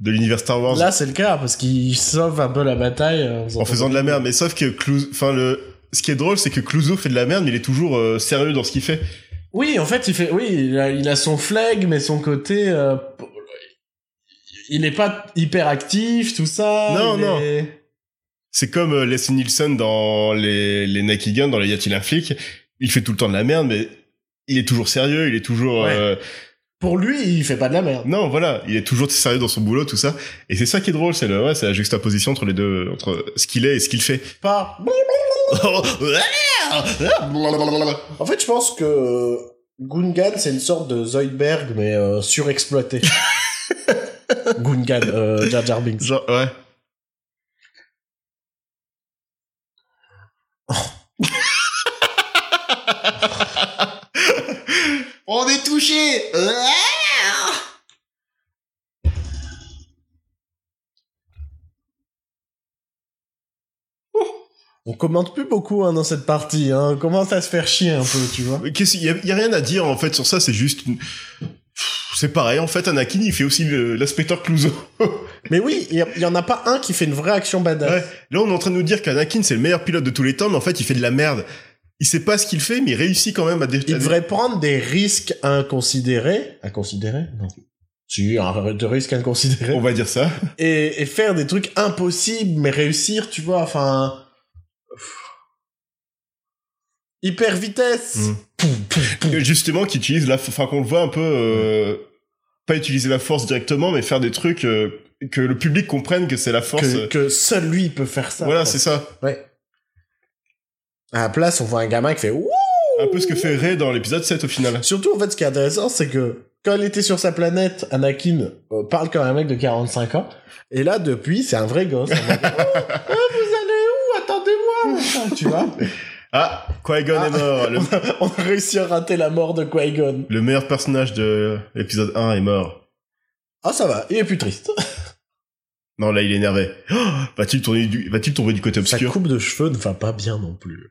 Speaker 2: de l'univers Star Wars,
Speaker 1: Là c'est le cas, parce qu'ils sauvent un peu la bataille. euh,
Speaker 2: en faisant de la merde. Mais sauf que Clouseau... Enfin, le... Ce qui est drôle, c'est que Clouseau fait de la merde, mais il est toujours euh, sérieux dans ce qu'il fait.
Speaker 1: Oui, en fait, il fait, oui, il a, il a son flag, mais son côté, euh, il est pas hyper actif, tout ça.
Speaker 2: Non,
Speaker 1: il
Speaker 2: non.
Speaker 1: est-
Speaker 2: C'est comme euh, Leslie Nielsen dans les, les Nike Gun, dans les Y a-t-il un flic Il fait tout le temps de la merde, mais il est toujours sérieux, il est toujours...
Speaker 1: Ouais.
Speaker 2: euh,
Speaker 1: Pour lui, il fait pas de la merde.
Speaker 2: Non, voilà, il est toujours sérieux dans son boulot, tout ça. Et c'est ça qui est drôle, c'est le, ouais, c'est la juxtaposition entre les deux, entre ce qu'il est et ce qu'il *laughs* fait.
Speaker 1: Pas. En fait, je pense que Gungan, c'est une sorte de Zoidberg, mais euh, *laughs* surexploité. Gungan, euh, Jar Jar Binks.
Speaker 2: Genre, ouais. On est touché.
Speaker 1: On commente plus beaucoup hein, dans cette partie. Hein. On commence à se faire chier un peu, tu vois.
Speaker 2: Qu'est-ce y a, y a rien à dire en fait sur ça. C'est juste. une- Pff, C'est pareil en fait. Anakin il fait aussi le- l'inspecteur Clouseau.
Speaker 1: Mais oui, il y a- il y, en a pas un qui fait une vraie action badass.
Speaker 2: Ouais. Là on est en train de nous dire qu'Anakin c'est le meilleur pilote de tous les temps, mais en fait il fait de la merde. Il sait pas ce qu'il fait, mais il réussit quand même à. dé-
Speaker 1: Il
Speaker 2: à dé-
Speaker 1: devrait prendre des risques inconsidérés. Inconsidérés Non. Si, un de risques inconsidérés.
Speaker 2: On va
Speaker 1: *laughs*
Speaker 2: dire ça.
Speaker 1: Et, et faire des trucs impossibles, mais réussir, tu vois, enfin... Pff. Hyper vitesse
Speaker 2: Mm. Que, justement qui utilise la enfin qu'on le voit un peu euh, pas utiliser la force directement mais faire des trucs euh, que le public comprenne que c'est la force
Speaker 1: que,
Speaker 2: euh,
Speaker 1: que seul lui peut faire ça.
Speaker 2: voilà
Speaker 1: quoi.
Speaker 2: c'est ça
Speaker 1: Ouais. À la place, on voit un gamin qui fait Ouh
Speaker 2: un peu ce que fait Ray dans l'épisode 7 au final
Speaker 1: Surtout, en fait, ce qui est intéressant, c'est que quand elle était sur sa planète, Anakin euh, parle comme un mec de 45 ans. Et là, depuis, c'est un vrai gosse. En mode, Oh, oh, vous allez où Attendez-moi machin, Tu
Speaker 2: *laughs*
Speaker 1: vois
Speaker 2: ah Qui-Gon
Speaker 1: Ah.
Speaker 2: est mort le,
Speaker 1: On a réussi à rater la mort de Qui-Gon.
Speaker 2: le meilleur personnage de l'épisode 1 est mort
Speaker 1: Ah, ça va, il est plus triste.
Speaker 2: non là il est énervé Oh, va-t-il tourner du va-t-il tomber du côté
Speaker 1: Sa
Speaker 2: obscur
Speaker 1: coupe de cheveux ne va pas bien non plus.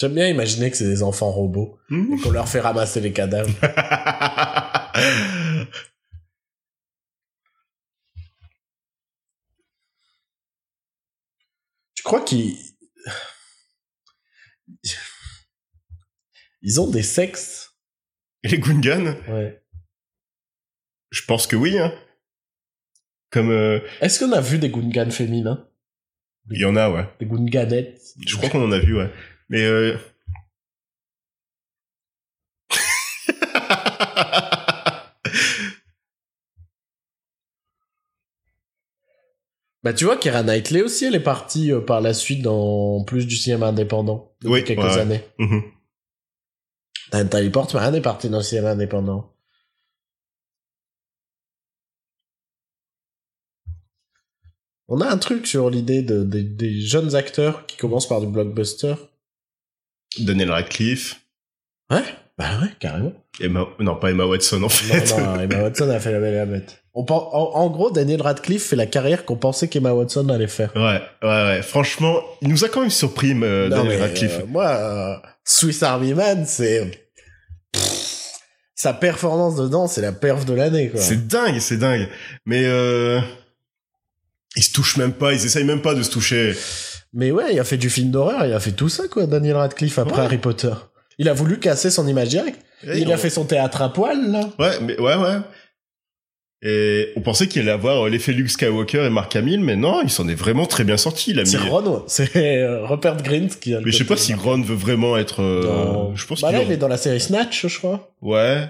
Speaker 1: J'aime bien imaginer que c'est des enfants robots.
Speaker 2: Hmm *laughs*
Speaker 1: qu'on leur fait ramasser les cadavres. Tu crois qu'ils... Ils ont des sexes
Speaker 2: Et les Gungans
Speaker 1: Ouais.
Speaker 2: je pense que oui hein. comme euh,
Speaker 1: Est-ce qu'on a vu des Gungans féminins
Speaker 2: il y en a ouais
Speaker 1: Des Gunganettes
Speaker 2: Je crois qu'on en a vu, ouais. Mais euh... *laughs*
Speaker 1: Bah tu vois, Kira Knightley aussi, elle est partie euh, par la suite dans plus du cinéma indépendant. Depuis
Speaker 2: Oui,
Speaker 1: quelques
Speaker 2: ouais, ouais.
Speaker 1: années.
Speaker 2: mhm.
Speaker 1: Nathalie Portman est partie dans le cinéma indépendant. On a un truc sur l'idée de, des- des jeunes acteurs qui commencent par du blockbuster.
Speaker 2: Daniel Radcliffe,
Speaker 1: Ouais, bah ouais, carrément.
Speaker 2: Emma... non pas Emma Watson en
Speaker 1: Non,
Speaker 2: *laughs* fait.
Speaker 1: non, Emma Watson a fait la belle et la bête. On pen- en, en gros, Daniel Radcliffe fait la carrière qu'on pensait qu'Emma Watson allait faire.
Speaker 2: ouais, ouais, ouais. Franchement, il nous a quand même surpris, euh,
Speaker 1: Non,
Speaker 2: Daniel
Speaker 1: mais,
Speaker 2: Radcliffe.
Speaker 1: euh, moi, euh, Swiss Army Man, c'est... Pff, Sa performance dedans, c'est la perf de l'année, quoi.
Speaker 2: C'est dingue, c'est dingue. Mais euh... ils se touchent même pas, ils essayent même pas de se toucher.
Speaker 1: Mais ouais, il a fait du film d'horreur, il a fait tout ça, quoi, Daniel Radcliffe, après
Speaker 2: Ouais.
Speaker 1: Harry Potter. Il a voulu casser son image directe.
Speaker 2: Et
Speaker 1: il
Speaker 2: on-
Speaker 1: a fait son théâtre à poil, là.
Speaker 2: Ouais, mais ouais, ouais. Et on pensait qu'il allait avoir euh, l'effet Luke Skywalker et Mark Hamill, mais non, il s'en est vraiment très bien sorti. Il a mis...
Speaker 1: C'est Ron, ouais. c'est euh, Rupert Grint qui a le
Speaker 2: Mais je sais
Speaker 1: côté-
Speaker 2: pas si Ron veut vraiment être. euh,
Speaker 1: Dans-
Speaker 2: Je pense
Speaker 1: Bah
Speaker 2: qu'il
Speaker 1: là,
Speaker 2: en-
Speaker 1: il est dans la série Snatch, je crois.
Speaker 2: Ouais.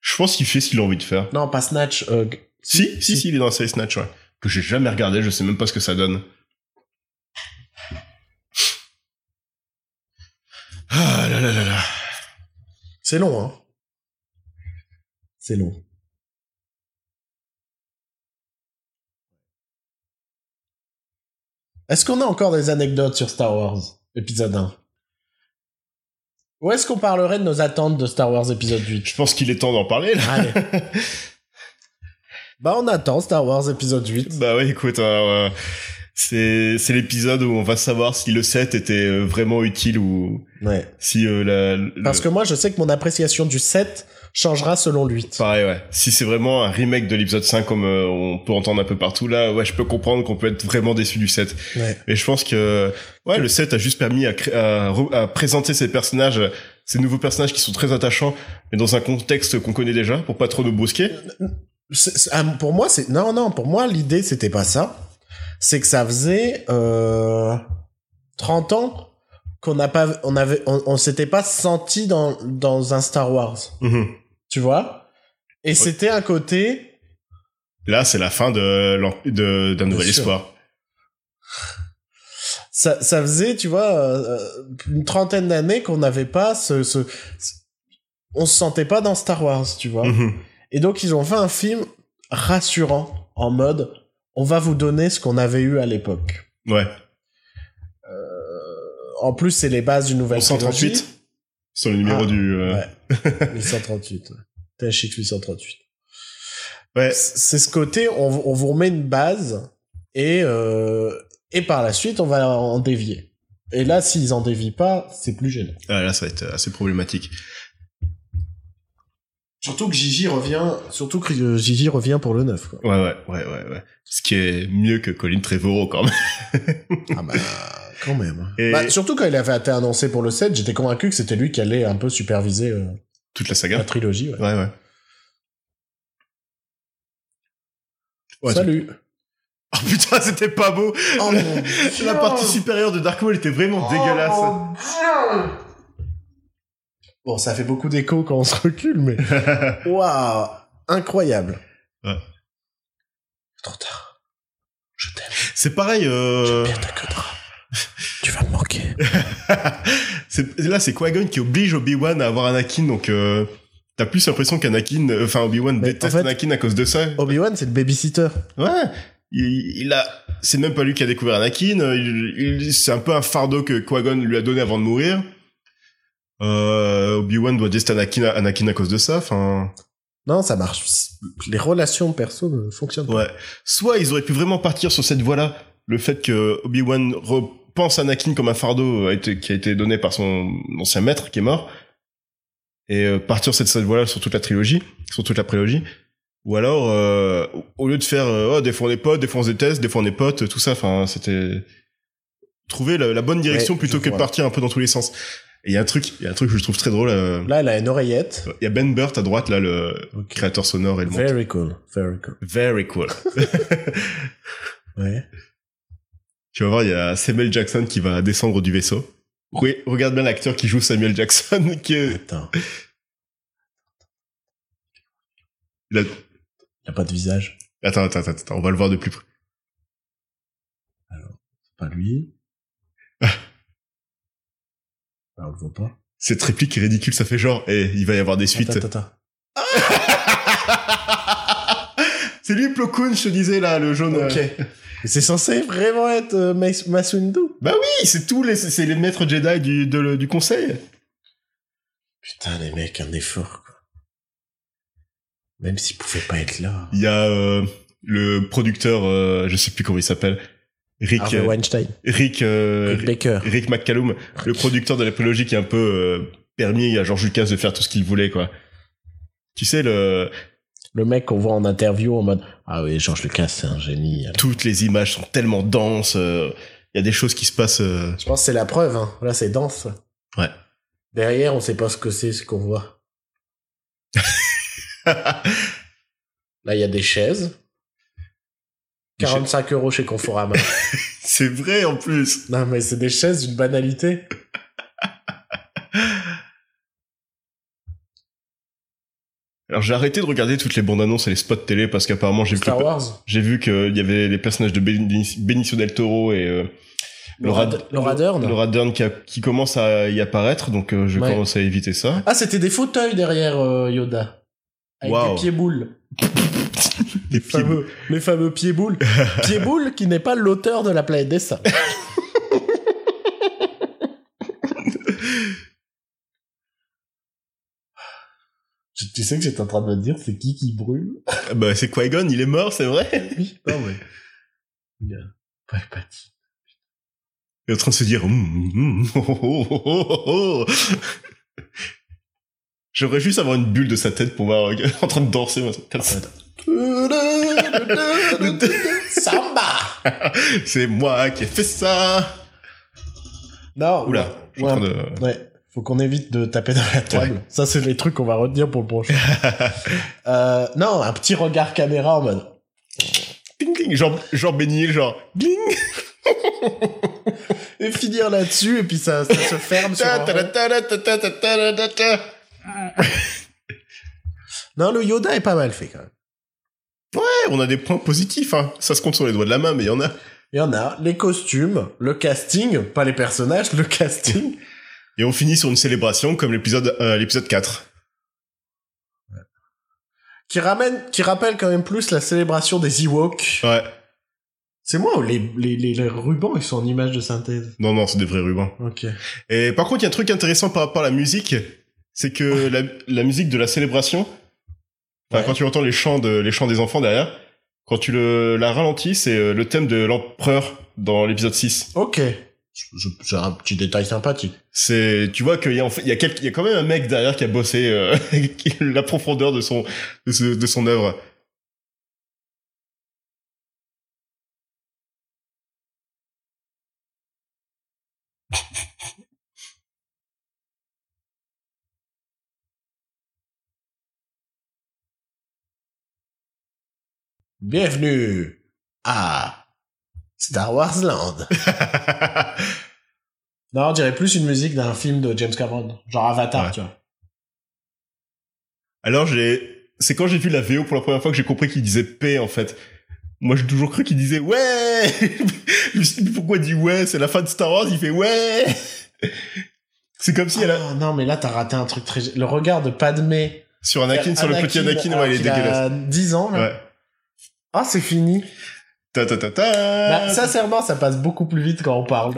Speaker 2: Je pense qu'il fait ce qu'il a envie de faire.
Speaker 1: Non, pas Snatch. euh, g-
Speaker 2: Si, si, si, il est dans la série Snatch, ouais. Que j'ai jamais regardé, je sais même pas ce que ça donne. Ah là là là là.
Speaker 1: C'est long, hein. C'est long. Est-ce qu'on a encore des anecdotes sur Star Wars, épisode 1 Ou est-ce qu'on parlerait de nos attentes de Star Wars, épisode 8
Speaker 2: Je pense qu'il est temps d'en
Speaker 1: *laughs*
Speaker 2: parler, là.
Speaker 1: Allez. bah, on attend Star Wars épisode 8.
Speaker 2: Bah ouais, écoute, euh, ouais. c'est, c'est l'épisode où on va savoir si le 7 était euh, vraiment utile ou
Speaker 1: Ouais.
Speaker 2: si euh, la... le-
Speaker 1: Parce que moi, je sais que mon appréciation du 7 changera selon l'8.
Speaker 2: Pareil, ouais. Si c'est vraiment un remake de l'épisode 5 comme euh, on peut entendre un peu partout, là, ouais, je peux comprendre qu'on peut être vraiment déçu du 7.
Speaker 1: Ouais.
Speaker 2: Et je pense que ouais, le set a juste permis à, cré- à re- à présenter ces personnages, ces nouveaux personnages qui sont très attachants, mais dans un contexte qu'on connaît déjà, pour pas trop nous brusquer.
Speaker 1: C'est- c'est- ah, pour moi, c'est. Non, non, pour moi, l'idée, c'était pas ça. C'est que ça faisait euh, 30 ans qu'on n'a pas. On avait, on, on s'était pas senti dans, dans un Star Wars. Tu vois Et c'était un côté.
Speaker 2: Là, c'est la fin de l'en- de- d'un nouvel
Speaker 1: sûr.
Speaker 2: espoir.
Speaker 1: ça, ça faisait, tu vois, euh, une trentaine d'années qu'on n'avait pas ce, ce, ce- On se sentait pas dans Star Wars, tu vois.
Speaker 2: Mhm.
Speaker 1: Et donc, ils ont fait un film rassurant, en mode, on va vous donner ce qu'on avait eu à l'époque.
Speaker 2: Ouais.
Speaker 1: En plus, c'est les bases d'une nouvelle trilogie.
Speaker 2: 138 sur le numéro
Speaker 1: Ah,
Speaker 2: du. euh,
Speaker 1: ouais. 838. ouais. THX 838.
Speaker 2: ouais.
Speaker 1: C'est ce côté, on, on vous remet une base et, euh, et par la suite, on va en dévier. Et là, s'ils en dévient pas, c'est plus gênant.
Speaker 2: Ah, là, ça va être assez problématique.
Speaker 1: Surtout que Gigi revient, surtout que euh, Gigi revient pour le 9. Quoi.
Speaker 2: Ouais, ouais, ouais, ouais, ouais. Ce qui est mieux que Colin Trevorrow quand même. *laughs*
Speaker 1: Ah bah, *laughs* quand même.
Speaker 2: Et-
Speaker 1: Bah, surtout quand il avait été annoncé pour le 7, j'étais convaincu que c'était lui qui allait un peu superviser euh,
Speaker 2: Toute la
Speaker 1: la
Speaker 2: saga.
Speaker 1: trilogie. ouais.
Speaker 2: Ouais, ouais. Ouais,
Speaker 1: Salut.
Speaker 2: *laughs* Oh putain, c'était pas beau.
Speaker 1: Oh
Speaker 2: La-
Speaker 1: mon Dieu. *laughs*
Speaker 2: La partie supérieure de Dark Maul était vraiment
Speaker 1: Oh.
Speaker 2: dégueulasse.
Speaker 1: Bon, ça fait beaucoup d'écho quand on se recule,
Speaker 2: *laughs*
Speaker 1: mais waouh, incroyable.
Speaker 2: Ouais.
Speaker 1: Trop tard. Je t'aime.
Speaker 2: C'est pareil. euh,
Speaker 1: Pire ta que drap. Tu vas me
Speaker 2: *laughs*
Speaker 1: manquer.
Speaker 2: c'est- Là, c'est Qui-Gon qui oblige Obi-Wan à avoir Anakin, donc euh, t'as plus l'impression qu'Anakin, euh, enfin Obi-Wan
Speaker 1: Mais en
Speaker 2: déteste
Speaker 1: fait-
Speaker 2: Anakin à cause de ça.
Speaker 1: Obi-Wan, c'est le babysitter.
Speaker 2: Ouais. Il, il a, c'est même pas lui qui a découvert Anakin. euh, il- il- c'est un peu un fardeau que Qui-Gon lui a donné avant de mourir. Euh, Obi-Wan doit détester Anakin, à- Anakin à cause de ça. Enfin,
Speaker 1: Non, ça marche. Les relations perso ne fonctionnent pas.
Speaker 2: ouais. Soit ils auraient pu vraiment partir sur cette voie-là. Le fait que Obi-Wan repense Anakin comme un fardeau euh, a été- qui a été donné par son ancien maître qui est mort. Et euh, partir sur cette, cette voie-là sur toute la trilogie, sur toute la prélogie. Ou alors, euh, au lieu de faire, euh, oh, des fois on est potes, des fois on se déteste, des fois on est potes, tout ça, enfin, c'était trouver la, la bonne direction
Speaker 1: Ouais, je
Speaker 2: plutôt que de
Speaker 1: vois.
Speaker 2: partir un peu dans tous les sens. Et il y a un truc, il y a un truc que je trouve très drôle. euh,
Speaker 1: Là, elle a une oreillette.
Speaker 2: Il y a Ben Burt à droite, là, le
Speaker 1: Ok.
Speaker 2: créateur sonore et le monteur.
Speaker 1: Very cool. Very cool.
Speaker 2: Very cool.
Speaker 1: Ouais.
Speaker 2: Tu vas voir, il y a Samuel Jackson qui va descendre du vaisseau. Oui, regarde bien l'acteur qui joue Samuel Jackson, *laughs* qui est...
Speaker 1: Attends.
Speaker 2: il a-
Speaker 1: Il a pas de visage.
Speaker 2: Attends, attends, attends, attends, on va le voir de plus près.
Speaker 1: C'est pas
Speaker 2: *laughs*
Speaker 1: lui. Ah, on le voit pas.
Speaker 2: Cette réplique est ridicule, ça fait genre, et il va y avoir des suites.
Speaker 1: Attends, attends, attends.
Speaker 2: *laughs* C'est lui, Plo Koon, je te disais, là, le jaune.
Speaker 1: Ok.
Speaker 2: euh.
Speaker 1: Mais c'est censé vraiment être euh, Mas- Masundu.
Speaker 2: Oui, c'est tous les, c'est les maîtres Jedi du, de le- du conseil.
Speaker 1: Putain, les mecs, un effort, quoi. Même s'ils pouvaient pas être là.
Speaker 2: Il y a euh, le producteur, euh, je sais plus comment il s'appelle, Rick,
Speaker 1: Harvey
Speaker 2: euh,
Speaker 1: Weinstein.
Speaker 2: Rick, euh,
Speaker 1: Rick Baker.
Speaker 2: Rick McCallum, le producteur de la prélogie qui a un peu euh, permis à George Lucas de faire tout ce qu'il voulait, quoi. Tu sais, le,
Speaker 1: Le mec qu'on voit en interview en mode Ah oui, George Lucas, c'est un génie.
Speaker 2: toutes les images sont tellement denses. euh, Il y a des choses qui se passent. euh,
Speaker 1: Je pense que c'est la preuve, hein. Là, c'est dense.
Speaker 2: Ouais.
Speaker 1: Derrière, on sait pas ce que c'est, ce qu'on *laughs* voit. Là, il y a des chaises.
Speaker 2: Des
Speaker 1: 45 euros chez *laughs* Conforama.
Speaker 2: C'est vrai en plus.
Speaker 1: non, mais c'est des chaises d'une banalité.
Speaker 2: Alors j'ai arrêté de regarder toutes les bandes annonces et les spots télé parce qu'apparemment j'ai vu,
Speaker 1: Star
Speaker 2: que-
Speaker 1: Wars.
Speaker 2: j'ai vu qu'il y avait les personnages de Beni- Benicio del Toro et euh,
Speaker 1: Laura, Laura Dern.
Speaker 2: Laura Dern qui, a- qui commence à y apparaître, donc euh, je
Speaker 1: Ouais.
Speaker 2: commence à éviter ça.
Speaker 1: Ah, c'était des fauteuils derrière euh, Yoda. Avec
Speaker 2: Wow.
Speaker 1: des pieds boules.
Speaker 2: Les pieds
Speaker 1: Fameux- les fameux pieds *laughs* boules. pieds boules qui n'est pas l'auteur de la planète des singes. *laughs* tu, tu sais que j'étais en train de me dire, c'est qui qui brûle Ah
Speaker 2: Ah Bah c'est Qui-Gon, il est mort, c'est vrai.
Speaker 1: Oui, non, mais. Bien. Ouais, pas dit.
Speaker 2: Il est en train de se dire. Hum, hum, oh, oh, oh, oh, oh, oh. J'aimerais juste avoir une bulle de sa tête pour voir euh, *laughs* en train de danser. moi, ça-
Speaker 1: *laughs* Ah, Samba
Speaker 2: C'est moi qui ai fait ça.
Speaker 1: Non,
Speaker 2: Oula, je suis
Speaker 1: ouais,
Speaker 2: en train de...
Speaker 1: Ouais, faut qu'on évite de taper dans la table. Ça, c'est les trucs qu'on va retenir pour le *laughs* prochain. Euh, non, un petit regard caméra en mode.
Speaker 2: Cling, cling, genre, genre Bénier, genre... Gling,
Speaker 1: Et finir là-dessus, et puis ça, ça se ferme sur.
Speaker 2: ta,
Speaker 1: un
Speaker 2: ta, ta,
Speaker 1: rond.
Speaker 2: ta, ta, ta, ta, ta, ta, ta.
Speaker 1: Non, le Yoda est pas mal fait quand même.
Speaker 2: Ouais, on a des points positifs, hein. Ça se compte sur les doigts de la main, mais il y en a.
Speaker 1: Il y en a les costumes, le casting, pas les personnages, le casting.
Speaker 2: Et on finit sur une célébration comme l'épisode euh, l'épisode 4.
Speaker 1: Qui ramène, qui rappelle quand même plus la célébration des Ewoks.
Speaker 2: Ouais.
Speaker 1: C'est moi ou les, les, les, les rubans, ils sont en image de synthèse
Speaker 2: Non, non, c'est des vrais rubans.
Speaker 1: Ok.
Speaker 2: Et par contre, il y a un truc intéressant par rapport à la musique, c'est que la, la musique de la célébration, enfin,
Speaker 1: Ouais.
Speaker 2: quand tu entends les chants, de, les chants des enfants derrière, quand tu le, la ralentis, c'est euh, le thème de l'empereur dans l'épisode 6.
Speaker 1: Ok. Je- je- C'est un petit détail sympathique.
Speaker 2: C'est, tu vois qu'il y a, en fait, il y a quel- il y a quand même un mec derrière qui a bossé euh, *laughs* qui- la profondeur de son, de, ce- de son œuvre.
Speaker 1: Bienvenue à Star Wars Land. Non, on dirait plus une musique d'un film de James Cameron, genre Avatar,
Speaker 2: Ouais.
Speaker 1: tu vois.
Speaker 2: Alors j'ai, c'est quand j'ai vu la VO pour la première fois que j'ai compris qu'il disait paix en fait. Moi j'ai toujours cru qu'il disait ouais. *laughs* je me suis dit pourquoi il dit ouais C'est la fin de Star Wars, il fait ouais. *laughs* C'est comme si elle a,
Speaker 1: Ah, non, mais là, t'as raté un truc très... Le regard de Padmé...
Speaker 2: sur Anakin, sur le petit Anakin,
Speaker 1: alors
Speaker 2: ouais, il est
Speaker 1: qu'il a
Speaker 2: dégueulasse.
Speaker 1: 10 ans, là.
Speaker 2: Ouais. Euh,
Speaker 1: Ah, c'est fini.
Speaker 2: Ta ta ta ta.
Speaker 1: Bah, sincèrement, ça passe beaucoup plus vite quand on
Speaker 2: *laughs*
Speaker 1: parle.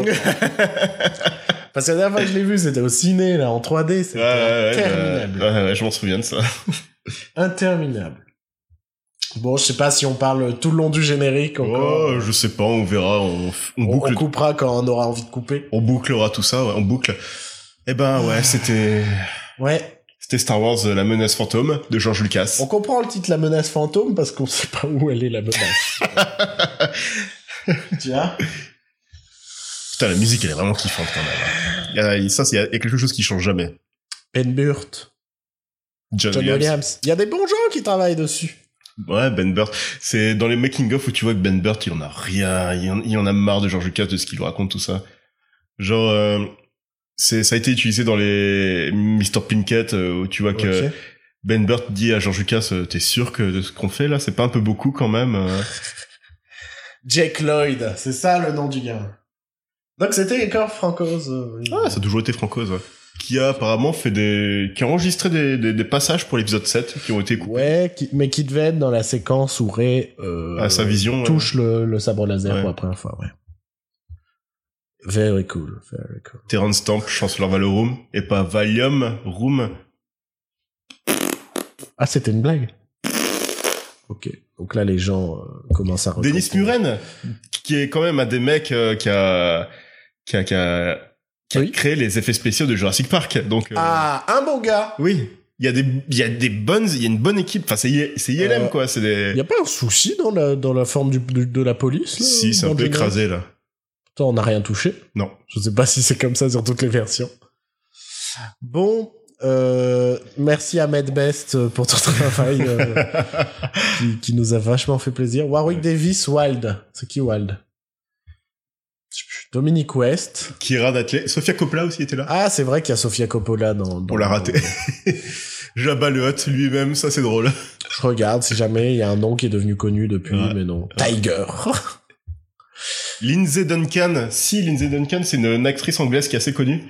Speaker 1: Parce que la dernière fois que je l'ai vu, c'était au ciné, là, en 3D.
Speaker 2: Ouais,
Speaker 1: C'était
Speaker 2: ouais, ouais,
Speaker 1: interminable.
Speaker 2: bah, ouais, ouais, je m'en souviens de ça.
Speaker 1: Interminable. Bon, je sais pas si on parle tout le long du générique encore.
Speaker 2: Oh, je sais pas, on verra, on, f- on
Speaker 1: on,
Speaker 2: boucle,
Speaker 1: on coupera quand on aura envie de couper.
Speaker 2: on bouclera tout ça, ouais, on boucle. Eh ben ouais, c'était,
Speaker 1: Ouais.
Speaker 2: c'était Star Wars, euh, la menace fantôme de George Lucas.
Speaker 1: On comprend le titre La menace fantôme parce qu'on sait pas où elle est la menace.
Speaker 2: *laughs*
Speaker 1: tu vois
Speaker 2: Putain, la musique, elle est vraiment kiffante quand même. hein. Il y a- il- ça, c'est- il y a il y a quelque chose qui change jamais.
Speaker 1: Ben Burt,
Speaker 2: John,
Speaker 1: John
Speaker 2: Williams.
Speaker 1: Williams. Il y a des bons gens qui travaillent dessus.
Speaker 2: Ouais, Ben Burt. C'est dans les making-of où tu vois que Ben Burt, il en a rien. Il en, il en a marre de George Lucas, de ce qu'il lui raconte, tout ça. Genre, euh, c'est, ça a été utilisé dans les Mr. Pinkett, euh, où tu vois que
Speaker 1: Ok.
Speaker 2: Ben Burt dit à George Lucas, euh, t'es sûr que de ce qu'on fait là, c'est pas un peu beaucoup quand même euh
Speaker 1: Jake Lloyd, c'est ça le nom du gars. Donc c'était encore Francoise. euh, oui.
Speaker 2: Ah, ça a toujours été francoise, ouais. Qui a apparemment fait des, qui a enregistré des, des, des passages pour l'épisode 7 qui ont été coupés
Speaker 1: ouais, qui- mais qui devait être dans la séquence où Ray euh,
Speaker 2: à Ah, sa vision. ouais.
Speaker 1: touche le, le sabre laser
Speaker 2: Ouais.
Speaker 1: pour la première fois. Ouais. Very cool, very cool.
Speaker 2: Terence euh, Stamp, Chancellor Valorum, et pas Valium Room.
Speaker 1: Ah, c'était une blague. Ok. Donc là, les gens euh, commencent à. reconnaître.
Speaker 2: Denis Muren, qui est quand même un des mecs euh, qui a, qui a, qui a, qui a
Speaker 1: Oui.
Speaker 2: créé les effets spéciaux de Jurassic Park. Donc, euh,
Speaker 1: Ah, un bon gars.
Speaker 2: oui. Il y a des, il y a des bonnes, il y a une bonne équipe. Enfin, c'est I- c'est ILM,
Speaker 1: Euh,
Speaker 2: quoi. C'est
Speaker 1: Il y
Speaker 2: des,
Speaker 1: a pas un souci dans la dans la forme du, du- de la police. là,
Speaker 2: si, c'est un
Speaker 1: dans
Speaker 2: peu
Speaker 1: le générique
Speaker 2: écrasé, là.
Speaker 1: Pourtant, on n'a rien touché.
Speaker 2: Non.
Speaker 1: Je sais pas si c'est comme ça sur toutes les versions. Bon, euh, merci à Medbest euh, pour ton *laughs* travail
Speaker 2: *laughs*
Speaker 1: euh, qui, qui nous a vachement fait plaisir. Warwick
Speaker 2: Ouais.
Speaker 1: Davis, Wild. C'est qui Wild Je sais plus. Dominique West.
Speaker 2: Kira Datley. Sofia Coppola aussi était là.
Speaker 1: Ah, c'est vrai qu'il y a Sofia Coppola dans. dans
Speaker 2: On l'a raté. *laughs* Jabba le Hutt lui-même, ça c'est drôle.
Speaker 1: Je regarde si jamais il y a un nom qui est devenu connu depuis,
Speaker 2: Ouais.
Speaker 1: mais non. Tiger.
Speaker 2: Lindsay Duncan. Si, Lindsay Duncan, c'est une, une actrice anglaise qui est assez connue.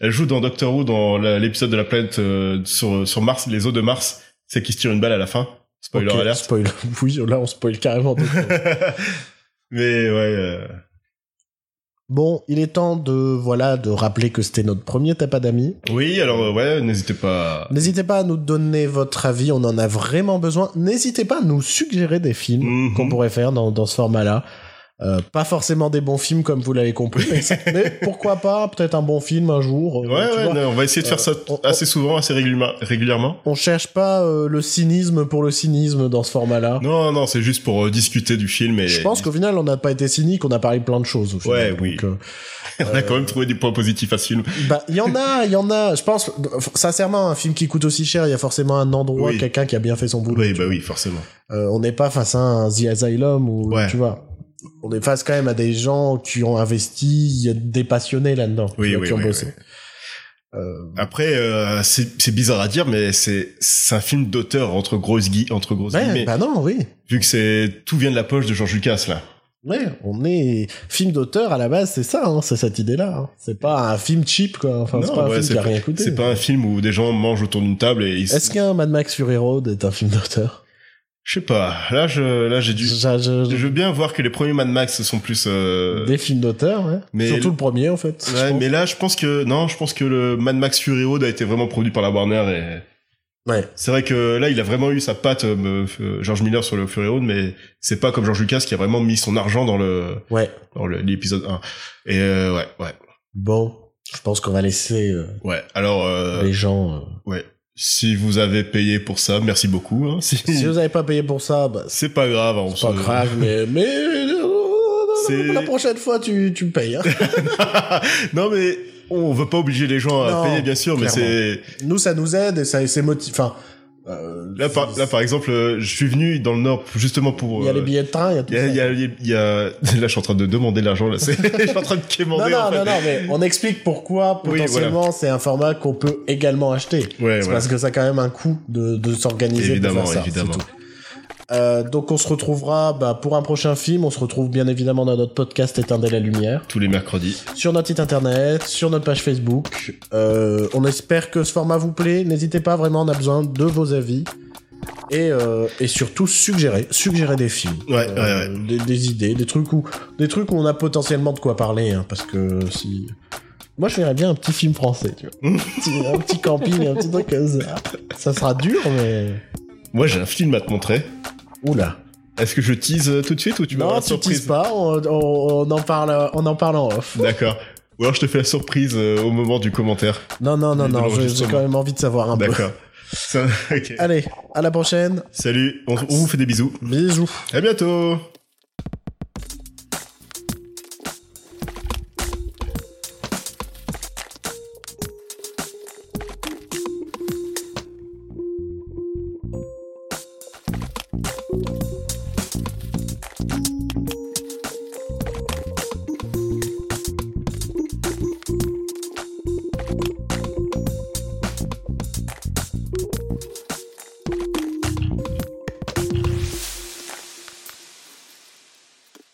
Speaker 2: Elle joue dans Doctor Who, dans la- l'épisode de la planète euh, sur, sur Mars, les eaux de Mars. C'est qui se tire une balle à la fin. Spoiler
Speaker 1: Ok,
Speaker 2: alert. *laughs*
Speaker 1: spoil. *laughs* Oui, là on spoil carrément. donc, euh,
Speaker 2: Mais ouais, euh,
Speaker 1: Bon, il est temps de voilà de rappeler que c'était notre premier t'as pas d'amis.
Speaker 2: oui, alors euh, ouais, n'hésitez pas.
Speaker 1: N'hésitez pas à nous donner votre avis, on en a vraiment besoin. N'hésitez pas à nous suggérer des films
Speaker 2: Mhm.
Speaker 1: qu'on pourrait faire dans, dans ce format-là. Euh, pas forcément des bons films comme vous l'avez compris, mais,
Speaker 2: *laughs*
Speaker 1: mais pourquoi pas peut-être un bon film un jour. euh,
Speaker 2: Ouais,
Speaker 1: tu
Speaker 2: ouais,
Speaker 1: vois.
Speaker 2: non, on va essayer de
Speaker 1: euh,
Speaker 2: faire ça
Speaker 1: on-
Speaker 2: assez souvent, assez régulma- régulièrement.
Speaker 1: On cherche pas euh, le cynisme pour le cynisme dans ce format-là.
Speaker 2: Non, non, c'est juste pour euh, discuter du film et
Speaker 1: Je pense qu'au final on n'a pas été cynique, on a parlé de plein de choses. Au final.
Speaker 2: Ouais, oui.
Speaker 1: Donc, euh,
Speaker 2: *laughs* on a quand même trouvé des points positifs à ce film.
Speaker 1: Bah, il y en a, il y en a. Je pense, sincèrement, un film qui coûte aussi cher, il y a forcément un endroit,
Speaker 2: Oui.
Speaker 1: quelqu'un qui a bien fait son boulot.
Speaker 2: Oui,
Speaker 1: tu
Speaker 2: bah
Speaker 1: vois.
Speaker 2: oui, forcément.
Speaker 1: Euh, on n'est pas face à un The Asylum ou
Speaker 2: Ouais.
Speaker 1: tu vois. On est face quand même à des gens qui ont investi, il y a des passionnés là-dedans,
Speaker 2: Oui,
Speaker 1: tu vois,
Speaker 2: oui,
Speaker 1: qui ont
Speaker 2: oui,
Speaker 1: bossé.
Speaker 2: oui.
Speaker 1: Euh,
Speaker 2: Après, euh, c'est c'est bizarre à dire, mais c'est c'est un film d'auteur entre grosses gui entre grosses
Speaker 1: ouais,
Speaker 2: guillemets.
Speaker 1: bah non, oui.
Speaker 2: Vu que c'est tout vient de la poche de George Lucas là.
Speaker 1: Ouais, on est film d'auteur à la base, c'est ça, hein, c'est cette idée-là. hein. C'est pas un film cheap, quoi. Enfin, c'est
Speaker 2: Non,
Speaker 1: pas un
Speaker 2: ouais,
Speaker 1: film qui a rien coûté.
Speaker 2: C'est pas un film où des gens mangent autour d'une table et ils...
Speaker 1: Est-ce qu'un Mad Max Fury Road est un film d'auteur
Speaker 2: Je sais pas. Là, je, là, j'ai dû...
Speaker 1: Je- je-
Speaker 2: Je
Speaker 1: je-
Speaker 2: veux bien voir que les premiers Mad Max sont plus... euh,
Speaker 1: Des films d'auteur, ouais.
Speaker 2: mais-
Speaker 1: Surtout le premier, en fait. je
Speaker 2: Ouais,
Speaker 1: pense.
Speaker 2: mais là, je pense que... Non, je pense que le Mad Max Fury Road a été vraiment produit par la Warner et...
Speaker 1: Ouais.
Speaker 2: C'est vrai que là, il a vraiment eu sa patte, euh, me- euh, George Miller, sur le Fury Road, mais c'est pas comme George Lucas qui a vraiment mis son argent dans le
Speaker 1: Ouais.
Speaker 2: dans le- l'épisode 1. Et euh, ouais, ouais,
Speaker 1: Bon, je pense qu'on va laisser euh,
Speaker 2: ouais. Alors, euh,
Speaker 1: les gens. euh,
Speaker 2: *laughs* si vous avez payé pour ça, merci beaucoup. hein. Si-
Speaker 1: Si vous n'avez pas payé pour ça, bah, c'est
Speaker 2: *laughs* c'est pas grave. hein, on
Speaker 1: pas
Speaker 2: se-
Speaker 1: grave, mais, mais
Speaker 2: C'est-
Speaker 1: la prochaine fois, tu, tu payes. hein.
Speaker 2: non, mais on veut pas obliger les gens à
Speaker 1: Non,
Speaker 2: payer, bien sûr, mais
Speaker 1: clairement. *laughs*
Speaker 2: c'est
Speaker 1: nous, ça nous aide et ça, c'est motif. Enfin, euh,
Speaker 2: là par, là par exemple, euh, je suis venu dans le Nord justement pour.
Speaker 1: il y a
Speaker 2: euh,
Speaker 1: les billets de train, il y a tout
Speaker 2: il y a,
Speaker 1: ça.
Speaker 2: il y a- il y a- *laughs* là, je suis en train de demander l'argent. Là, c'est- *laughs* je suis en train de
Speaker 1: Non,
Speaker 2: quémander.
Speaker 1: non,
Speaker 2: en fait.
Speaker 1: non, non, mais on explique pourquoi
Speaker 2: *laughs* Oui,
Speaker 1: potentiellement c'est un format qu'on peut également acheter.
Speaker 2: Ouais,
Speaker 1: c'est
Speaker 2: voilà.
Speaker 1: parce que ça a quand même un coût de, de s'organiser.
Speaker 2: Évidemment,
Speaker 1: pour faire ça,
Speaker 2: évidemment.
Speaker 1: c'est tout. Euh, donc on se retrouvera bah, pour un prochain film, on se retrouve bien évidemment dans notre podcast Éteindre la lumière,
Speaker 2: Tous les mercredis.
Speaker 1: sur notre site internet, sur notre page Facebook. Euh, on espère que ce format vous plaît, n'hésitez pas vraiment, on a besoin de vos avis. Et, euh, et surtout suggérer, suggérer des films,
Speaker 2: Ouais,
Speaker 1: Euh,
Speaker 2: ouais, ouais.
Speaker 1: Des, des idées, des trucs où, des trucs où on a potentiellement de quoi parler, hein, parce que si, moi je verrais bien un petit film français, tu
Speaker 2: *laughs*
Speaker 1: vois, un, petit, un petit camping, un petit truc comme ça. Ça sera dur, mais
Speaker 2: Moi, j'ai un film à te montrer.
Speaker 1: oula.
Speaker 2: Est-ce que je tease euh, tout de suite ou tu veux
Speaker 1: non,
Speaker 2: la
Speaker 1: tu teases
Speaker 2: surprise
Speaker 1: pas, on, on- on en parle, on en parle en off.
Speaker 2: D'accord. Ou alors je te fais la surprise euh, au moment du commentaire.
Speaker 1: Non, non, non,
Speaker 2: Et de
Speaker 1: non, je- j'ai
Speaker 2: l'enregistrement.
Speaker 1: quand même envie de savoir un peu.
Speaker 2: D'accord. Ça- *laughs* ok.
Speaker 1: Allez, à la prochaine.
Speaker 2: Salut, on- on vous fait des bisous.
Speaker 1: Bisous.
Speaker 2: À bientôt